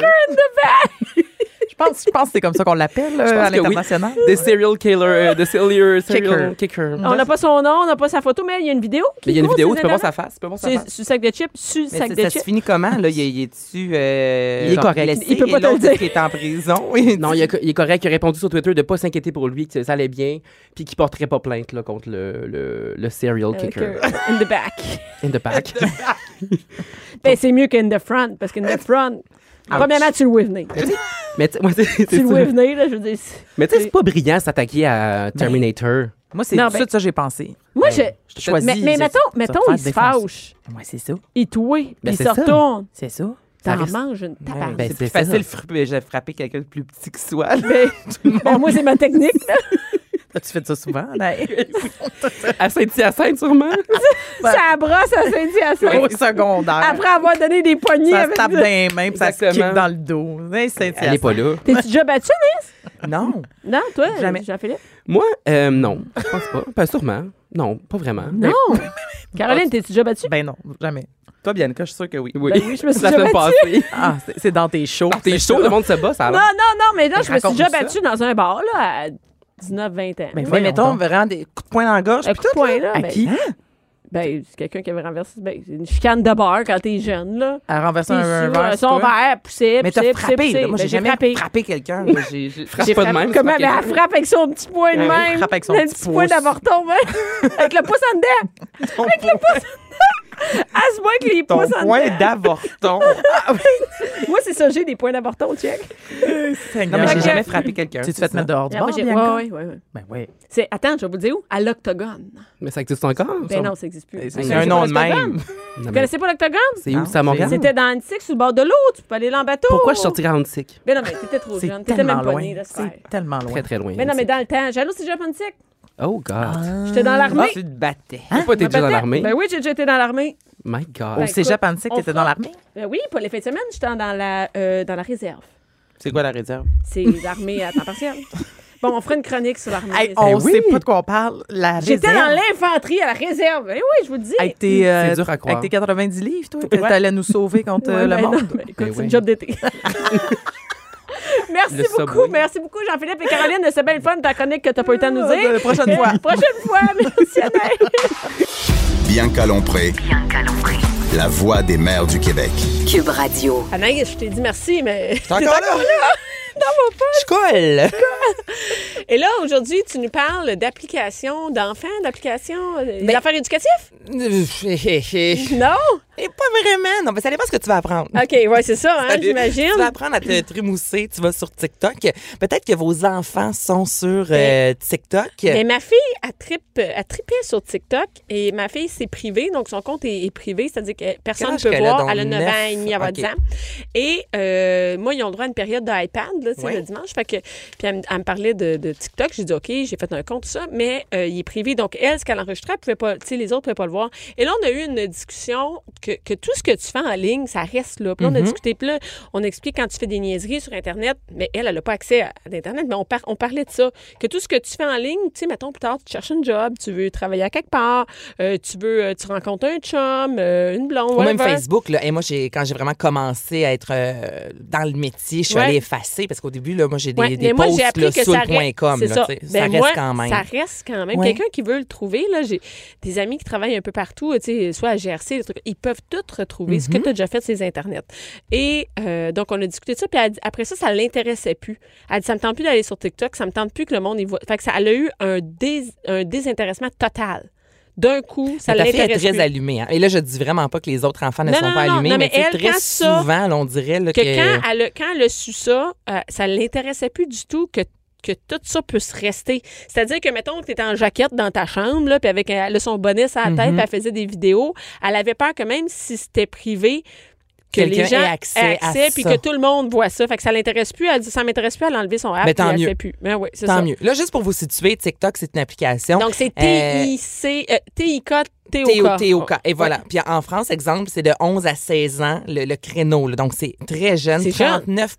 Speaker 4: Je pense, je pense que c'est comme ça qu'on l'appelle euh,
Speaker 7: pense
Speaker 4: à
Speaker 7: que oui.
Speaker 4: l'international.
Speaker 7: Des serial killer, euh, des serial, serial kicker. Ah,
Speaker 1: On n'a pas son nom, on n'a pas sa photo, mais il y a une vidéo. qui
Speaker 7: Mais il y a une
Speaker 1: court
Speaker 7: vidéo,
Speaker 1: sur
Speaker 7: tu peux voir
Speaker 1: Internet.
Speaker 7: sa face, tu peux voir sa
Speaker 1: Sur
Speaker 7: face.
Speaker 1: sur le sac de chips, sur le
Speaker 2: Mais
Speaker 1: sac
Speaker 2: c'est-
Speaker 1: de
Speaker 2: ça se
Speaker 1: chips.
Speaker 2: finit comment, là? Il est- il est-tu. euh,
Speaker 7: Il est
Speaker 2: genre
Speaker 7: correct.
Speaker 2: blessé
Speaker 1: Il peut
Speaker 2: et
Speaker 1: pas te le
Speaker 2: l'autre, est-ce
Speaker 1: dire.
Speaker 2: qu'il est en prison. Oui.
Speaker 7: Non, il, a- il est correct, il a répondu sur Twitter de pas s'inquiéter pour lui, que ça allait bien, puis qu'il porterait pas plainte là, contre le, le, le serial
Speaker 1: Avec,
Speaker 7: kicker.
Speaker 1: euh, In the back.
Speaker 7: In the back.
Speaker 1: Ben, c'est mieux qu'in the front, parce qu'in the front, premièrement, tu le vois venir.
Speaker 7: Mais tu ouais, c'est- c'est
Speaker 1: Tu le
Speaker 7: ça.
Speaker 1: vois venir, là, je veux dire. c'est-
Speaker 7: Mais tu sais, c'est Ben, pas brillant s'attaquer à Terminator.
Speaker 4: Moi, c'est
Speaker 1: Non,
Speaker 4: tout de
Speaker 1: ben-
Speaker 4: suite ça que j'ai pensé.
Speaker 7: Ben,
Speaker 1: Moi, je.
Speaker 4: Je choisis.
Speaker 1: Mais, mais
Speaker 4: ça-
Speaker 1: mettons,
Speaker 4: ça va
Speaker 1: mettons
Speaker 4: faire
Speaker 1: il se
Speaker 4: défense.
Speaker 1: fâche,
Speaker 4: Ouais, c'est ça.
Speaker 1: il touille,
Speaker 7: Ben,
Speaker 1: puis il
Speaker 7: c'est
Speaker 1: se
Speaker 7: ça.
Speaker 1: retourne.
Speaker 4: C'est ça.
Speaker 1: T'en
Speaker 7: risque-
Speaker 1: manges une tabarnak.
Speaker 7: Ben,
Speaker 2: Ah, c'est
Speaker 7: c'est
Speaker 2: plus
Speaker 7: ça.
Speaker 2: facile frapper, j'ai frappé quelqu'un de plus petit que soi. là.
Speaker 1: Ben, moi, c'est ma technique, là.
Speaker 4: Tu fais ça souvent. Anaïs?
Speaker 7: À Saint-Hyacinthe, sûrement.
Speaker 1: Ça brosse à Saint-Hyacinthe.
Speaker 4: Au secondaire.
Speaker 1: Après avoir donné des poignées
Speaker 4: Ça se
Speaker 1: avec
Speaker 4: tape dans les mains puis ça se
Speaker 7: Exactement.
Speaker 4: kick dans le dos. Hey, c'est-
Speaker 7: Elle est pas là.
Speaker 1: T'es-tu déjà battu, Nice?
Speaker 4: Non.
Speaker 1: Non, toi,
Speaker 4: Jamais.
Speaker 1: Jean-Philippe?
Speaker 7: Moi, euh, non. Je pense pas. Pas sûrement. Non, pas vraiment.
Speaker 1: Non. Caroline, t'es-tu déjà battue?
Speaker 4: Ben non, jamais.
Speaker 2: Toi, Bianca, je suis sûr que oui.
Speaker 7: Oui.
Speaker 1: Ben oui, je me suis
Speaker 7: La
Speaker 1: déjà
Speaker 7: semaine
Speaker 1: battue.
Speaker 7: passée.
Speaker 4: Ah, c'est- c'est dans tes shows.
Speaker 7: T'es chaud, le monde se bat, ça a
Speaker 1: Non,
Speaker 7: l'air.
Speaker 1: non, non, mais là, je me suis
Speaker 4: raconte-nous
Speaker 1: déjà
Speaker 4: ça.
Speaker 1: battue dans un bar, là, à 19-20 ans.
Speaker 4: Ben,
Speaker 2: Mais
Speaker 4: voyons
Speaker 2: mettons,
Speaker 4: donc.
Speaker 2: vraiment des coups de poing dans la gorge.
Speaker 1: Un coup de poing, là.
Speaker 4: À
Speaker 1: ben,
Speaker 4: qui?
Speaker 1: Ben, c'est quelqu'un qui avait renversé. Ben, c'est une chicane de bar quand t'es jeune, là.
Speaker 4: À renverser
Speaker 1: T'es
Speaker 4: un, un
Speaker 1: sous,
Speaker 4: verre.
Speaker 1: Son
Speaker 4: sur toi.
Speaker 1: verre, poussé, poussé,
Speaker 2: Mais t'as
Speaker 1: poussé,
Speaker 2: frappé.
Speaker 1: poussé.
Speaker 2: là. Moi,
Speaker 1: Ben,
Speaker 2: j'ai jamais frappé,
Speaker 1: frappé.
Speaker 2: quelqu'un. là. J'ai- j'ai-
Speaker 7: Frappe pas de même. c'est
Speaker 1: Comment
Speaker 7: pas
Speaker 1: elle
Speaker 7: quelqu'un.
Speaker 1: frappe avec son petit poing de
Speaker 4: Ouais,
Speaker 1: même.
Speaker 4: elle frappe avec son
Speaker 1: Le
Speaker 4: petit
Speaker 1: poing
Speaker 4: pouce.
Speaker 1: d'avorton, hein? avec le pouce en dedans. avec le pouce en dedans. À ce point que les
Speaker 2: Ton
Speaker 1: pouces en
Speaker 2: poing
Speaker 1: dedans.
Speaker 2: d'avorton.
Speaker 1: Moi, c'est ça, j'ai des points d'avorton, check.
Speaker 2: Non, mais
Speaker 1: Ok.
Speaker 2: j'ai jamais frappé quelqu'un.
Speaker 4: Tu te
Speaker 2: c'est
Speaker 4: fais te
Speaker 2: ça.
Speaker 4: mettre dehors du
Speaker 1: Ah, moi,
Speaker 4: bord,
Speaker 1: j'ai-
Speaker 4: Bianca?
Speaker 1: ouais, ouais, ouais.
Speaker 4: Ben oui.
Speaker 1: C'est, attends, je vais vous le dire où? À l'octogone.
Speaker 7: Mais ça existe encore? ça?
Speaker 1: Ben non, ça n'existe plus.
Speaker 2: C'est un nom de même.
Speaker 7: Non,
Speaker 4: Ah,
Speaker 1: Vous
Speaker 7: mais
Speaker 1: connaissez pas l'octogone?
Speaker 7: C'est où? C'est à Montréal?
Speaker 1: Ah, C'était dans Antique, sur le bord de l'eau. Tu peux aller là en bateau.
Speaker 7: Pourquoi je sortirais en Antique?
Speaker 1: Ben non, mais t'étais trop
Speaker 4: C'est
Speaker 1: jeune. T'étais même
Speaker 4: tellement
Speaker 1: pas né,
Speaker 4: loin.
Speaker 1: là, c'est vrai.
Speaker 4: C'est tellement loin.
Speaker 7: Très, très loin.
Speaker 1: Ben non, mais dans le temps, j'allais au cégep Antique.
Speaker 7: Oh, God.
Speaker 1: J'étais dans l'armée.
Speaker 4: Ah,
Speaker 2: Tu te battais.
Speaker 7: Pourquoi t'es
Speaker 1: Je me
Speaker 7: déjà dans
Speaker 1: battais.
Speaker 7: l'armée?
Speaker 1: Ben oui, Ben j'ai déjà été dans l'armée.
Speaker 7: My
Speaker 4: Au
Speaker 7: God.
Speaker 1: Ouais.
Speaker 4: cégep antique,
Speaker 1: on
Speaker 4: t'étais dans l'armée?
Speaker 1: Ben oui, pour les fêtes de semaine, j'étais dans la, euh, dans la réserve.
Speaker 2: C'est quoi la réserve?
Speaker 1: C'est l'armée à temps partiel. Bon, on fera une chronique sur l'armée.
Speaker 4: Hey,
Speaker 1: C'est-
Speaker 4: on
Speaker 7: Ben oui.
Speaker 4: sait pas de quoi on parle. La
Speaker 1: Eh, J'étais
Speaker 4: réserve.
Speaker 1: dans l'infanterie à la réserve. Ben oui, je vous le dis.
Speaker 4: Avec tes, euh,
Speaker 7: C'est dur à croire.
Speaker 4: Avec tes 90 livres, toi, que t'allais nous sauver contre euh,
Speaker 1: Ouais,
Speaker 4: le
Speaker 1: ben
Speaker 4: monde.
Speaker 1: non, mais écoute,
Speaker 7: Ben
Speaker 1: c'est
Speaker 7: oui.
Speaker 1: une job d'été. Merci
Speaker 7: Le
Speaker 1: beaucoup,
Speaker 7: Subway.
Speaker 1: merci beaucoup Jean-Philippe et Caroline de ce bel fun de ta chronique que t'as pas eu le temps de nous dire.
Speaker 4: Euh, prochaine fois.
Speaker 1: Prochaine fois, merci à
Speaker 5: Bianca Lompré,
Speaker 6: Bien calompré.
Speaker 5: la voix des mères du Québec.
Speaker 6: Cube Radio.
Speaker 1: Anaïs, je t'ai dit merci, mais.
Speaker 2: T'es encore là? Je colle.
Speaker 1: Et là, aujourd'hui, tu nous parles d'applications d'enfants, d'applications, euh, d'affaires éducatives? Non?
Speaker 2: Et pas vraiment. Non, mais ça dépend ce que tu vas apprendre.
Speaker 1: OK, ouais, c'est ça, hein,
Speaker 2: Salut.
Speaker 1: j'imagine.
Speaker 2: Tu vas apprendre à te trémousser, tu vas sur TikTok. Peut-être que vos enfants sont sur
Speaker 1: Ben,
Speaker 2: euh, TikTok.
Speaker 1: Mais ma fille a, trip, a trippé sur TikTok et ma fille, c'est privé, donc son compte est, est privé, c'est-à-dire que personne
Speaker 2: Quel
Speaker 1: ne
Speaker 2: âge
Speaker 1: peut
Speaker 2: qu'elle a,
Speaker 1: voir.
Speaker 2: donc
Speaker 1: Elle a 9 ans et
Speaker 2: neuf?
Speaker 1: demi, elle va
Speaker 2: OK.
Speaker 1: 10 ans. Et euh, moi, ils ont le droit à une période d'iPad, là, tu sais,
Speaker 2: Ouais.
Speaker 1: le dimanche. Fait que, puis elle, me- elle me parlait de, de TikTok. J'ai dit, OK, j'ai fait un compte, ça, mais euh, il est privé. Donc, elle, ce qu'elle enregistrait, elle pouvait pas, tu sais, les autres ne pouvaient pas le voir. Et là, on a eu une discussion que, que tout ce que tu fais en ligne, ça reste là.
Speaker 2: Mm-hmm.
Speaker 1: Puis là, on a discuté. Puis là, on explique quand tu fais des niaiseries sur Internet, mais elle, elle n'a pas accès à, à Internet, mais on, par- on parlait de ça. Que tout ce que tu fais en ligne, tu sais, mettons, plus tard, tu cherches un job, tu veux travailler à quelque part, euh, tu veux, euh, tu rencontres un chum, euh, une blonde,
Speaker 2: Ou même
Speaker 1: whatever.
Speaker 2: Facebook, là. Et moi, j'ai, quand j'ai vraiment commencé à être euh, dans le métier, je suis
Speaker 1: Ouais.
Speaker 2: allée effacer parce qu'au début, là, moi, j'ai des,
Speaker 1: Ouais,
Speaker 2: des
Speaker 1: mais moi,
Speaker 2: posts
Speaker 1: j'ai appris
Speaker 2: là,
Speaker 1: que
Speaker 2: sur
Speaker 1: ça
Speaker 2: le point
Speaker 1: reste,
Speaker 2: com.
Speaker 1: c'est
Speaker 2: là,
Speaker 1: ça.
Speaker 2: tu sais.
Speaker 1: Ben,
Speaker 2: ça reste
Speaker 1: moi,
Speaker 2: quand même.
Speaker 1: Ça reste quand même.
Speaker 2: Ouais.
Speaker 1: Quelqu'un qui veut le trouver, là, j'ai des amis qui travaillent un peu partout, tu sais, soit à GRC, des trucs, ils peuvent tout retrouver,
Speaker 2: Mm-hmm.
Speaker 1: ce que tu as déjà fait sur les Internet. Et euh, donc, on a discuté de ça, puis elle dit- après ça, ça l'intéressait plus. Elle dit, ça me tente plus d'aller sur TikTok, ça me tente plus que le monde y voit. Fait que ça, elle a eu un, dés- un désintéressement total. D'un coup, ça
Speaker 2: Ta fille est
Speaker 1: l'intéresse
Speaker 2: très
Speaker 1: plus.
Speaker 2: allumée. hein. Et là, je dis vraiment pas que les autres enfants ne
Speaker 1: Non,
Speaker 2: sont
Speaker 1: non,
Speaker 2: pas
Speaker 1: non,
Speaker 2: allumés,
Speaker 1: non,
Speaker 2: mais,
Speaker 1: mais
Speaker 2: tu sais,
Speaker 1: elle,
Speaker 2: très
Speaker 1: quand ça-
Speaker 2: souvent, là, on dirait là,
Speaker 1: que
Speaker 2: que...
Speaker 1: quand elle a, quand elle a su ça, euh, ça l'intéressait plus du tout que que tout ça puisse rester. C'est-à-dire que, mettons, que tu en jaquette dans ta chambre, là, puis avec euh, elle a son bonnet sur la
Speaker 2: Mhm.
Speaker 1: tête, puis elle faisait des vidéos, elle avait peur que même si c'était privé, que les
Speaker 2: Quelqu'un
Speaker 1: gens
Speaker 2: ait accès à
Speaker 1: puis
Speaker 2: ça.
Speaker 1: que tout le monde voit ça. Fait que ça l'intéresse plus. Elle dit, ça m'intéresse plus à l'enlever son app,
Speaker 2: Mais
Speaker 1: puis
Speaker 2: tant
Speaker 1: elle
Speaker 2: mieux.
Speaker 1: fait plus. Mais oui, c'est
Speaker 2: Tant
Speaker 1: ça.
Speaker 2: mieux. Là, juste pour vous situer, TikTok, c'est une application.
Speaker 1: Donc, c'est
Speaker 2: Euh,
Speaker 1: T-I-C, euh, T-I-K,
Speaker 2: TOK.
Speaker 1: T-O-K.
Speaker 2: Et voilà. Puis en France, exemple, c'est de 11 à 16 ans le, le créneau. là. Donc, c'est très jeune.
Speaker 1: C'est jeune.
Speaker 2: 39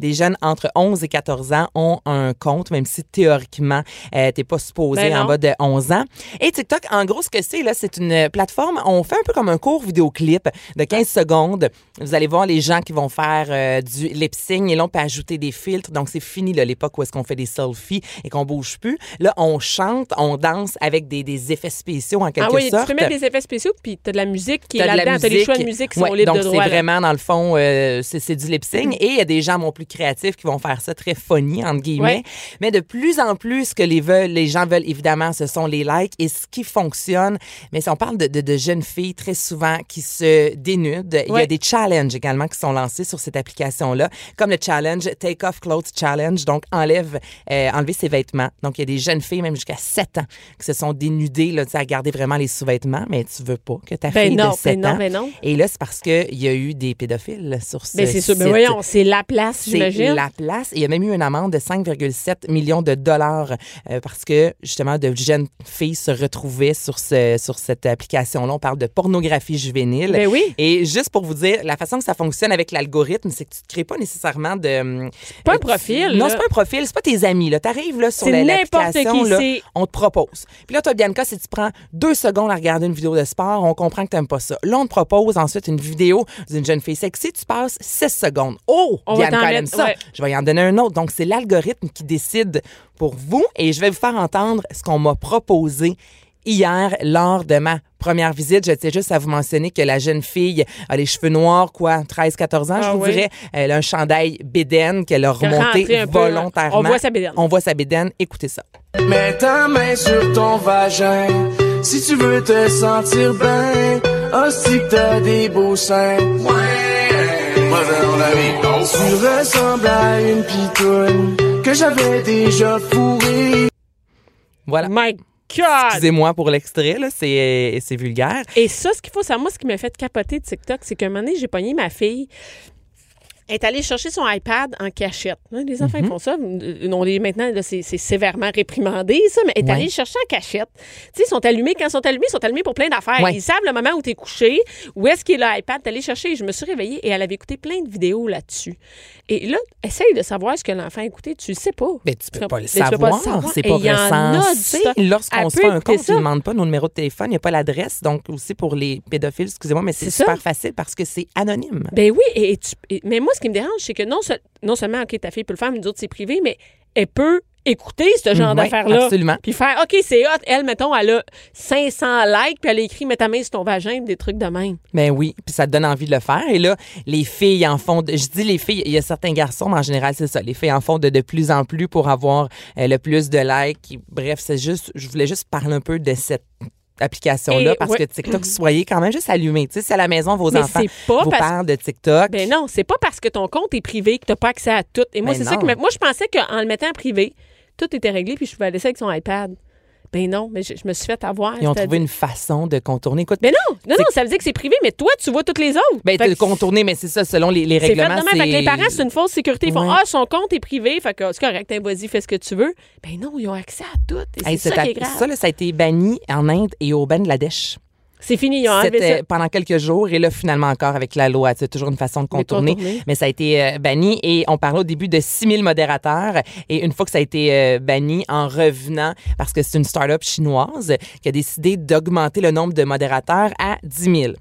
Speaker 2: des jeunes entre 11 et 14 ans ont un compte, même si théoriquement, euh, t'es pas supposé
Speaker 1: Ben non.
Speaker 2: en bas de 11 ans. Et TikTok, en gros, ce que c'est, là, c'est une plateforme, on fait un peu comme un court vidéoclip de 15 secondes. Vous allez voir les gens qui vont faire euh, du lip-sync et là, on peut ajouter des filtres. Donc, c'est fini, là, l'époque où est-ce qu'on fait des selfies et qu'on bouge plus. Là, on chante, on danse avec des, des effets spéciaux en quelque
Speaker 1: Ah oui,
Speaker 2: sorte.
Speaker 1: tu peux mettre des effets spéciaux, puis t'as de la musique qui est
Speaker 2: T'as de la
Speaker 1: là-dedans. T'as les choix de musique qui sont
Speaker 2: Ouais,
Speaker 1: libres
Speaker 2: donc
Speaker 1: de droit.
Speaker 2: c'est
Speaker 1: là. Mm-hmm.
Speaker 2: vraiment, dans le fond, euh, c'est c'est du lip-sync. Et il y a des gens, bon, plus créatifs qui vont faire ça très funny, entre guillemets.
Speaker 1: Ouais.
Speaker 2: Mais de plus en plus, ce que les, veulent, les gens veulent, évidemment, ce sont les likes et ce qui fonctionne. Mais si on parle de, de- de jeunes filles, très souvent, qui se dénudent, il y
Speaker 1: Ouais.
Speaker 2: a des challenges également qui sont lancés sur cette application-là, comme le challenge Take Off Clothes Challenge, donc enlève, euh, enlever ses vêtements. Donc, il y a des jeunes filles, même jusqu'à 7 ans, qui se sont dénudées, là, tu sais, à garder vraiment les sous-vêtements, mais tu veux pas que ta
Speaker 1: Ben
Speaker 2: fille
Speaker 1: non,
Speaker 2: de
Speaker 1: ben
Speaker 2: 7
Speaker 1: non,
Speaker 2: ans.
Speaker 1: ben non.
Speaker 2: Et là, c'est parce qu'il y a eu des pédophiles sur ce
Speaker 1: Ben c'est sûr.
Speaker 2: site.
Speaker 1: Ben voyons, c'est la place,
Speaker 2: C'est
Speaker 1: j'imagine.
Speaker 2: la place. Et il y a même eu une amende de 5,7 millions de dollars euh, parce que, justement, de jeunes filles se retrouvaient sur, ce, sur cette application-là. On parle de pornographie juvénile.
Speaker 1: Ben oui.
Speaker 2: Et juste pour vous dire, la façon que ça fonctionne avec l'algorithme, c'est que tu ne crées pas nécessairement de... hum,
Speaker 1: pas un
Speaker 2: euh,
Speaker 1: profil,
Speaker 2: Non,
Speaker 1: là.
Speaker 2: c'est pas un profil. C'est pas tes amis. Tu arrives là, sur
Speaker 1: C'est
Speaker 2: la-
Speaker 1: n'importe
Speaker 2: l'application.
Speaker 1: qui,
Speaker 2: là,
Speaker 1: c'est-
Speaker 2: On te propose. Puis là, toi, Bianca, si tu prends deux secondes à regarder une vidéo de sport, on comprend que tu n'aimes pas ça. Là, on te propose ensuite une vidéo d'une jeune fille sexy. Tu passes six secondes. Oh,
Speaker 1: On va
Speaker 2: Bianca,
Speaker 1: t'en
Speaker 2: elle aime
Speaker 1: mettre-
Speaker 2: ça.
Speaker 1: ouais.
Speaker 2: Je vais y en donner un autre. Donc, c'est l'algorithme qui décide pour vous. Et je vais vous faire entendre ce qu'on m'a proposé hier lors de ma première visite. Je tiens juste à vous mentionner que la jeune fille a les cheveux noirs, quoi, 13-14 ans,
Speaker 1: Ah
Speaker 2: je vous
Speaker 1: oui.
Speaker 2: dirais. Elle a un chandail bédaine qu'elle a
Speaker 1: Qu'elle a rentré
Speaker 2: remonté
Speaker 1: un peu, hein.
Speaker 2: volontairement.
Speaker 1: On voit sa bédaine.
Speaker 2: On voit sa bédaine. Écoutez ça.
Speaker 9: Mets ta main sur ton vagin Si tu veux te sentir bien Hostie que t'as des beaux seins Ouais Tu ressembles à une pitoune Que j'avais déjà fourrée
Speaker 2: Voilà.
Speaker 1: My God!
Speaker 2: Excusez-moi pour l'extrait, là,
Speaker 1: euh,
Speaker 2: c'est, c'est vulgaire.
Speaker 1: Et ça, ce qu'il faut savoir, moi, ce qui m'a fait capoter de TikTok, c'est qu'à un moment donné, j'ai pogné ma fille. Elle est allée chercher son iPad en cachette. Hein, Les
Speaker 2: Mhm.
Speaker 1: enfants ils font ça. Euh, On les, maintenant, là, c'est, c'est sévèrement réprimandé, ça, mais elle est
Speaker 2: Ouais.
Speaker 1: allée le chercher en cachette. Tu sais, ils sont allumés. Quand ils sont allumés, ils sont allumés pour plein d'affaires.
Speaker 2: Ouais.
Speaker 1: Ils savent le moment où tu es couché, où est-ce qu'il est l'iPad. T'es allé chercher. Je me suis réveillée et elle avait écouté plein de vidéos là-dessus. Et là, essaye de savoir ce que l'enfant a écouté. Tu le sais pas.
Speaker 2: Mais tu peux
Speaker 1: Euh, Mais
Speaker 2: pas le
Speaker 1: tu peux pas le
Speaker 2: savoir,
Speaker 1: savoir.
Speaker 2: c'est
Speaker 1: Et
Speaker 2: pas
Speaker 1: il y en a du
Speaker 2: recensé.
Speaker 1: stock.
Speaker 2: Lorsqu'on
Speaker 1: Elle
Speaker 2: se
Speaker 1: peut
Speaker 2: fait un
Speaker 1: écouter
Speaker 2: compte,
Speaker 1: ça.
Speaker 2: ils ne demandent pas nos numéros de téléphone, il n'y a pas l'adresse. Donc aussi pour les pédophiles, excusez-moi, mais c'est,
Speaker 1: C'est ça.
Speaker 2: super facile parce que c'est anonyme.
Speaker 1: Ben oui, et, et tu- et- mais moi, ce qui me dérange, c'est que non, seul- non seulement, OK, ta fille peut le faire, mais nous autres, c'est privé, mais elle peut écouter ce genre
Speaker 2: Mm, ouais,
Speaker 1: d'affaires-là.
Speaker 2: absolument.
Speaker 1: Puis faire, OK, c'est hot. Elle, mettons, elle a 500 likes, puis elle a écrit, mets ta main sur ton vagin, des trucs de même.
Speaker 2: Ben oui, puis ça te donne envie de le faire. Et là, les filles en font. de- je dis les filles, il y a certains garçons, mais en général, c'est ça. Les filles en font de, de plus en plus pour avoir euh, le plus de likes. Bref, c'est juste. Je voulais juste parler un peu de cette application-là
Speaker 1: Et
Speaker 2: parce
Speaker 1: ouais.
Speaker 2: que TikTok, soyez quand même juste allumés. Tu sais, si à la maison, vos
Speaker 1: Mais
Speaker 2: enfants
Speaker 1: c'est pas
Speaker 2: vous
Speaker 1: parce-
Speaker 2: parlent de TikTok.
Speaker 1: Ben non, c'est pas parce que ton compte est privé que t'as pas accès à tout. Et moi,
Speaker 2: Ben
Speaker 1: c'est ça que
Speaker 2: non.
Speaker 1: moi, je pensais qu'en le mettant en privé, tout était réglé, puis je pouvais aller ça avec son iPad. Ben non, mais je, je me suis fait avoir.
Speaker 2: Ils ont
Speaker 1: c'est-à-dire-
Speaker 2: trouvé une façon de contourner. Écoute,
Speaker 1: Ben non, non, non, ça veut dire que c'est privé, mais toi, tu vois toutes les autres.
Speaker 2: ben,
Speaker 1: Fait
Speaker 2: de
Speaker 1: que-
Speaker 2: contourner, mais c'est ça, selon les, les
Speaker 1: C'est fait de
Speaker 2: règlements.
Speaker 1: même. Fait que les parents, c'est une fausse sécurité. Ils font
Speaker 2: Ouais.
Speaker 1: Ah, son compte est privé. Fait que c'est correct, hein, vas-y, fais ce que tu veux. Ben non, ils ont accès à tout. Et
Speaker 2: Hey,
Speaker 1: c'est
Speaker 2: cette
Speaker 1: ça qui est
Speaker 2: app-
Speaker 1: grave.
Speaker 2: ça, là, ça a été banni en Inde et au Ben Bangladesh.
Speaker 1: C'est fini, ils ont enlevé
Speaker 2: C'était
Speaker 1: ça.
Speaker 2: pendant quelques jours et là finalement encore avec la loi, c'est toujours une façon de contourner,
Speaker 1: contourner.
Speaker 2: mais ça a été euh, banni et on parlait au début de 6000 modérateurs et une fois que ça a été euh, banni en revenant parce que c'est une start-up chinoise qui a décidé d'augmenter le nombre de modérateurs à 10 000. Mais ça,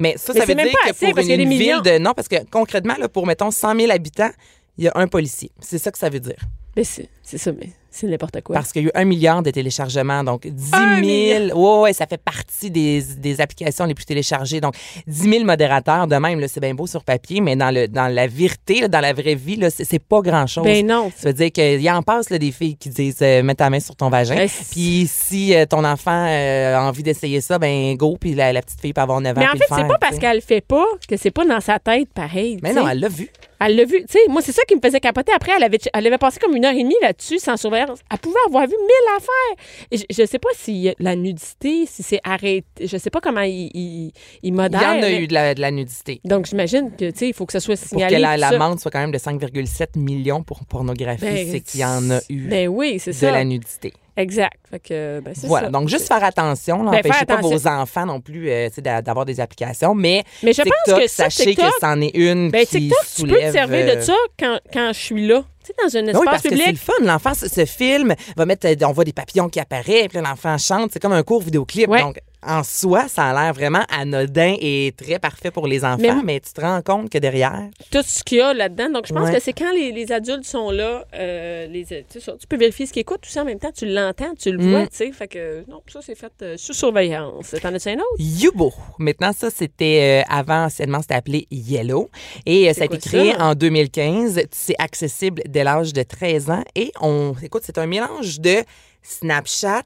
Speaker 1: Mais
Speaker 2: ça
Speaker 1: c'est
Speaker 2: veut
Speaker 1: même
Speaker 2: dire
Speaker 1: pas
Speaker 2: que
Speaker 1: assez,
Speaker 2: pour
Speaker 1: parce
Speaker 2: une,
Speaker 1: qu'il y a des millions.
Speaker 2: ville de... Non, parce que concrètement, là, pour, mettons, 100 000 habitants, il y a un policier. C'est ça que ça veut dire.
Speaker 1: Ben, c'est c'est ça, mais C'est n'importe quoi.
Speaker 2: Parce qu'il y a eu un milliard de téléchargements, donc 10
Speaker 1: Un
Speaker 2: 000. Ouais, ouais, ça fait partie des, des applications les plus téléchargées. Donc 10 000 modérateurs de même, là, c'est bien beau sur papier, mais dans, le, dans la vérité, là, dans la vraie vie, là, c'est, c'est pas grand-chose.
Speaker 1: Ben non.
Speaker 2: Ça veut dire qu'il y en passe là, des filles qui disent euh, mets ta main sur ton vagin.
Speaker 1: Ben, c'est-
Speaker 2: Puis si euh, ton enfant euh, a envie d'essayer ça, ben go, puis la, la petite fille peut avoir 9 ans.
Speaker 1: Mais en
Speaker 2: puis
Speaker 1: fait,
Speaker 2: le
Speaker 1: c'est
Speaker 2: faire,
Speaker 1: pas
Speaker 2: tu
Speaker 1: parce
Speaker 2: sais.
Speaker 1: qu'elle le fait pas que c'est pas dans sa tête pareil.
Speaker 2: Mais
Speaker 1: tu sais.
Speaker 2: non, elle l'a vu.
Speaker 1: Elle l'a vu. Tu sais, moi, c'est ça qui me faisait capoter. Après, elle avait, elle avait passé comme une heure et demie là-dessus, sans surveillance. Elle pouvait avoir vu mille affaires. Et je, je sais pas si euh, la nudité, si c'est arrêté. Je sais pas comment il, il, il
Speaker 2: Il
Speaker 1: modère.
Speaker 2: y en a
Speaker 1: mais-
Speaker 2: eu de la, de la nudité.
Speaker 1: Donc, j'imagine que, tu sais, il faut que ça soit
Speaker 2: Pour
Speaker 1: signalé.
Speaker 2: que la-
Speaker 1: tout ça.
Speaker 2: l'amende soit quand même de 5,7 millions pour pornographie,
Speaker 1: Ben,
Speaker 2: c'est qu'il y en a eu
Speaker 1: Ben oui, c'est
Speaker 2: de
Speaker 1: ça.
Speaker 2: la nudité.
Speaker 1: Exact. Fait que, ben, c'est
Speaker 2: Voilà,
Speaker 1: ça.
Speaker 2: donc juste faire attention, là,
Speaker 1: Ben,
Speaker 2: empêchez
Speaker 1: faire
Speaker 2: pas
Speaker 1: attention.
Speaker 2: vos enfants non plus euh, tu sais, d'a- d'avoir des applications, mais,
Speaker 1: Mais je pense
Speaker 2: TikTok,
Speaker 1: que ça,
Speaker 2: sachez
Speaker 1: TikTok-
Speaker 2: que c'en est une
Speaker 1: Ben,
Speaker 2: qui
Speaker 1: TikTok, tu peux
Speaker 2: soulève...
Speaker 1: te servir de
Speaker 2: euh,
Speaker 1: ça quand, quand je suis là. Tu sais, dans un
Speaker 2: Oui,
Speaker 1: espace
Speaker 2: parce que c'est le
Speaker 1: public.
Speaker 2: fun. L'enfant se, se filme, va mettre, euh, on voit des papillons qui apparaissent, puis là, l'enfant chante. C'est comme un court vidéoclip.
Speaker 1: Ouais.
Speaker 2: Donc, en soi, ça a l'air vraiment anodin et très parfait pour les enfants, mais,
Speaker 1: Mais-
Speaker 2: tu te rends compte que derrière,
Speaker 1: tout ce qu'il y a là-dedans. Donc, je pense
Speaker 2: Ouais.
Speaker 1: que c'est quand les, les adultes sont là, euh, les, tu, sais, tu peux vérifier ce qu'ils écoutent, tout ça en même temps, tu l'entends, tu le vois,
Speaker 2: Mm.
Speaker 1: tu sais. Fait que, non, ça, c'est fait euh, sous surveillance. T'en as-tu un autre?
Speaker 2: Yubo. Maintenant, ça, c'était euh, avant, anciennement, c'était appelé Yellow. Et euh, ça a été
Speaker 1: quoi
Speaker 2: créé
Speaker 1: ça?
Speaker 2: en 2015. C'est accessible dès l'âge de 13 ans. Et on, écoute, c'est un mélange de Snapchat,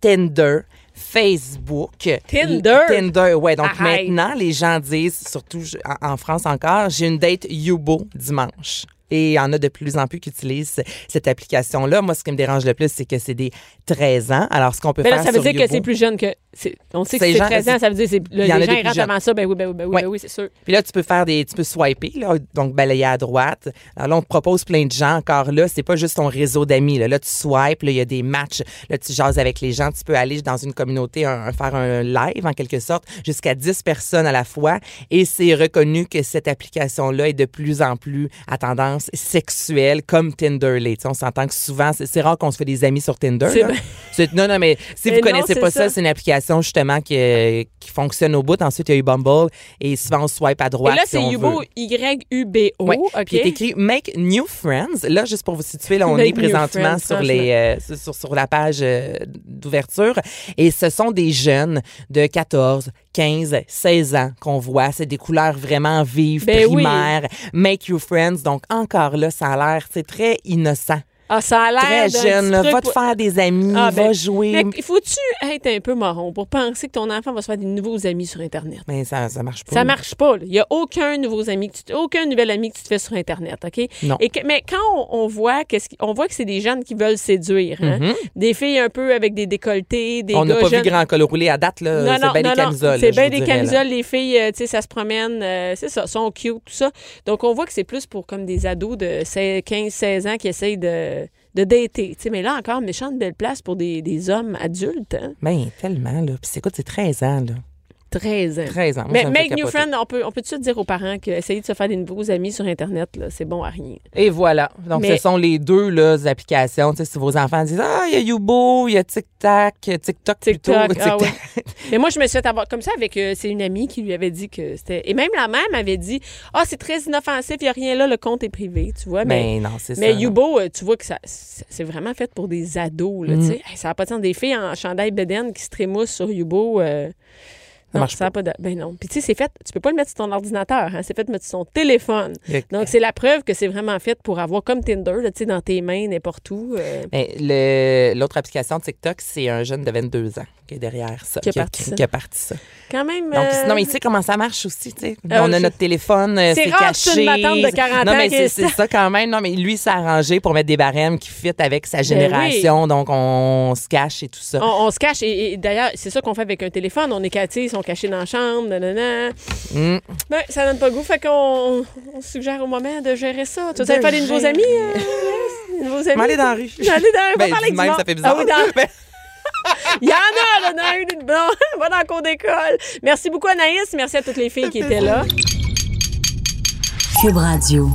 Speaker 2: Tinder, Facebook.
Speaker 1: Tinder?
Speaker 2: Tinder, ouais. Donc
Speaker 1: Arrête.
Speaker 2: maintenant, les gens disent, surtout je- en, en France encore, j'ai une date Yubo dimanche. Et il y en a de plus en plus qui utilisent cette application-là. Moi, ce qui me dérange le plus, c'est que c'est des 13 ans. Alors, ce qu'on peut
Speaker 1: Mais
Speaker 2: faire
Speaker 1: Ben là, ça veut
Speaker 2: sur
Speaker 1: dire que
Speaker 2: Yubo-
Speaker 1: c'est plus jeune que. c'est- On sait que
Speaker 2: Ces
Speaker 1: c'est
Speaker 2: gens-
Speaker 1: 13 ans, ça veut dire que
Speaker 2: Il y en
Speaker 1: les gens
Speaker 2: a des
Speaker 1: ils
Speaker 2: plus
Speaker 1: rentrent
Speaker 2: jeunes.
Speaker 1: avant ça. Ben oui, ben oui, ben oui,
Speaker 2: Ouais.
Speaker 1: ben oui c'est sûr.
Speaker 2: Puis là, tu peux faire des, tu peux swiper, là, donc balayer à droite. Alors là, on te propose plein de gens encore là. C'est pas juste ton réseau d'amis. Là. là, tu swipes, là, il y a des matchs. Là, tu jases avec les gens. Tu peux aller dans une communauté, un- un- faire un live en quelque sorte, jusqu'à 10 personnes à la fois. Et c'est reconnu que cette application-là est de plus en plus à tendance sexuelle, comme Tinder l'est. Tu sais, On s'entend que souvent, c'est, c'est rare qu'on se fait des amis sur Tinder.
Speaker 1: C'est
Speaker 2: là.
Speaker 1: bien.
Speaker 2: C'est- non, non, mais si
Speaker 1: Mais
Speaker 2: vous
Speaker 1: non,
Speaker 2: connaissez
Speaker 1: c'est
Speaker 2: pas
Speaker 1: ça.
Speaker 2: ça, c'est une application justement qui, euh, qui fonctionne au bout. Ensuite, il y a eu Bumble et souvent on swipe à droite.
Speaker 1: Et là,
Speaker 2: si
Speaker 1: c'est
Speaker 2: on
Speaker 1: Yubo,
Speaker 2: veut.
Speaker 1: Y-U-B-O.
Speaker 2: Ouais.
Speaker 1: OK.
Speaker 2: Puis il est écrit Make New Friends. Là, juste pour vous situer, là, on
Speaker 1: Make
Speaker 2: est
Speaker 1: new
Speaker 2: présentement
Speaker 1: friends,
Speaker 2: sur, les, euh, sur- sur, sur la page euh, d'ouverture. Et ce sont des jeunes de 14, 15, 16 ans qu'on voit. C'est des couleurs vraiment vives,
Speaker 1: Ben oui.
Speaker 2: primaires. Make You Friends. Donc, encore là, ça a l'air, c'est très innocent.
Speaker 1: Ah, ça a
Speaker 2: Très
Speaker 1: l'air. d'un
Speaker 2: jeune,
Speaker 1: petit
Speaker 2: là.
Speaker 1: truc
Speaker 2: va te
Speaker 1: pour-
Speaker 2: faire des amis,
Speaker 1: Ah, ben,
Speaker 2: va jouer.
Speaker 1: Fait que faut-tu être un peu marron pour penser que ton enfant va se faire des nouveaux amis sur Internet?
Speaker 2: Mais ça, ça marche pas.
Speaker 1: Ça marche pas. là. Il n'y a aucun nouveau ami, que tu te- aucun nouvel ami que tu te fais sur Internet, OK?
Speaker 2: Non.
Speaker 1: Et que- mais quand on, on voit qu'est-ce qui- on voit que c'est des jeunes qui veulent séduire, hein? des filles un peu avec des décolletés, des
Speaker 2: Mm-hmm. on n'a
Speaker 1: gars
Speaker 2: pas
Speaker 1: jeunes.
Speaker 2: vu grand col roulé à date, là.
Speaker 1: Non, non,
Speaker 2: euh,
Speaker 1: non,
Speaker 2: c'est bien des
Speaker 1: non.
Speaker 2: camisoles.
Speaker 1: C'est
Speaker 2: je
Speaker 1: bien
Speaker 2: vous
Speaker 1: des
Speaker 2: dirais, là.
Speaker 1: camisoles, les filles, euh, tu sais, ça se promène, euh, c'est ça, sont cute, tout ça. Donc, on voit que c'est plus pour comme des ados de 15-16 ans qui essayent de, de dater. tu sais. mais là encore, méchante belle place pour des, des hommes adultes, hein?
Speaker 2: Ben, tellement, là. Puis c'est quoi, c'est 13 ans, là.
Speaker 1: 13 ans.
Speaker 2: 13 ans. Moi,
Speaker 1: Mais
Speaker 2: ça me fait
Speaker 1: make new
Speaker 2: capoter.
Speaker 1: friend, on peut, on peut tout de suite dire aux parents qu'essayer de se faire des nouveaux amis sur Internet, là, c'est bon à rien.
Speaker 2: Et voilà. Donc,
Speaker 1: Mais-
Speaker 2: ce sont les deux, là, des applications. Tu sais, si vos enfants disent, ah, il y a Youbo, il y a TikTok, TikTok plutôt.
Speaker 1: TikTok, ah
Speaker 2: Tic-Tac.
Speaker 1: Mais moi, je me suis fait avoir comme ça avec. euh, c'est une amie qui lui avait dit que c'était. Et même la mère m'avait dit Ah, c'est très inoffensif, il n'y a rien là, le compte est privé, tu vois. Mais,
Speaker 2: Mais non, c'est ça.
Speaker 1: mais
Speaker 2: non.
Speaker 1: Yubo, euh, tu vois que ça, c'est c'est vraiment fait pour des ados,
Speaker 2: Mm.
Speaker 1: là, tu sais. Hey, Ça n'a pas de sens. Des filles en chandail bédaine qui se trémoussent sur Yubo. euh,
Speaker 2: Ça
Speaker 1: non,
Speaker 2: marche
Speaker 1: ça a pas de... Ben non. Puis tu sais, c'est fait, tu peux pas le mettre sur ton ordinateur, hein, c'est fait de mettre sur ton téléphone.
Speaker 2: Il y a-
Speaker 1: Donc c'est la preuve que c'est vraiment fait pour avoir comme Tinder, là, tu sais, dans tes mains, n'importe où. euh.
Speaker 2: Mais le- l'autre application TikTok, c'est un jeune de 22 ans qui est derrière ça.
Speaker 1: Qui a parti ça.
Speaker 2: qui a parti ça.
Speaker 1: Quand même.
Speaker 2: Donc,
Speaker 1: euh,
Speaker 2: non, mais il sait comment ça marche aussi, tu sais.
Speaker 1: Euh,
Speaker 2: on a
Speaker 1: je-
Speaker 2: notre téléphone, euh,
Speaker 1: C'est
Speaker 2: c'est
Speaker 1: rare que
Speaker 2: caché.
Speaker 1: c'est une matante de 40
Speaker 2: Non,
Speaker 1: ans
Speaker 2: mais
Speaker 1: qui
Speaker 2: c'est
Speaker 1: est-
Speaker 2: c'est ça quand même. Non, mais lui, s'est arrangé pour mettre des barèmes qui fit avec
Speaker 1: Ben
Speaker 2: sa génération. Donc, on se cache et tout ça.
Speaker 1: On, on se cache. Et, et d'ailleurs, c'est ça qu'on fait avec un téléphone. On est catés, ils sont cachés dans la chambre. Nanana.
Speaker 2: Mm.
Speaker 1: Ben, ça donne pas goût. Fait qu'on on suggère au moment de gérer ça. Tu vas
Speaker 2: De
Speaker 1: aller faire des nouveaux
Speaker 2: gérer.
Speaker 1: amis? euh, Alex? Des nouveaux amis?
Speaker 2: M'aller dans la rue.
Speaker 1: Aller dans la rue. va parler
Speaker 2: Ben, dis
Speaker 1: avec du
Speaker 2: même,
Speaker 1: monde.
Speaker 2: ça fait bizarre.
Speaker 1: Ah oui, dans- Il y en a, là, dans une. Bon, va dans la cour d'école. Merci beaucoup, Anaïs. Merci à toutes les filles qui étaient là.
Speaker 8: Cube Radio.